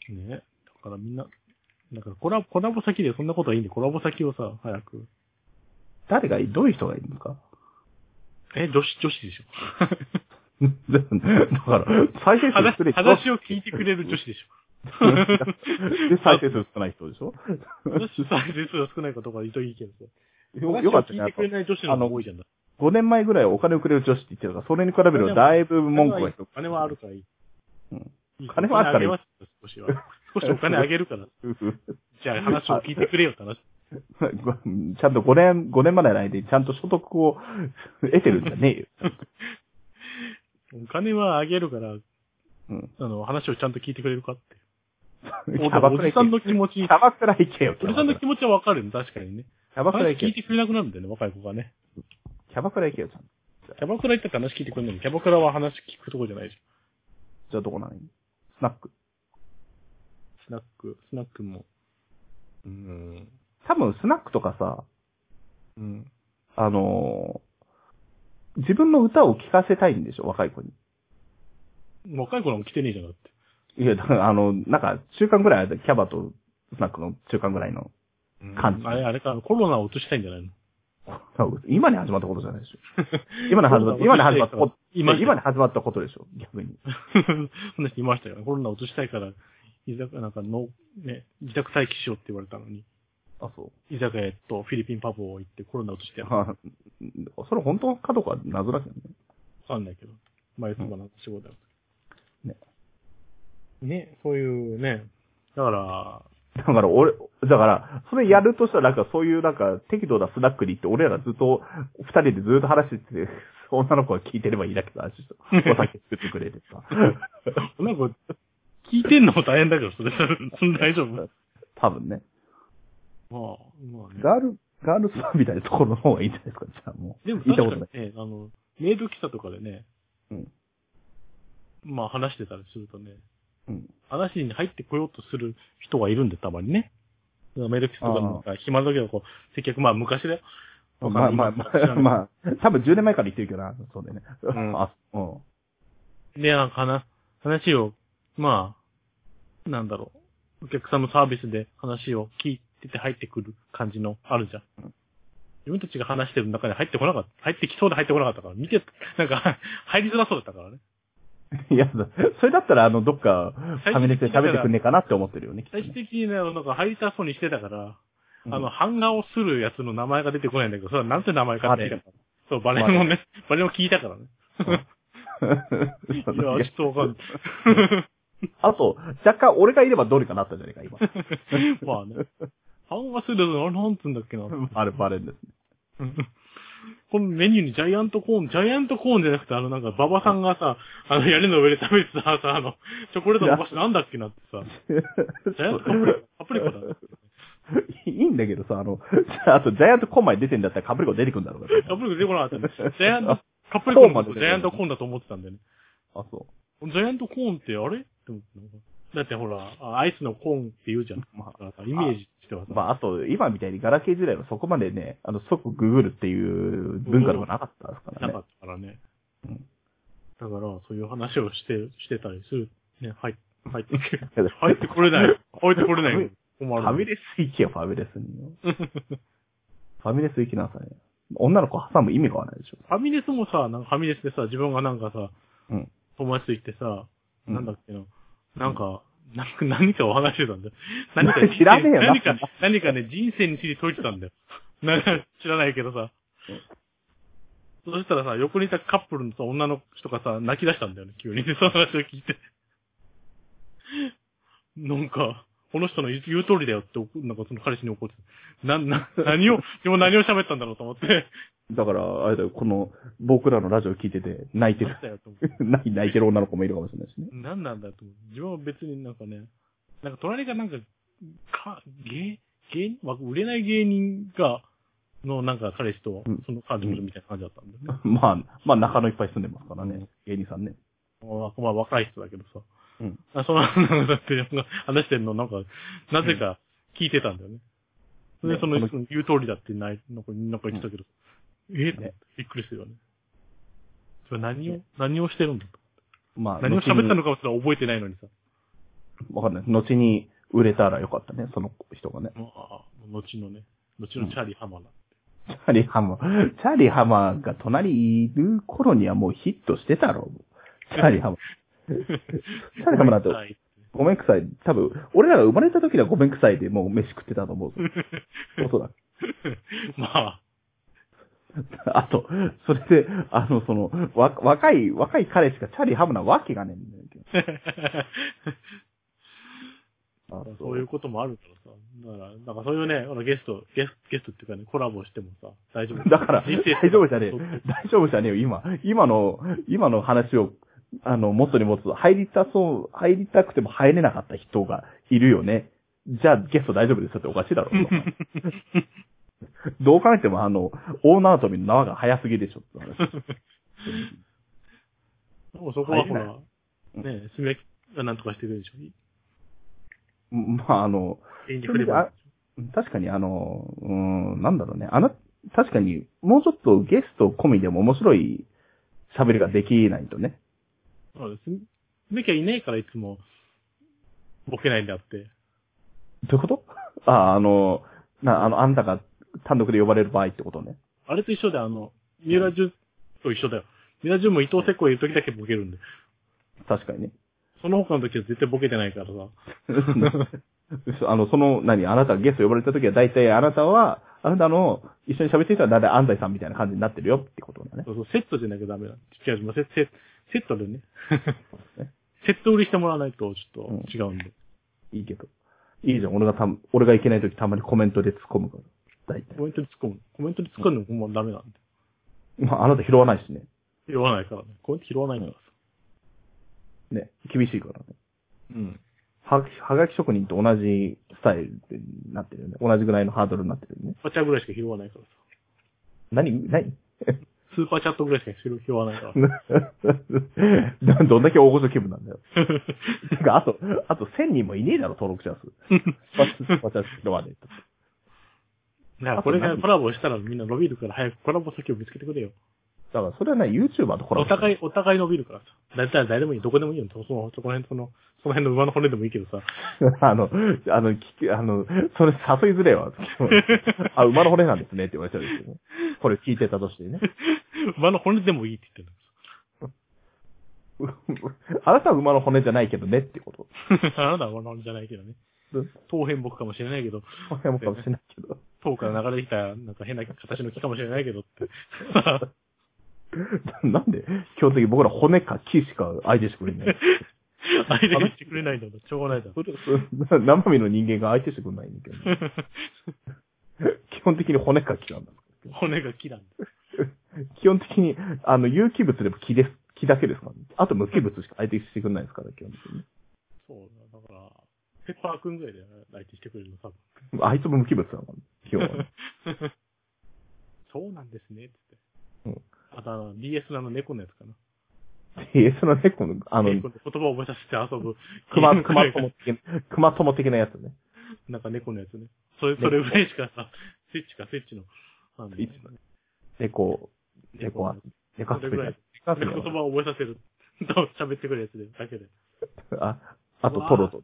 Speaker 2: ね。だからみんな、だからコラボ、コラボ先でそんなことはいいんで、コラボ先をさ、早く。
Speaker 1: 誰がいいどういう人がいいのか
Speaker 2: え、女子、女子でしょ
Speaker 1: だから、再生数作れ
Speaker 2: 話話を聞いてくれる女子でし
Speaker 1: で、再生数少ない人でしょ
Speaker 2: 女子再生数が少ないかとか言いといいけどさ。
Speaker 1: よよかったね。
Speaker 2: 聞い
Speaker 1: やって
Speaker 2: くれ
Speaker 1: ぱ
Speaker 2: ない女子の方が多いじゃんだ。
Speaker 1: 5年前ぐらいはお金をくれる女子って言ってたから、それに比べるとだいぶ文句が低く
Speaker 2: 金はあるからいい。
Speaker 1: うん
Speaker 2: いい
Speaker 1: 金はあるからいい
Speaker 2: お金あげますよ少しは。少しお金あげるから。じゃあ話を聞いてくれよって話。
Speaker 1: ちゃんと5年、5年までの間にちゃんと所得を得てるんじゃねえよ。
Speaker 2: お金はあげるから、
Speaker 1: うん。
Speaker 2: あの、話をちゃんと聞いてくれるかって。
Speaker 1: キ
Speaker 2: お
Speaker 1: ャバクラ行
Speaker 2: じ
Speaker 1: け
Speaker 2: さんの気持ち
Speaker 1: キ
Speaker 2: に
Speaker 1: ャ、バクラ行けよ、キ
Speaker 2: お
Speaker 1: ャバ
Speaker 2: じさ
Speaker 1: ク
Speaker 2: んの
Speaker 1: ラ。キ
Speaker 2: 気持ちはわかるよ、確かにね。
Speaker 1: ャバクラ
Speaker 2: 話
Speaker 1: 行け
Speaker 2: 聞い
Speaker 1: よ。
Speaker 2: てくれなくなるんだよね、若い子がね。
Speaker 1: キャバクラ行けよ、ちゃんと。
Speaker 2: キャバクラ行ったって話聞いてくれないのにキャバクラは話聞くとこじゃないじ
Speaker 1: じゃあどこなのスナック。
Speaker 2: ゃん。スナック、スナックも。うーん。
Speaker 1: 多分スナックとかさ、
Speaker 2: うん。
Speaker 1: あのー自分の歌を聴かせたいんでしょ、若い子に。
Speaker 2: 若い子らも来てねえじゃん、だって。
Speaker 1: いや、だからあの、なんか、中間ぐらいある、キャバとスナックの中間ぐらいの。感じ
Speaker 2: あれ、あれか、コロナを落としたいんじゃないの
Speaker 1: 今に始まったことじゃないで しょ。今に始まった、今に始まったこと、
Speaker 2: 今
Speaker 1: 今
Speaker 2: に
Speaker 1: に始まったことでしょ、逆に。
Speaker 2: そんな人いましたよね。コロナ落としたいから、居酒屋、なんかの、ね、自宅待機しようって言われたのに、
Speaker 1: あ、そう。
Speaker 2: 居酒屋とフィリピンパブを行ってコロナ落として、わ
Speaker 1: あそれ本当かどうか謎だけどね。
Speaker 2: かんないけど、前妻の仕事だ
Speaker 1: ね。
Speaker 2: ね、そういうね、だから、
Speaker 1: だから俺、だから、それやるとしたらなんかそういうなんか適度なスナックに行って、俺らずっと、二人でずっと話してて、女の子が聞いてればいいだけだ、話してお酒作ってくれて さ。
Speaker 2: なんか、聞いてんのも大変だけど、それ、それ 大丈夫ま
Speaker 1: 多分ね。
Speaker 2: あ、まあね。
Speaker 1: ガール、ガールスバーみたいなところの方がいいんじゃないですか、じゃあもう。
Speaker 2: でも
Speaker 1: 行っ
Speaker 2: 確
Speaker 1: たこと
Speaker 2: かに
Speaker 1: ない。
Speaker 2: ね、あの、メイド喫茶とかでね、
Speaker 1: うん
Speaker 2: まあ話してたりするとね、
Speaker 1: うん。
Speaker 2: 話に入ってこようとする人がいるんで、たまにね。だからメイド喫茶とかも、暇な時はこう、接客、まあ昔だよ。
Speaker 1: まあまあまあ、
Speaker 2: あ。
Speaker 1: まあ、多分10年前から言ってるけどな、そうだよね。
Speaker 2: ん
Speaker 1: あ、うん。
Speaker 2: で、なんかな、話を、まあ、なんだろう。お客さんのサービスで話を聞いてて入ってくる感じの、あるじゃん。自分たちが話してる中で入ってこなかった。入ってきそうで入ってこなかったから、見て、なんか、 入りづらそうだったからね。
Speaker 1: いや、それだったら、あの、どっか、ファミレスで食べてくんねえかなって思ってるよね、きっと
Speaker 2: 最
Speaker 1: ね
Speaker 2: 終的にね、なんか入りたそうにしてたから、
Speaker 1: うん
Speaker 2: あの、版画をするやつの名前が出てこないんだけど、それはなんて名前かって聞いたから。そう、バレエもね、バレエも聞いたからね。いや、ちょっとわかん
Speaker 1: あと、若干、俺がいればどうにかなったんじゃねえか、
Speaker 2: ない。まあね。版画するの、なん つうんだっけな。
Speaker 1: 今。あれ、バレンですね。
Speaker 2: このメニューにジャイアントコーン、ジャイアントコーンじゃなくて、あのなんか、馬場さんがさ、あの、屋根の上で食べてたさ、あの、チョコレートのお菓子なんだっけなってさ、ジャイアントコーン、パプリコだ。
Speaker 1: いいんだけどさ、あの、 あと、ジャイアントコンマに出てんだったらカプリコ出てくんだろう
Speaker 2: パ
Speaker 1: か
Speaker 2: プリコ出てこなかったね。ジャイアント、パプリコのことジャイアントコーンだと思ってたんだよね。
Speaker 1: ら。あ、そ
Speaker 2: ジャイアントコーンってあれって思ってなんかだってほら、あアイスのコーンって言うじゃん。
Speaker 1: ま
Speaker 2: だからさイメージしては
Speaker 1: う。
Speaker 2: さ、
Speaker 1: まあ、あと、今みたいにガラケー時代はそこまでね、あの、即ググるっていう文化でもなかったですから
Speaker 2: な
Speaker 1: ね
Speaker 2: か。ったからね。
Speaker 1: うん
Speaker 2: だから、そういう話をして、してたりする。ね、はい、入っ てくる。
Speaker 1: けど
Speaker 2: 入ってこれない。入ってこれない。
Speaker 1: ファ
Speaker 2: 困
Speaker 1: ミレ
Speaker 2: る。
Speaker 1: ス行けよ、ファミレスによ。ファミレス行きなさい。女の子挟む意味がわないでしょ。
Speaker 2: ファミレスもさ、なんかファミレスでさ、自分がなんかさ、
Speaker 1: うん
Speaker 2: 友達と行ってさ、
Speaker 1: うん
Speaker 2: なんだっけな、なんか、なんか何かを話してた んだよ。何か人生、
Speaker 1: 知らねえよな
Speaker 2: 何か、何かね、人生について解いてた んだよ。なんか知らないけどさ。そしたらさ、横にいたカップルのさ、女の人がさ、泣き出したんだよね、急に。 で、その話を聞いて。なんか、この人の言う言う通りだよって怒、なんかその彼氏に怒ってた。な、な、何を、でも何を喋ったんだろうと思って。
Speaker 1: だから、あれだよ、この、僕らのラジオ聞いてて、泣いて
Speaker 2: 何
Speaker 1: る
Speaker 2: だ。よと思って
Speaker 1: 泣い泣いてる女の子もいるかもしれないしね。
Speaker 2: 何なんだと思う。自分は別になんかね、なんか隣がなんか、か、芸、芸人、まあ、売れない芸人が、のなんか彼氏と
Speaker 1: うん、
Speaker 2: その彼女みたいな感じだったんだよね。
Speaker 1: まあ、まあ、中野いっぱい住んでますからね。芸人さんね。
Speaker 2: まあ、まあ、若い人だけどさ。
Speaker 1: うん
Speaker 2: あその、なんかだって、話してるの、なんか、なぜか聞いてたんだよね。それで、
Speaker 1: ね
Speaker 2: その、
Speaker 1: その
Speaker 2: その言う通りだってない、なんか、なんか言ってたけど、えー
Speaker 1: ね
Speaker 2: びっくりするよね。それ何を、何をしてるんだと。
Speaker 1: まあ、
Speaker 2: 何を喋った
Speaker 1: 後に
Speaker 2: のかもすら覚えてないのにさ。
Speaker 1: わかんない。後に売れたらよかったね、その人がね。
Speaker 2: まあ、後のね、後のチャーリー浜田。
Speaker 1: チャーリーハマー、チャーリーハマーが隣いる 頃にはもうヒットしてたろ。チャーリーハマー。チャーリーハマーだと、
Speaker 2: い。
Speaker 1: ごめんくさい。多分、俺らが生まれた時にはごめんくさいでもう飯食ってたと思うぞ。おそらく。
Speaker 2: まあ、
Speaker 1: あと、それで、あの、その、わ、若い、若い彼しかチャーリーハムなわけがねえんだけど。あ
Speaker 2: そういうこともあるからさ。だから、なんかそういうね、あのゲスト、ゲスト、ゲストっていうかね、コラボしてもさ、大丈夫。
Speaker 1: だから、
Speaker 2: 人生
Speaker 1: 大丈夫じゃねえ
Speaker 2: そ
Speaker 1: よ
Speaker 2: うそう。
Speaker 1: 大丈夫じゃねえよ、今。今の、今の話を、あの、元に持つと、入りたそう、入りたくても入れなかった人がいるよね。じゃあ、ゲスト大丈夫ですよっておかしいだろ。 どう考えても、あの、大縄跳びの縄が早すぎでしょって話。
Speaker 2: でもそこはほら、
Speaker 1: 入
Speaker 2: ねえ、すみやきがなんとかしてくれるでしょ。
Speaker 1: まあ、あの、
Speaker 2: 演技振ればいいでしょ。
Speaker 1: 確かにあの、うーん、なんだろうね。あな、確かに、もうちょっとゲスト込みでも面白い喋りができないとね。
Speaker 2: そうです。すべきはいねえからいつも、ボケないんであって。
Speaker 1: どういうことあ、あの、な、あの、あんたが単独で呼ばれる場合ってことね。
Speaker 2: あれと一緒で、あの、三浦淳と一緒だよ。三浦淳も伊藤聖子いる時だけボケるんで。
Speaker 1: 確かにね。
Speaker 2: その他の時は絶対ボケてないからさ。
Speaker 1: あの、その、何、あなたがゲスト呼ばれた時は大体あなたは、あなたの一緒に喋っていたら大体安西さんみたいな感じになってるよってことだね。
Speaker 2: そうそう、セットじゃなきゃダメだ。違う、まあ、セセセットでね。セット売りしてもらわないと、ちょっと違うんで。
Speaker 1: いいけど。いいじゃん、俺がた、俺がいけない時たまにコメントで突っ込むから。大体。
Speaker 2: コメントで突っ込む。コメントで突っ込んでもほんまダメなんで。
Speaker 1: まあ、あなた拾わないしね。
Speaker 2: 拾わないからね。コメント拾わないからさ。
Speaker 1: ね。厳しいからね。
Speaker 2: うん。
Speaker 1: は、はがき職人と同じスタイルになってるよね。同じぐらいのハードルになってるよね。
Speaker 2: パチャぐらいしか拾わないからさ。
Speaker 1: 何何
Speaker 2: スーパーチャットぐらいしか拾拾わないから。
Speaker 1: などんだけ大御所気分なんだよ。てか、あと、あと1000人もいねえだろ、登録者数。 私、拾わねえと。
Speaker 2: だから
Speaker 1: あと
Speaker 2: これが
Speaker 1: 何
Speaker 2: コラボしたらみんな伸びるから早くコラボ先を見つけてくれよ。
Speaker 1: だから、それはね、YouTuber とコラボ
Speaker 2: お互い、お互い伸びるからさ。だったら誰でもいい、どこでもいいよ。そその、そこら辺、その、その辺の馬の骨でもいいけど さ。
Speaker 1: あの、あの、聞き、あの、それ誘いづれえわ。 あ、馬の骨なんですねって言われちゃうんですけどね。これ聞いてたとしてね。
Speaker 2: 馬の骨でもいいって言
Speaker 1: あなたは馬の骨じゃないけどねってこと。
Speaker 2: ってるんだ あなたは馬の骨じゃないけどね。当変木かもしれないけど、
Speaker 1: そういうもんかもしれないけど。
Speaker 2: 塔から流れてきた、なんか変な形の木かもしれない けどって。
Speaker 1: なんで、基本的に僕ら骨か木しか相手してくれない。
Speaker 2: 相手にしてくれないんだもん。しょうがないだろ。
Speaker 1: それ生身の人間が相手してくれないんだけど、基本的に骨か木なんだ。
Speaker 2: 骨が木なんだ。
Speaker 1: 基本的に、あの、有機物でも木です。木だけですから、ね、あと無機物しか相手してくれないですから、基本的に。
Speaker 2: そうだ、だから、ペッパーくんぐらいだよね、相手してくれるの多分。
Speaker 1: あいつも無機物なの、基本はね。
Speaker 2: そうなんですね、つって。
Speaker 1: うん
Speaker 2: あとあの、DS のあの猫のやつかな。
Speaker 1: DS の猫の、あ
Speaker 2: あ
Speaker 1: の
Speaker 2: の、、言葉を覚えさせて遊ぶ。
Speaker 1: 熊、熊友的な、熊友的なやつね。
Speaker 2: なんか猫のやつね。それ、それぐらいしかさ、スイッチかスイッチの。あの
Speaker 1: スイッチ猫、猫は、猫は、
Speaker 2: それぐらい
Speaker 1: 猫
Speaker 2: 言
Speaker 1: は、
Speaker 2: 葉を覚えさせる。 と喋ってくるやつで、だけで。
Speaker 1: あ、あとトロと。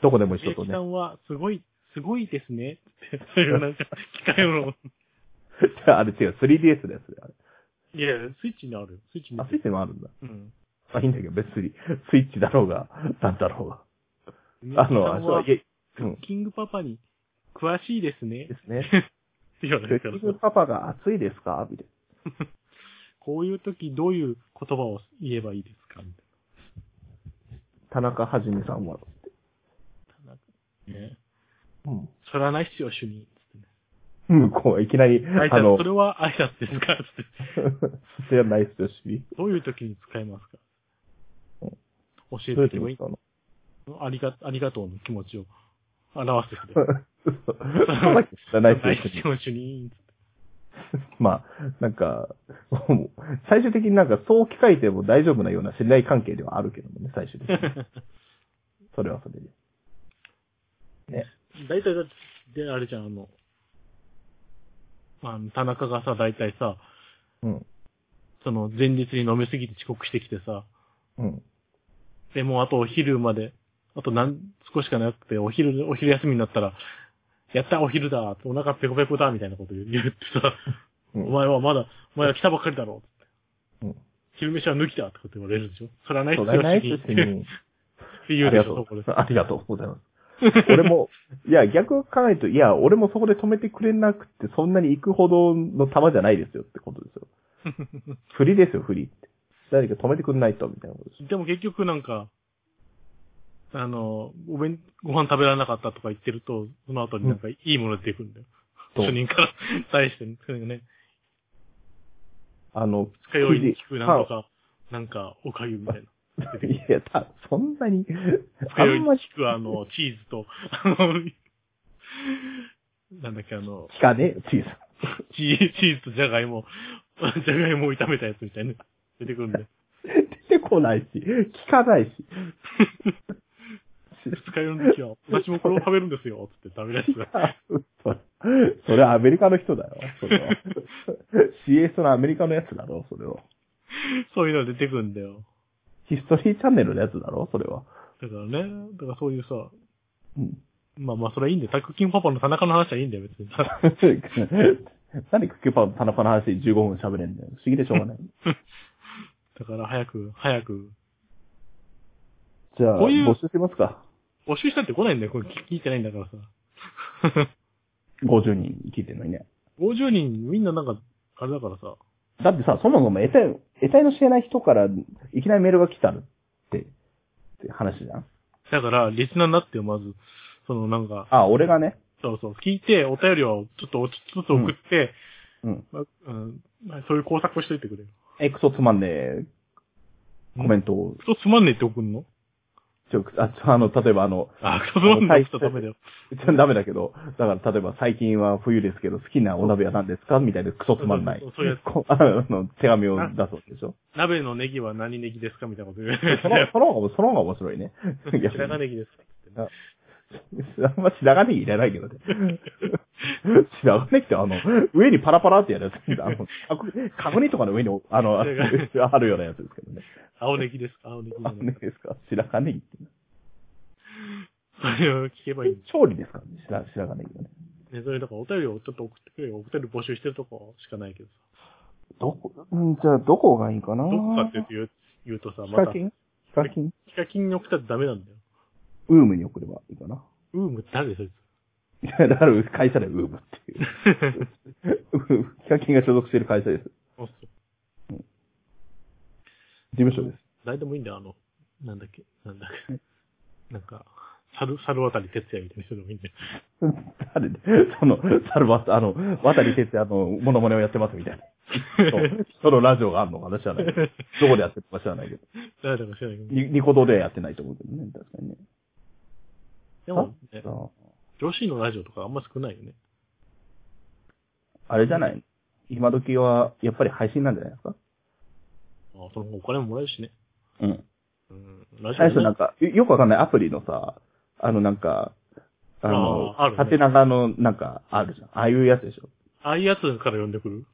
Speaker 1: どこでも一緒
Speaker 2: 平
Speaker 1: と
Speaker 2: 木
Speaker 1: ね
Speaker 2: さ。んは、すごい、すごいですね。って、そ ういうなんか、機械の、
Speaker 1: あれ違う、3DS のやつで、あれ。
Speaker 2: いやいや、スイッチにあるよ。スイッチに
Speaker 1: あ、スイッチもあるんだ。
Speaker 2: うん。
Speaker 1: あ、いいんだけど、別に、スイッチだろうが、なんだろうが。あの、あ
Speaker 2: 平木
Speaker 1: れ
Speaker 2: さんは
Speaker 1: は、いえ、うん、
Speaker 2: キングパパに、詳しいですね
Speaker 1: で。すね。
Speaker 2: って言われる
Speaker 1: 結
Speaker 2: から
Speaker 1: 局
Speaker 2: さ。
Speaker 1: パパが暑いですかみたい
Speaker 2: こういう時、どういう言葉を言えばいいですかみた
Speaker 1: な。田中はじめさんは。
Speaker 2: いな。ね。
Speaker 1: うん。
Speaker 2: それはないっすよ、主任。つってね
Speaker 1: うん、こう、いきなり、
Speaker 2: 挨
Speaker 1: あ
Speaker 2: 拶、
Speaker 1: の
Speaker 2: そ、れは挨拶ですかつって。
Speaker 1: それはナイスよし。
Speaker 2: どういう時に使えますか
Speaker 1: うんど
Speaker 2: 教え
Speaker 1: ういう
Speaker 2: て
Speaker 1: 時
Speaker 2: けばいい
Speaker 1: に使うの
Speaker 2: ありが、ありがとうの気持ちを表してく
Speaker 1: そ
Speaker 2: れ。
Speaker 1: うだっけナイスよし。
Speaker 2: 気持ちに。
Speaker 1: まあ、なんか、もう最終的になんかそう聞かれても大丈夫なような信頼関係ではあるけどもね、最終的に。それはそれで。
Speaker 2: 大体だって、で、あれじゃん、あの、あの、田中がさ、大体さ、
Speaker 1: うん。
Speaker 2: その、前日に飲みすぎて遅刻してきてさ、
Speaker 1: うん。
Speaker 2: で、もうあとお昼まで、あと何、少しかなくて、お昼、お昼休みになったら、やったお昼だお腹ペコペコだみたいなこと言う言ってさ、
Speaker 1: うん
Speaker 2: お前はまだ、お前は来たばっかりだろ
Speaker 1: うん
Speaker 2: 昼飯は抜きだってこと言われるでしょそれはないっす
Speaker 1: そ
Speaker 2: よ
Speaker 1: うだねナイスよ
Speaker 2: 主
Speaker 1: し
Speaker 2: 任。
Speaker 1: に。
Speaker 2: って
Speaker 1: あ
Speaker 2: 言う
Speaker 1: り
Speaker 2: で
Speaker 1: が
Speaker 2: し
Speaker 1: と
Speaker 2: ょ、そうこで。。
Speaker 1: ありがとうございます。俺も、いや、逆を考えると、いや、俺もそこで止めてくれなくて、そんなに行くほどの球じゃないですよってことです よ。振りですよ、振りって。誰か止めてくれないと、みたいなことです。
Speaker 2: でも結局なんか、あの、ごめん、ご飯食べられなかったとか言ってると、その後になんかいいもの出てくるんだよ。
Speaker 1: そう
Speaker 2: 主人から 対してね、ね、
Speaker 1: あの、
Speaker 2: 使いよいに聞くなんとか、なんか、おかゆみたいな。
Speaker 1: いや、た、そんなに、
Speaker 2: 使
Speaker 1: あ
Speaker 2: いよい
Speaker 1: ん
Speaker 2: に
Speaker 1: ま
Speaker 2: 聞
Speaker 1: り
Speaker 2: く あの、チーズと、あの、なんだっけあの、
Speaker 1: 聞かねえよ、チーズ。
Speaker 2: チーチーズとジャガイモ、ジャガイモを炒めたやつみたいな、出てくる んで。
Speaker 1: 出てこないし、聞か ないし。
Speaker 2: 二日酔いの時は、私もこれを食べるんですよ、つって食べるやつが。
Speaker 1: そそれはアメリカの人だよ、そ れは。CS のアメリカのやつだろ、それは。
Speaker 2: そういうのが出てくるんだよ。
Speaker 1: ヒストリーチャンネルのやつだろ、それは。
Speaker 2: だからね、だからそういうさ、
Speaker 1: うん。
Speaker 2: まあまあそれはいいんだよ。タックキンパパの田中の話はいいんだよ、別に さ。
Speaker 1: なんでクッキーパン、田中の話で15分喋れんだよ。不思議でしょうが ない。
Speaker 2: だから早く、早く、
Speaker 1: じゃあ、
Speaker 2: こういう
Speaker 1: 募集しますか。
Speaker 2: 募集したって来ないんだよ、これ聞いてないんだからさ。
Speaker 1: 50人聞いてんのにね。
Speaker 2: 50人みんななんか、あれだからさ、
Speaker 1: だってさ、そもそも得体、得体の知れない人から、いきなりメールが来たって、って話じゃん。
Speaker 2: だから、リスナーになってよ、まず。そのなんか、
Speaker 1: あ、俺がね。
Speaker 2: そうそう、聞いて、お便りをちょっとちょっとずつ送って、
Speaker 1: うん。
Speaker 2: まあうんまあそういう工作をしといてくれよ。
Speaker 1: え、クソつまんねえ、コメントを、
Speaker 2: クソつまんねえって送んの
Speaker 1: ちょ、あ、ちょあの、例えばあの、
Speaker 2: あ、 クソつまんねえって言ったらダメだよ。
Speaker 1: ちょダメだけど、だから例えば最近は冬ですけど好きなお鍋は何ですかみたいなクソつまんない
Speaker 2: そうそうそうそういうや。
Speaker 1: こあの、手紙を出すわけでしょ。
Speaker 2: 鍋のネギは何ネギですかみたいなこと言う。
Speaker 1: その、 その方が、その方が面白いね。
Speaker 2: 白髪ネギですかってね
Speaker 1: あんま白髪ネギいらないけ どね。白髪ネギってあの、上にパラパラってやるやつ。あの、角煮とかの上に、あの、あ
Speaker 2: 白髪ネ
Speaker 1: るようなやつですけどね。
Speaker 2: 青ネギですか青ネギ
Speaker 1: あ
Speaker 2: の。
Speaker 1: ねですか白髪ネギって。
Speaker 2: それを聞けばいい。ね、
Speaker 1: 調理ですからね、白白髪ネギはね。
Speaker 2: それだからお便りをちょっと送ってくれよ。お便り募集してるとこしかないけどさ。
Speaker 1: どこ、うんじゃあどこがいいかな
Speaker 2: どこかって言う言うとさ、
Speaker 1: ヒカ
Speaker 2: また、
Speaker 1: キ
Speaker 2: ヒ
Speaker 1: ンヒカキン
Speaker 2: カキンに送ったらダメなんだよ。
Speaker 1: ウームに送ればいいかな。
Speaker 2: ウーム 誰そいつ。
Speaker 1: いやだから会社でウームっていう。ウームヒカキンが所属している会社です。
Speaker 2: そう
Speaker 1: 事務所です。
Speaker 2: 誰でもいいんだよ、あの、なんだっけ、なんだっけ。なんか、猿、猿渡哲也みたいな人でもいいんだよ。
Speaker 1: 誰で、その、サルバス、あの、渡哲也のモノマネをやってますみたいな。そうそのラジオがあるのかな知らないけど。どこでやってるか知らないけ ど。
Speaker 2: 誰だか知らないけど。
Speaker 1: ニニコ動ではやってないと思うけどね、確かにね。
Speaker 2: でも、ね、
Speaker 1: そう
Speaker 2: 女子のラジオとかあんま少ないよね。
Speaker 1: あれじゃない今時は、やっぱり配信なんじゃないですか
Speaker 2: あその方がお金ももらえるしね。
Speaker 1: うん。
Speaker 2: うん。ラジオ
Speaker 1: 最初
Speaker 2: ね
Speaker 1: なんか、よよくわかんないアプリのさ、あのなんか、あの、
Speaker 2: あーあるね
Speaker 1: 縦長のなんかあるじゃん。ああいうやつでしょ。
Speaker 2: ああいうやつから呼んでくる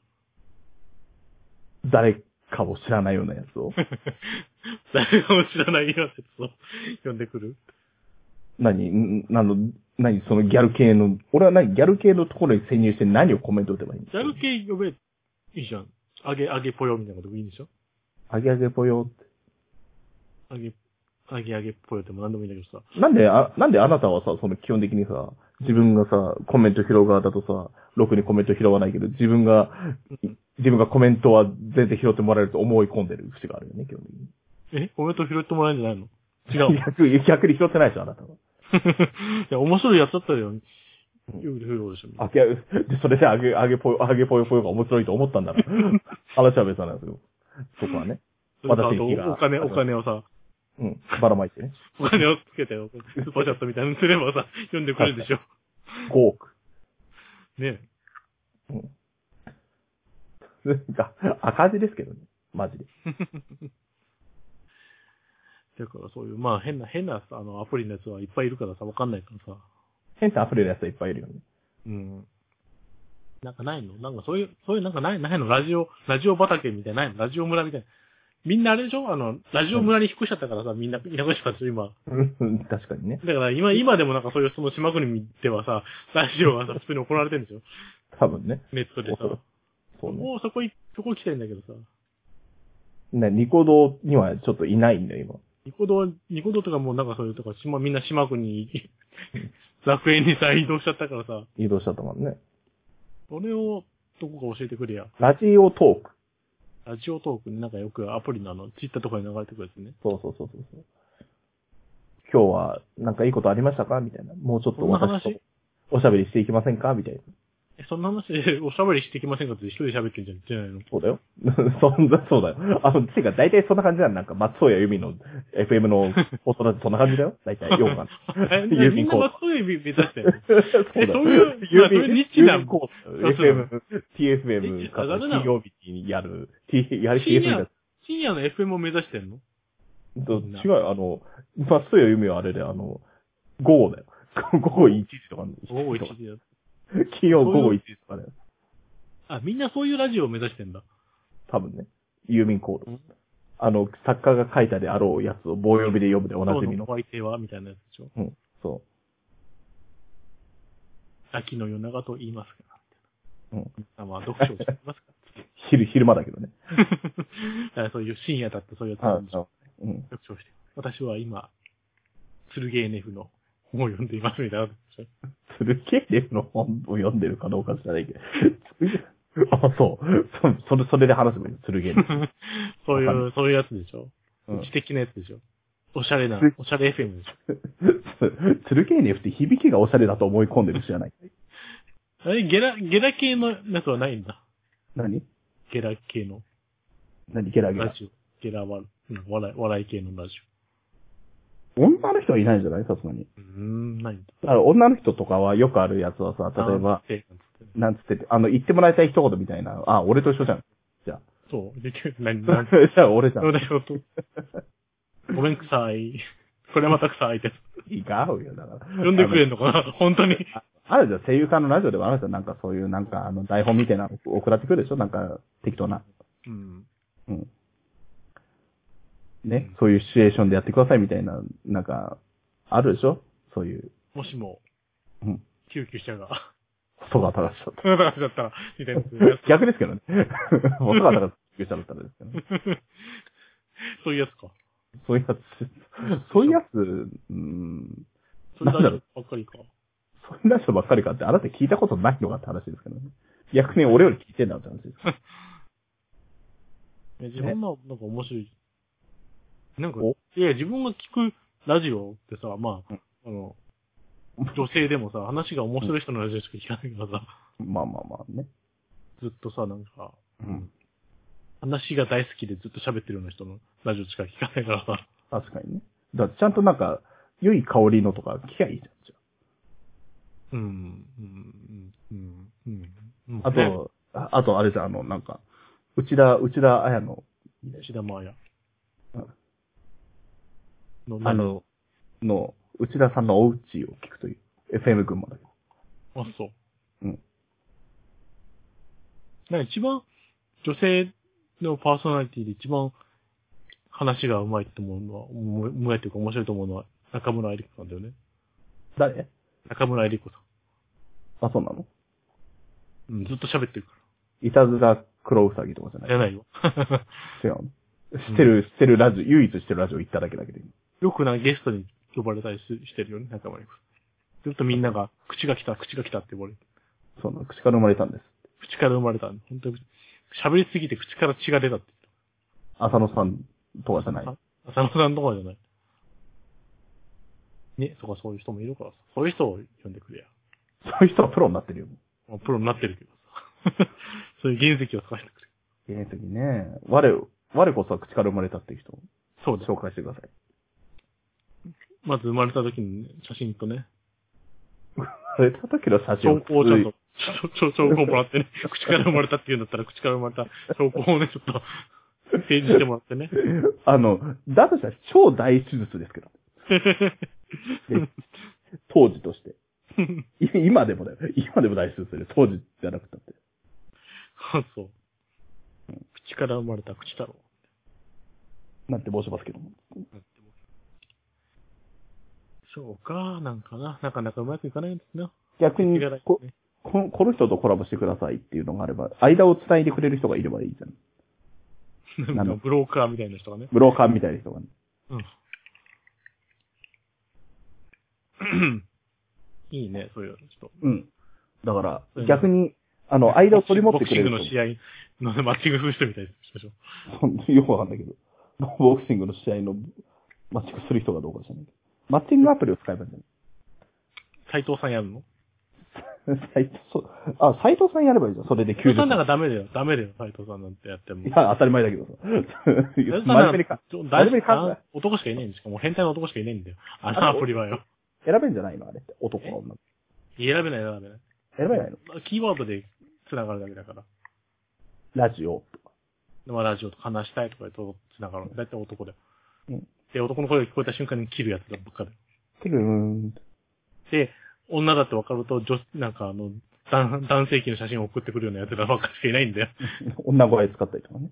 Speaker 1: 誰かを知らないようなやつを。
Speaker 2: 誰も知らないようなやつを呼んでくる
Speaker 1: 何んあの、何そのギャル系の、俺は何ギャル系のところに潜入して何をコメント打てばいいんで
Speaker 2: ジャル系呼べ、いいじゃん。あげ、あげぽよみたいなこといいんでしょ
Speaker 1: あげあげぽよっ
Speaker 2: あげ、あげあげぽよでも何でもいいんだけどさ。
Speaker 1: て。なんで、あ、なんであなたはさ、その基本的にさ、自分がさ、コメント拾う側だとさ、ろくにコメント拾わないけど、自分が、自分がコメントは全然拾ってもらえると思い込んでる節があるよね、基本的に。
Speaker 2: えコメント拾ってもらえるんじゃないの 違う。
Speaker 1: 逆に、逆に拾ってないでしょ、あなたは。
Speaker 2: いや、面白いやつだったらよ。言うでしょ、みんな
Speaker 1: あげ、でそれであげ、あげぽよ、あげぽよぽよが面白いと思ったん だら、話は別なんですよ。そこはね。
Speaker 2: それとあ
Speaker 1: 私
Speaker 2: と、
Speaker 1: に気が
Speaker 2: お金、お金をさ、
Speaker 1: うん。ばらまいてね。
Speaker 2: お金をつけてよ、スーパーチャットみたいにすればさ、呼んでくれるでしょ。
Speaker 1: 5億。
Speaker 2: ね
Speaker 1: が 赤字ですけどね。マジで。
Speaker 2: だからそういう、まあ変な、変なさ、あの、アプリのやつはいっぱいいるからさ、わかんないからさ。
Speaker 1: 変な溢れるやつはいっぱいいるよね。
Speaker 2: うん。なんかないのなんかそういう、そういうなんかない、ないのラジオ、ラジオ畑みたいな、ないのラジオ村みたいな。みんなあれでしょあの、ラジオ村に引っ越しちゃったからさ、みんないなくなっちゃったでしょ、今。
Speaker 1: うん確かにね。
Speaker 2: だから今、今でもなんかそういう、その島国ではさ、ラジオがさ、普通に怒られてるんですよ。
Speaker 1: 多分ね。
Speaker 2: ネットでさ。
Speaker 1: そうね。
Speaker 2: もうそこい、そこ来てんだけどさ。
Speaker 1: ね、ニコ動にはちょっといないんだよ、今。
Speaker 2: ニコ動、ニコ動とかもうなんかそういうとか、島、みんな島国に、 楽園にさ、移動しちゃったからさ、
Speaker 1: 移動しちゃったもんね。
Speaker 2: それを、どこか教えてくれや。
Speaker 1: ラジオトーク。
Speaker 2: ラジオトークになんかよくアプリのあの、ツイッターとかに流れてくるやつね。
Speaker 1: そうそうそうそうそう。今日は、なんかいいことありましたかみたいな。もうちょっと
Speaker 2: そんな
Speaker 1: 私と
Speaker 2: 話
Speaker 1: おしゃべりしていきませんかみたいな。
Speaker 2: え、そんな話 でおしゃべりしてきませんかって一人で喋ってんじゃん、じゃないの。
Speaker 1: そうだよ。 そんな、そうだよ。あの、てか、大体そんな感じだよ。なんか、松尾谷由美の FM の放送だってそんな感じだよ。大体、ようか
Speaker 2: えみんな
Speaker 1: 郵便交換。
Speaker 2: そういう指目指してる。
Speaker 1: そう
Speaker 2: え、
Speaker 1: だ
Speaker 2: そう
Speaker 1: よ。
Speaker 2: いう、まあ、そういうニッチな、
Speaker 1: 交
Speaker 2: そうそう
Speaker 1: FM、TFM か
Speaker 2: あ
Speaker 1: ら
Speaker 2: ダメだ
Speaker 1: 金曜日にやる、T、やる
Speaker 2: 深
Speaker 1: TFM だ
Speaker 2: 夜、深夜の FM を目指してんの
Speaker 1: と違う、あの、松尾谷由美はあれで、あの、午後だよ。 午後1時とか、
Speaker 2: 午後1
Speaker 1: とか
Speaker 2: 時だよ。
Speaker 1: 金曜午後1時とかだよ。
Speaker 2: あ、みんなそういうラジオを目指してんだ。
Speaker 1: 多分ね。郵便コー
Speaker 2: うん
Speaker 1: ド。あの、作家が書いたであろうやつを棒読みで読むでおなじ
Speaker 2: 今
Speaker 1: み
Speaker 2: 日の
Speaker 1: の。
Speaker 2: お相手はみたいなやつでしょ。
Speaker 1: うん、そ
Speaker 2: 秋の夜長と言いますか
Speaker 1: う。うん。
Speaker 2: ら。まあ、読書をしていますか
Speaker 1: 昼、昼間だけどね。
Speaker 2: ら。あそういう深夜だってそういうやつ
Speaker 1: あ
Speaker 2: を読
Speaker 1: あうん。
Speaker 2: 書をして。私は今、鶴ゲーネフの本を読んでいますみたいなやつでし
Speaker 1: ツルケーレフの本を読んでるかどうか知らないけど。あ、そう。そ、それ、それで話せばいいの。ツルゲーレフ。
Speaker 2: ょ。そうい
Speaker 1: わかん
Speaker 2: う、そういうやつでしょ。
Speaker 1: うん
Speaker 2: 知的なやつでしょ。おしゃれな
Speaker 1: つ、
Speaker 2: おしゃれ FM でしょ。
Speaker 1: ツルケーレフって響きがオシャレだと思い込んでる知らない。
Speaker 2: あれ、ゲラ、ゲラ系のやつはないんだ。
Speaker 1: 何
Speaker 2: ゲラ系の
Speaker 1: 何ゲラゲ
Speaker 2: ラ
Speaker 1: ラ。
Speaker 2: ジオ。ゲラは、うん笑い、笑い系のラジ
Speaker 1: 女の人はいないんじゃないさすがに。
Speaker 2: オ。うーん、ないんだ。
Speaker 1: だから女の人とかはよくあるやつはさ、例えば
Speaker 2: あ、ー。ってなん
Speaker 1: なんつ
Speaker 2: つってね
Speaker 1: ってて、あの、言ってもらいたい一言みたいな。あ、俺と一緒じゃん。じゃあ。
Speaker 2: そう、できる。何、何、
Speaker 1: じゃあ俺じゃ。
Speaker 2: どうんだよと。ごめんくさい。これまたくさいって。
Speaker 1: いいかよ、だから。
Speaker 2: 呼んでくれんのかな本当に。
Speaker 1: あるじゃん、声優さんのラジオでもあるじゃん、なんかそういう、なんか、あの、台本みたいなの送られてくるでしょなんか、適当な。
Speaker 2: うん。
Speaker 1: うん。ね、そういうシチュエーションでやってくださいみたいな、なんか、あるでしょそういう、
Speaker 2: もしも、
Speaker 1: うん。
Speaker 2: 救急車が、
Speaker 1: 細川正しだっ
Speaker 2: そんな話だったら、みたいな や
Speaker 1: た。逆ですけどね。細川正し救急車だったらですけどね。
Speaker 2: つ。そういうやつか。
Speaker 1: そういうやつ、そういうやつ、うん、
Speaker 2: それ
Speaker 1: なんだろ
Speaker 2: だ
Speaker 1: う
Speaker 2: ばっかりか。
Speaker 1: そういうラジオばっかりかって、あなた聞いたことないのかって話ですけどね。逆に俺より聞いてんだって話です。
Speaker 2: いや自分の、なんか面白い。なんか、
Speaker 1: お
Speaker 2: いや、自分が聞くラジオってさ、まあ、あの、女性でもさ、話が面白い人のラジオしか聞かないからさ、
Speaker 1: まあまあまあね。
Speaker 2: ずっとさ、なんか、
Speaker 1: うん。
Speaker 2: 話が大好きでずっと喋ってるような人のラジオしか聞かないからさ、
Speaker 1: 確かにね。だからちゃんとなんか、良い香りのとか聞きゃいいじゃん。じ
Speaker 2: うん、うん、うん、うん、うん。
Speaker 1: ゃああ
Speaker 2: ね、
Speaker 1: と、ああとあれじゃん、あの、なんか、内田、内田彩の、
Speaker 2: 吉田麻也の。
Speaker 1: あ、の、の、内田さんのお家を聞くという。FM 群馬だけど。
Speaker 2: あ、そう。
Speaker 1: うん。
Speaker 2: なんか一番、女性のパーソナリティで一番話が上手いと思うのは、思いうまいというか面白いと思うのは中村愛理子さんだよね。
Speaker 1: 誰
Speaker 2: 中村愛理子さ
Speaker 1: あ、そうなの
Speaker 2: ん。うん、ずっと喋ってるか
Speaker 1: いたずら黒うさぎとかじゃ
Speaker 2: ら。
Speaker 1: ない
Speaker 2: じゃないよ。
Speaker 1: 違うのしてる、してるラジオ、唯一してるラジオ行っただけだけど。
Speaker 2: よくなゲストに呼ばれたりししてるよね、中村愛理子さん。ずっとみんなが、口が来た、口が来たって言われる。
Speaker 1: そうなの。口から生まれたんです。
Speaker 2: 口から生まれた。本当に、喋りすぎて口から血が出たって
Speaker 1: 浅野さんとかじゃない
Speaker 2: あ。浅野さんとかじゃない。ね、そこはそういう人もいるからさ。そういう人を呼んでくれや。
Speaker 1: そういう人はプロになってるよ。
Speaker 2: まあ、プロになってるけどさ。 そういう原石を探してくれ。
Speaker 1: ええ時ね。我、我こそは口から生まれたっていう人を
Speaker 2: そうだ。
Speaker 1: 紹介してください。
Speaker 2: まず生まれた時のね、写真とね、
Speaker 1: それた時の写真
Speaker 2: 証
Speaker 1: を
Speaker 2: 拠をちゃん
Speaker 1: 普
Speaker 2: と、ちょちょ証拠をもらってね、口から生まれたって言うんだったら、口から生まれた証拠をね、ちょっと、提示してもらってね。
Speaker 1: 通にあの、だとしたら超大手術ですけど。で当時として。い今でもだよ。今でも大手術する。当時じゃなくたって。
Speaker 2: あそう。口から生まれた口太郎。
Speaker 1: なんて申しますけども。
Speaker 2: そうか、なんかな。なかなかうまくいかないんですな。
Speaker 1: 逆に
Speaker 2: 口が、
Speaker 1: こ、
Speaker 2: ね
Speaker 1: ここの人とコラボしてくださいっていうのがあれば、間を繋いでくれる人がいればいいじゃん。
Speaker 2: なんかブローカーみたいな人がね。
Speaker 1: ブローカーみたいな人がね。
Speaker 2: うん。いいね、そういうの、ちょっ
Speaker 1: うん。だから
Speaker 2: うん、
Speaker 1: 逆に、あ
Speaker 2: と。
Speaker 1: の、間を取り持ってくれる
Speaker 2: ボクシングの試合のマッチングする人みたいにしましょう。
Speaker 1: そんよくわかんないけど。ボクシングの試合のマッチングする人がどうかじゃないけど。マッチングアプリを使えばいいんじ
Speaker 2: 斎藤さんやるの
Speaker 1: ゃない斎藤、そうあ、斎藤さんやればいいじゃん。それで
Speaker 2: 斎藤
Speaker 1: 90
Speaker 2: さんなん
Speaker 1: 分。
Speaker 2: かダメだよ。ダメだよ、斎藤さんなんてやっても。
Speaker 1: いや、当たり前だけどさ。
Speaker 2: 斎藤さん
Speaker 1: 真面
Speaker 2: な
Speaker 1: 目
Speaker 2: ん
Speaker 1: にか
Speaker 2: か、大
Speaker 1: 真面目に考
Speaker 2: 丈夫男しかいないんですかもう変態の男しかいないんだよ。あの
Speaker 1: あ
Speaker 2: アプリはよ。
Speaker 1: 選べんじゃないのあれって。男は女。
Speaker 2: 選べない、選べない。
Speaker 1: 選べないの
Speaker 2: キーワードで繋がるだけだから。
Speaker 1: ラジオとか。
Speaker 2: まあラジオと話したいとかでと繋がる。だいたい男だよ。
Speaker 1: うん
Speaker 2: で、男の声が聞こえた瞬間に切るやつがばっかだよ。
Speaker 1: てるーん。
Speaker 2: で、女だって分かると、女子、なんかあの、男男性器の写真を送ってくるようなやつらばっかしかいない んだよ。
Speaker 1: 女声使ったりとかね。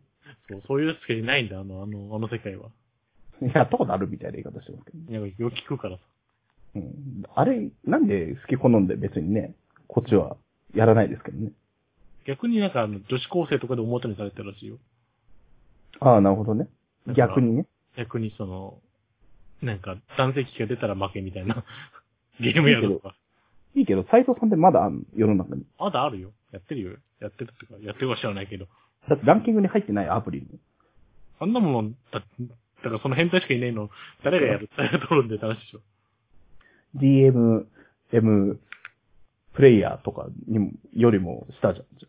Speaker 2: そう、そういうやつしかいないんだよ、あの、あの、あの世界は。
Speaker 1: やったことあるみたいな言い方してますけど。
Speaker 2: なんかよく聞くからさ。
Speaker 1: うん。あれ、なんで好き好んで別にね、こっちはやらないですけどね。
Speaker 2: 逆になんかあの、女子高生とかで表にされてるらしいよ。
Speaker 1: ああ、なるほどね。
Speaker 2: だから
Speaker 1: 逆にね。
Speaker 2: 逆にその、なんか、男性器が出たら負けみたいな、 ゲームやるとか。
Speaker 1: いいけど、斎藤さんってまだあんの世の中に。
Speaker 2: まだあるよ。やってるよ。やってるってか、やってるは知らないけど。
Speaker 1: だってランキングに入ってないアプリ
Speaker 2: あんなもん、だ、だからその変態しかいないの、誰がやる誰が取るんで楽しいでしょ。
Speaker 1: の DM、M、プレイヤーとかにも、よりも下じゃん。じゃ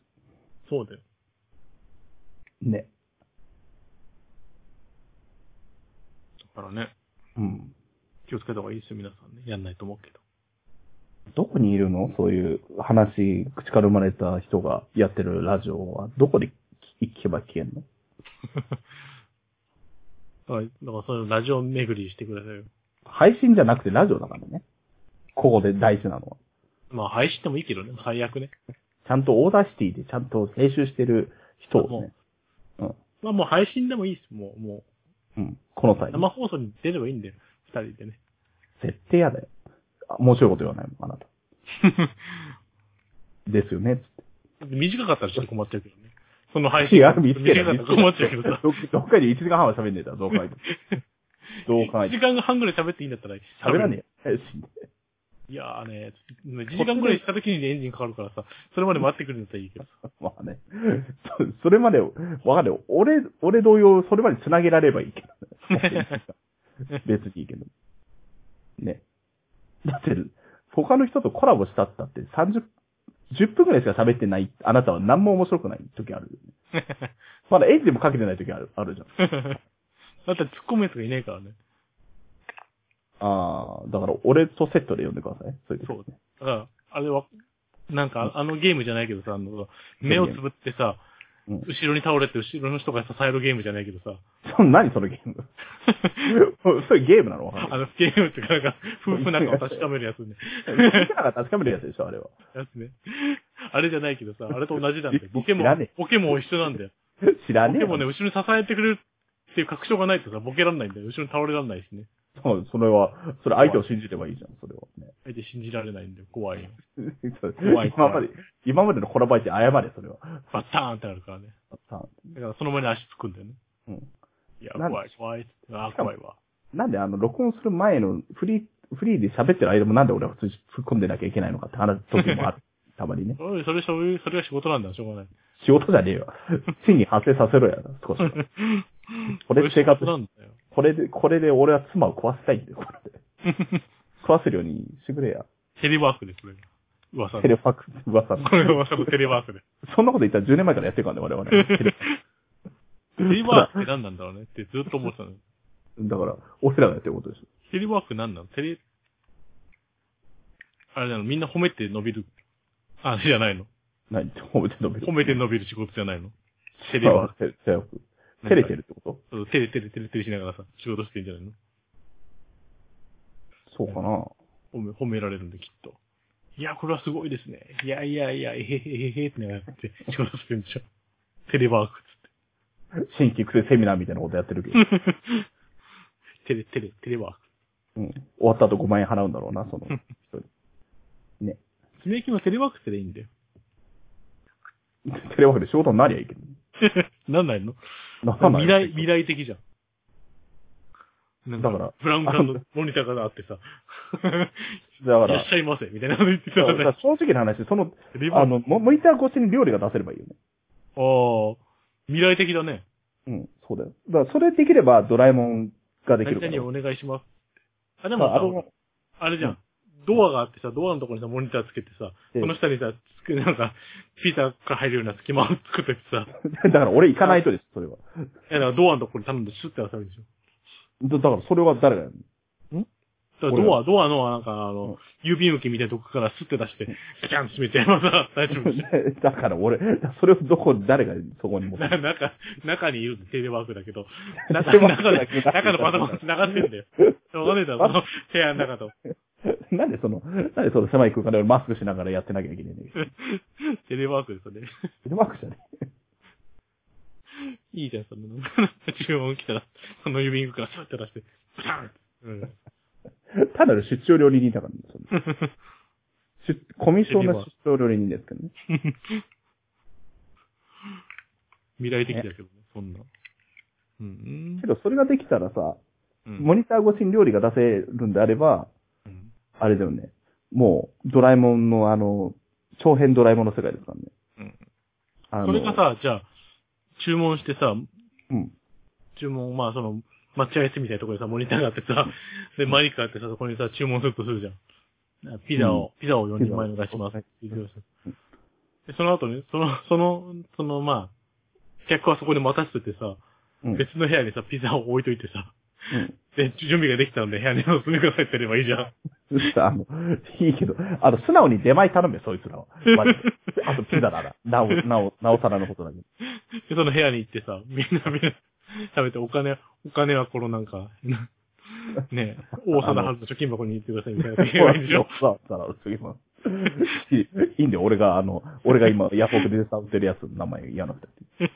Speaker 2: そうだよ。
Speaker 1: あね。
Speaker 2: だからね、
Speaker 1: うん。
Speaker 2: 気をつけた方がいいですよ、皆さんね。やんないと思うけど。
Speaker 1: どこにいるのそういう話、口から生まれた人がやってるラジオは、どこで聞けば聞けんの
Speaker 2: はい。だからそういうラジオ巡りしてくださいよ。
Speaker 1: 配信じゃなくてラジオだからね。ここで大事なのは。
Speaker 2: まあ、配信でもいいけどね、最悪ね。
Speaker 1: ちゃんとオーダーシティでちゃんと編集してる人をね。
Speaker 2: まあもう配信でもいいです。もう、も
Speaker 1: うん。この
Speaker 2: う、
Speaker 1: 際に。
Speaker 2: 生放送に出ればいいんだよ。二人でね。
Speaker 1: 絶対嫌だよ。あ面白いこと言わないもん、あな た。ですよね、つって。
Speaker 2: 短かったらちょっと困っちゃうけどね。その配信。
Speaker 1: 違う、見つけた
Speaker 2: 短かったら困っちゃうけどさ。
Speaker 1: どどっかで1時間半は喋んねえだろ、どう 考えても。どう考え
Speaker 2: 1
Speaker 1: て
Speaker 2: 時間半ぐらい喋っていいんだったら
Speaker 1: も。喋らね
Speaker 2: え。
Speaker 1: え よ。
Speaker 2: いやーね、1時間ぐらいした時にエンジンかかるからさ、それまで待ってくるんだったらいい けどさ。
Speaker 1: まあね。そそれまで、わかるよ。俺、俺同様、それまで繋げられればいいけど。別にいいけど。ね。だって、他の人とコラボしたったって30、10分ぐらいしか喋ってない、あなたは何も面白くない時あるよね。まだエンジンもかけてない時ある、あるじゃん。
Speaker 2: だって突っ込むやつがいねえからね。
Speaker 1: ああ、だから俺とセットで呼んでください。そういう
Speaker 2: そう
Speaker 1: 時ね。
Speaker 2: だから、あれは、なんか、あのゲームじゃないけどさ、あの、目をつぶってさ、
Speaker 1: うん
Speaker 2: 後ろに倒れて後ろの人が支えるゲームじゃないけどさ、
Speaker 1: そん何そのゲーム そういうゲームなのわかんない
Speaker 2: あの、ゲームって なんか、夫婦仲を確かめるやつね。
Speaker 1: 聞いたら確かめるやつでしょ、あれは。
Speaker 2: やつね。あれじゃないけどさ、あれと同じなんだよ。ボ
Speaker 1: 僕
Speaker 2: ケも
Speaker 1: 知らねえ、
Speaker 2: ボケも一緒なんだよ。
Speaker 1: 知ら
Speaker 2: ボ
Speaker 1: ね
Speaker 2: ケ
Speaker 1: え
Speaker 2: も
Speaker 1: よ。
Speaker 2: ね、後ろに支えてくれるっていう確証がないとさ、ボケらんないんだよ。後ろに倒れらんないしね。
Speaker 1: そうそれは、それ相手を信じればいいじゃん、それは、
Speaker 2: 相手信じられないんだよ。怖いよ。
Speaker 1: ね。
Speaker 2: 怖い
Speaker 1: 今まで、今までのコラボ相手謝れ、それは。
Speaker 2: バッターンってなるからね。
Speaker 1: さ
Speaker 2: だからその前に足つくんだよね。
Speaker 1: うん
Speaker 2: いや、
Speaker 1: なん
Speaker 2: 怖い、怖い。あー
Speaker 1: しかも
Speaker 2: 怖いわ。
Speaker 1: なんであの、録音する前のフリー、フリーで喋ってる間もなんで俺は普通に突っ込んでなきゃいけないのかって話す時もある。たまに ね。
Speaker 2: おいそれ、そういう、それが仕事なんだ、しょうがない。
Speaker 1: 仕事じゃねえよ。地に発生させろや、少しは。これ生活
Speaker 2: そういう仕事なんだよ。
Speaker 1: これで、これで俺は妻を壊したいんだよ、これで。壊せるようにしてくれや。
Speaker 2: テレワークです、これが。噂の。
Speaker 1: テレファックス、噂の
Speaker 2: これが噂 のテレワークです。
Speaker 1: そんなこと言ったら10年前からやってるからね、我々。 テレ
Speaker 2: テレワークって何なんだろうねってずっと思ってたの。
Speaker 1: だから、俺らがやってることです。
Speaker 2: テレワークなんなのテレ、あれなのみんな褒めて伸びる、あれじゃないの
Speaker 1: 何褒めて伸びる。
Speaker 2: 褒めて伸びる仕事じゃないのテレワーク。
Speaker 1: ク。テレワーク。照れてるってこと
Speaker 2: そうテレテレテレテレしながらさ、仕事してんじゃないの
Speaker 1: そうかな。
Speaker 2: 褒め、褒められるんで、きっと。いや、これはすごいですね。いやいやいや、えへへへへってなって仕事してるんでしょ。テレワークっ
Speaker 1: 新規育成セミナーみたいなことやってるけど。
Speaker 2: つって。 テレ、テレ、テレワーク。
Speaker 1: うん。終わった後5万円払うんだろうな、その 人に。
Speaker 2: 爪焼きもテレワークってでいいんだよ。
Speaker 1: テレワークで仕事になりゃ いいけど。
Speaker 2: なんないの
Speaker 1: ならない
Speaker 2: 未来、未来的じゃん。なんか
Speaker 1: だから
Speaker 2: ブラウン管のモニターがあってさ、
Speaker 1: だか
Speaker 2: いら
Speaker 1: ら
Speaker 2: っ、しゃいませ、みたいなこと言って
Speaker 1: だ
Speaker 2: た
Speaker 1: か
Speaker 2: からら、
Speaker 1: 正直な話で、その、
Speaker 2: リボン。
Speaker 1: あ
Speaker 2: あ
Speaker 1: の、モモニター越しに料理が出せればいいよね。
Speaker 2: あ、未来的だね。
Speaker 1: うん、そうだよ。だから、それできればドラえもんができるか
Speaker 2: 何
Speaker 1: ら。
Speaker 2: 々お願いします。あ、で
Speaker 1: だ
Speaker 2: も
Speaker 1: から
Speaker 2: さ
Speaker 1: あ、の
Speaker 2: あれじゃん。ドアがあってさ、ドアのところにさ、モニターつけてさ、
Speaker 1: ええ
Speaker 2: この下にさ、つくなんか、ピーターから入るような隙間を作ってさ、
Speaker 1: だから俺行かないとです、それは。
Speaker 2: え、だからドアのところに頼んでシュッて出されるでしょ。
Speaker 1: だだから、それは誰がやるの
Speaker 2: だからドア、ドアのなんか、あの、郵便受けみたいなとこからスッて出して、ガチャンって閉めて、また大丈夫でし
Speaker 1: だから俺、それをどこ、誰がそこに持
Speaker 2: ょ。
Speaker 1: ってく
Speaker 2: な
Speaker 1: る
Speaker 2: 中、中にいるんで、テレワークだけど、中、
Speaker 1: テレワー
Speaker 2: 中
Speaker 1: クだ
Speaker 2: で
Speaker 1: けど、
Speaker 2: 中のパソコン繋がってんだよ。しょうがねえだろ、その部屋の中と。
Speaker 1: なんでその、なんでその狭い空間で俺マスクしながらやってなきゃいけないんだけど。
Speaker 2: テレワークですよね。
Speaker 1: うまくじゃね
Speaker 2: いいじゃん、その、注文来たら、その郵便受けからスッて出して、ブシャンってうん。
Speaker 1: 単なる出張料理人だからね。その出コミッションの出張料理人ですけどね。
Speaker 2: 未来的だけどね、そんな。うん
Speaker 1: け。どそれができたらさ、
Speaker 2: うん
Speaker 1: モニター越しに料理が出せるんであれば、
Speaker 2: うん
Speaker 1: あれだよね。もう、ドラえもんのあの、長編ドラえもんの世界ですからね。
Speaker 2: うん
Speaker 1: あの
Speaker 2: それが、さ、じゃあ、注文してさ、
Speaker 1: うん。
Speaker 2: 注文、まあその、待合室みたいなところでさ、モニターがあっ てさ、で、マイクがあってさ、そこにさ、注文するとするじゃん。ピザを、ピザを4人前に出します。
Speaker 1: はい
Speaker 2: で、その後ね、その、その、その、まあ、客はそこで待たせててさ、
Speaker 1: うん。
Speaker 2: 別の部屋にさ、ピザを置いといてさ、
Speaker 1: うん
Speaker 2: で、準備ができたんで部屋にお進みくださいってやればいいじゃん。
Speaker 1: うっさあの、いいけど、あの、素直に出前頼め、そいつらは。マジで。 あと、ピザなら、なお、なお、なおさらのことだけど。
Speaker 2: で、その部屋に行ってさ、みんな、みんな、食べて、お金、お金はこのな んか、ね、大皿はずの貯金箱に入れてくださいみた いなこと言えばいいんでしょ。
Speaker 1: そうだから、次も。いいんだよ、俺が、あの、俺が今、ヤフオクで伝ってるやつの名前言わなくて。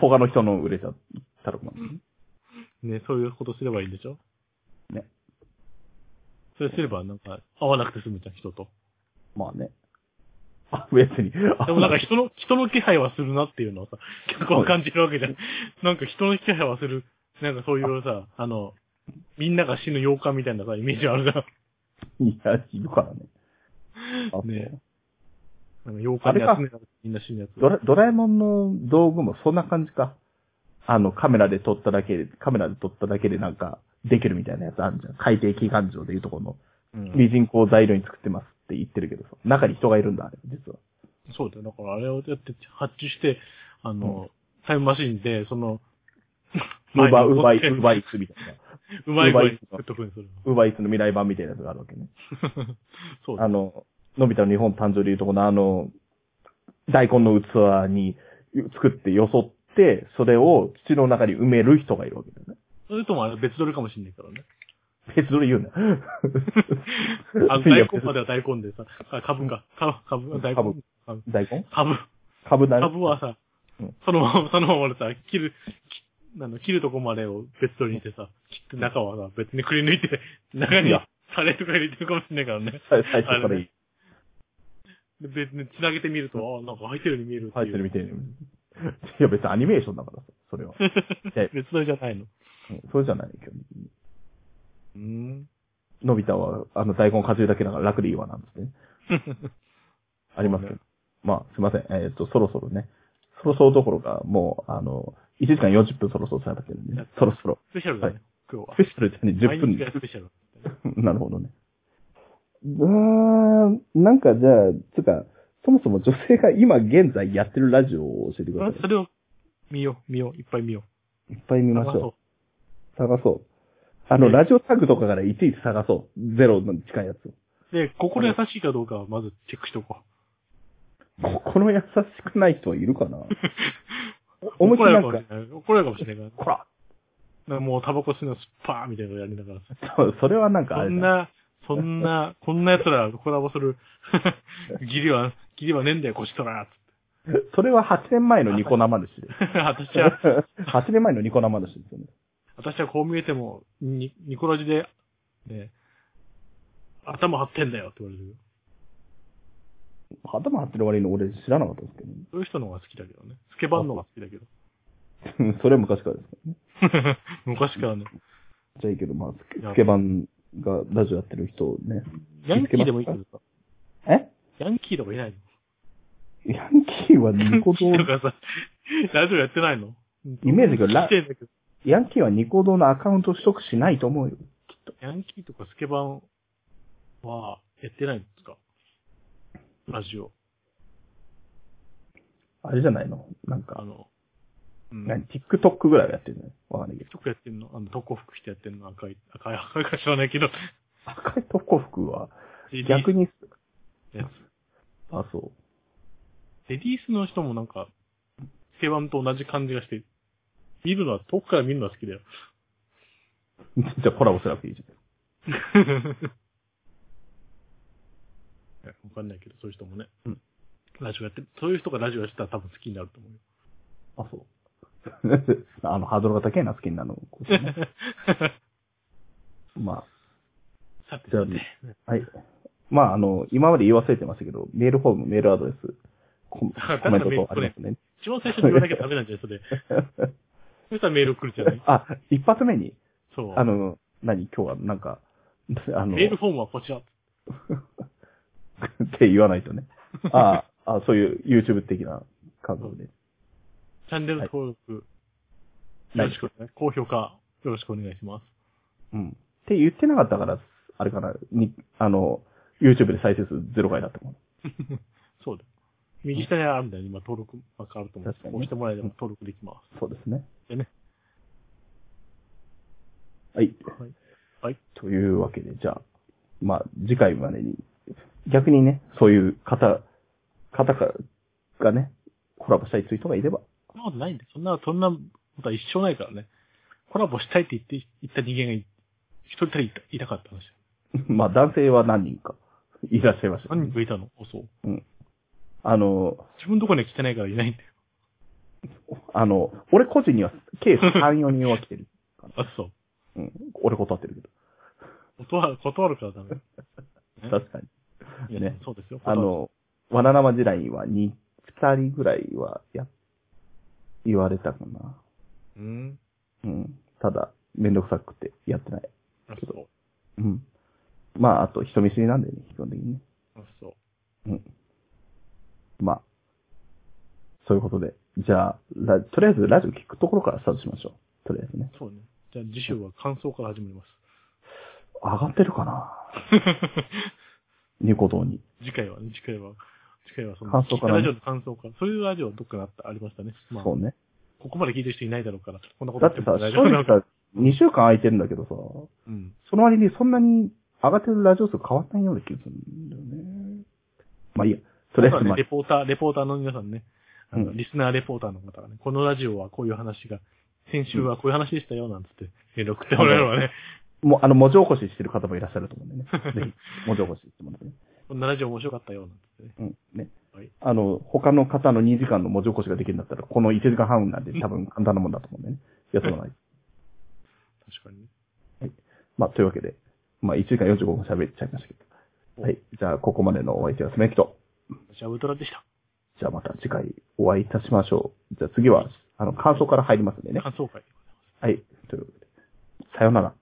Speaker 1: 他の人の売れちゃったら困る。
Speaker 2: ね、そういうことすればいいんでしょ
Speaker 1: ね。
Speaker 2: それすれば、なんか、合わなくて済むじゃん、人と。
Speaker 1: まあね。あ、別に。あ
Speaker 2: でもなんか 人の、人の気配はするなっていうのをさ、結構感じるわけじ ゃん。なんか人の気配はする、なんかそういうさ、あの、みんなが死ぬ洋館みたいなさ、イメージあるじゃん。
Speaker 1: いや、いるからね。あそう
Speaker 2: ねなんか洋館に集めたらみんな死ぬやつ。
Speaker 1: ドラドラえもんの道具もそんな感じか。あの、カメラで撮っただけで、カメラで撮っただけでなんか、できるみたいなやつあるじゃん。海底祈願場でいうとこの、
Speaker 2: うん
Speaker 1: ミジンコを材料に作ってますって言ってるけどさ。中に人がいるんだ、あれ、実は。
Speaker 2: そうだよ。だからあれをやって、発注して、あの、タイムマシンで、その、
Speaker 1: ウーバー、ウ ーバーイ
Speaker 2: 前に
Speaker 1: ー、ウーバーイーツみたいな。
Speaker 2: うま
Speaker 1: ウ
Speaker 2: い
Speaker 1: ーバー
Speaker 2: 具
Speaker 1: イ
Speaker 2: 合
Speaker 1: ー
Speaker 2: に作っとくんですよ。
Speaker 1: ウーバーイーツの未来版みたいなやつがあるわけね。
Speaker 2: そうだ
Speaker 1: あ。の、のび太の日本誕生でいうとこのあの、大根の器に作ってよそって、それを土の中に埋める人がいるわけだよね。
Speaker 2: それともあれ別撮りかもしんないからね。
Speaker 1: 別に 言うな。
Speaker 2: あの、
Speaker 1: いや
Speaker 2: 大根までは大根でさ、あ株か、株、株、大根。
Speaker 1: 株
Speaker 2: 株、
Speaker 1: 大根
Speaker 2: 株
Speaker 1: 株だね。
Speaker 2: 株はさ
Speaker 1: うん、
Speaker 2: そのまま、そのままでさ、切る、きあの、切るとこまでを別撮りにしてさ、切って中はさ、別にくり抜いて、中に
Speaker 1: いや
Speaker 2: タレとか入れてるかもしんないからね。
Speaker 1: 最初か
Speaker 2: あ
Speaker 1: ら
Speaker 2: れ
Speaker 1: い
Speaker 2: ね
Speaker 1: い。
Speaker 2: で別に繋げてみると、あなんか入ってるように見えるって
Speaker 1: 入っ
Speaker 2: い
Speaker 1: てる
Speaker 2: う。
Speaker 1: みたいに。いや別にアニメーションだからさ、それは。 てる
Speaker 2: 別撮りじゃないの。
Speaker 1: うんそれじゃない、基本的に。
Speaker 2: うん。
Speaker 1: のび太は、あの、大根かじるだけだから楽でいいわ、なんですね。ありますけど。まあ、すいません。えっ、と、そろそろね。そろそろどころか、もう、あの、1時間40分そろそろされてるんでね、そろそろ。
Speaker 2: スペシャルだね、
Speaker 1: は
Speaker 2: 今日は
Speaker 1: ス。ペシャルじゃね、10
Speaker 2: 毎
Speaker 1: 分
Speaker 2: 日
Speaker 1: で
Speaker 2: が。スペシャ ル。
Speaker 1: なるほどね。うーん、なんかじゃあ、つうか、そもそも女性が今現在やってるラジオを教えてくださ
Speaker 2: それを見よう、見よう、いっぱい見よ
Speaker 1: い。いっぱい見
Speaker 2: う。
Speaker 1: ましょう
Speaker 2: あ。
Speaker 1: 探そう。あの、
Speaker 2: ね
Speaker 1: ラジオタグとかからいちいち探そう。ゼロの近いやつを。
Speaker 2: そうで、心優しいかどうかはまずチェックしとこ
Speaker 1: 心優しくない人はいる かな
Speaker 2: う。
Speaker 1: お思いっき
Speaker 2: 怒
Speaker 1: り
Speaker 2: ら
Speaker 1: な
Speaker 2: れ
Speaker 1: ん
Speaker 2: るかも
Speaker 1: か
Speaker 2: し、れない。怒られるかもしれないか
Speaker 1: こら
Speaker 2: ら。もうタバコ吸うのスパーみたいなのやりながらさ。
Speaker 1: そうそれはなんかあ
Speaker 2: そ
Speaker 1: れ
Speaker 2: ん
Speaker 1: だ。
Speaker 2: な、そんな、こんな奴らコラボする。 ギリは、ギリはねえんだよ、こしとら。
Speaker 1: それは8年前のニコ生主です。
Speaker 2: 私は、
Speaker 1: 8年前のニコ生主ですよね。
Speaker 2: 私はこう見えても、ニニコラジで、ね、頭張ってんだよって言われるよ。
Speaker 1: 頭張ってる割に俺知らなかったですけど
Speaker 2: そういう人の方が好きだけどね。ス ケバンの方が好きだけど。
Speaker 1: ね。それは昔からですけどね。
Speaker 2: 昔からね。
Speaker 1: ちゃいけど、まあ、スケスケバンがラジオやってる人ね。
Speaker 2: ヤンキーでもいいけどさ。
Speaker 1: え
Speaker 2: ヤンキーとかいない
Speaker 1: ヤンキーはニコ動
Speaker 2: の、 とかさ、ラジオやってないの
Speaker 1: イメージがラ
Speaker 2: 来てんだけど
Speaker 1: ヤンキーはニコ動のアカウント取得しないと思うよ。
Speaker 2: ヤンキーとかスケバンはやってないんですかラジオ。
Speaker 1: あれじゃないのなん
Speaker 2: あ
Speaker 1: か、
Speaker 2: の、うん。
Speaker 1: 何 ?TikTok ぐらいはやってるのよ。わかんないけど。
Speaker 2: 特やってんのあの、特攻服着てやってんの赤い、赤い、赤いか知らないけど。
Speaker 1: 赤い特攻服は、逆
Speaker 2: に。
Speaker 1: に、
Speaker 2: やつ
Speaker 1: あ、そ
Speaker 2: レディースの人もなんか、スケバンと同じ感じがして、見るのは、遠くから見るのは好きだよ。
Speaker 1: う。 じゃあコラボすなくていいじ
Speaker 2: いやわかんないけど、そういう人もね。
Speaker 1: うん
Speaker 2: ラジオやって、そういう人がラジオやってたら多分好きになると思うよ。
Speaker 1: ゃん。あ、そう。 あの、ハードルが高いな、好きになるの。こそ ねま
Speaker 2: さて、
Speaker 1: じゃあ
Speaker 2: さて
Speaker 1: あ、はい。まあ、あの、今まで言い忘れてましたけど、メールフォーム、メールアドレス、 コ
Speaker 2: あ
Speaker 1: コメントとありますね。
Speaker 2: 一番最初に言わなきゃダメなんじゃないそれ。そしたらメール来るじゃない
Speaker 1: あ、一発目に、
Speaker 2: そう。
Speaker 1: あの、何今日はなんか、 あの、
Speaker 2: メールフォームはこちら。
Speaker 1: って言わない とね。ああ、あそういう YouTube 的な感覚で。
Speaker 2: チャンネル登録、
Speaker 1: はい
Speaker 2: よろしくお願い、高評価、よろしくお願いします。
Speaker 1: うん。って言ってなかったから、あれかな、に、あの、YouTube で再生数0回だったもん。
Speaker 2: そうだ。右下にあるんだよ、今登録マークあると思う。
Speaker 1: 確かに
Speaker 2: 押してもらえれば登録できま
Speaker 1: そうですね。
Speaker 2: す。でね。
Speaker 1: はい。
Speaker 2: はい。はい。
Speaker 1: というわけで、じゃあ、まあ、次回までに、逆にね、そういう方、方かがね、コラボしたいという人がいれば、
Speaker 2: そんなことないんで、そんな、そんなことは一生ないからね。コラボしたいって言って、言った人間がい一人たりいたいたかった話。
Speaker 1: まあ、男性は何人かいらっしゃいました、
Speaker 2: 何人かいたのおそう。
Speaker 1: あの、
Speaker 2: 自分どこには来てないからいないんだよ。
Speaker 1: あの、俺個人には、計3、4人は来て る。
Speaker 2: あ、そう。
Speaker 1: うん。俺断ってるけど。
Speaker 2: 断る、断るからダメ。 ね
Speaker 1: 確かに。
Speaker 2: いや
Speaker 1: ね
Speaker 2: そうですよ。
Speaker 1: あの、わななま時代は2、2人ぐらいは、や、言われたかな。
Speaker 2: 断る、うん。
Speaker 1: うん。ただ、めんどくさくてやってない。
Speaker 2: あ、そう。
Speaker 1: うん。まあ、あと人見知りなんだよね、基本的にね。
Speaker 2: あ、そう。
Speaker 1: まあ、そういうことで。じゃあ、ラとりあえずラジオ聞くところからスタートしましょう。とりあえずね。
Speaker 2: そうね。じゃあ次週は感想から始め ます。
Speaker 1: 上がってるかなニコ動に。
Speaker 2: 次回はね、次回は、次回はその、
Speaker 1: 感想からね
Speaker 2: 聞いたラジオの感想から。そういうラジオはどっかにあった、ありましたね。まあ、
Speaker 1: そうね。
Speaker 2: ここまで聞いてる人いないだろうから、こんなこと
Speaker 1: だ
Speaker 2: 言
Speaker 1: ってさ、
Speaker 2: も大
Speaker 1: 正
Speaker 2: 丈夫な
Speaker 1: 直
Speaker 2: の
Speaker 1: さ、
Speaker 2: か
Speaker 1: 2週間空いてるんだけどさ、
Speaker 2: うん。
Speaker 1: その割にそんなに上がってるラジオ数変わったないような気がするんだよね。まあいいや。とりあえず、
Speaker 2: ね
Speaker 1: まあ、
Speaker 2: レポーター、レポーターの皆さんね、あ
Speaker 1: う
Speaker 2: の、
Speaker 1: ん
Speaker 2: リスナーレポーターの方がね、このラジオはこういう話が、先週はこういう話でしたよ、なんつって、連絡ってもらえればね、
Speaker 1: もう、あの、文字起こししてる方もいらっしゃると思うん でね。ぜひ、文字起こししてもらってね。
Speaker 2: こんなラジオ面白かったよ、なんつってね。
Speaker 1: うん。ね。
Speaker 2: はい
Speaker 1: あの、他の方の2時間の文字起こしができるんだったら、この1時間半なんて多分簡単なもんだと思うんでね。やってもない。
Speaker 2: 確かにね。
Speaker 1: まあ、というわけで、まあ、1時間45分喋っちゃいましたけど。はい。じゃあ、ここまでのお相手はスメキと。
Speaker 2: 私はウルトラでした。
Speaker 1: じゃあ、また次回お会いいたしましょう。じゃあ、次は、あの、感想から入りますんでね。
Speaker 2: 感想会でございます。
Speaker 1: はい。というわけで、さようなら。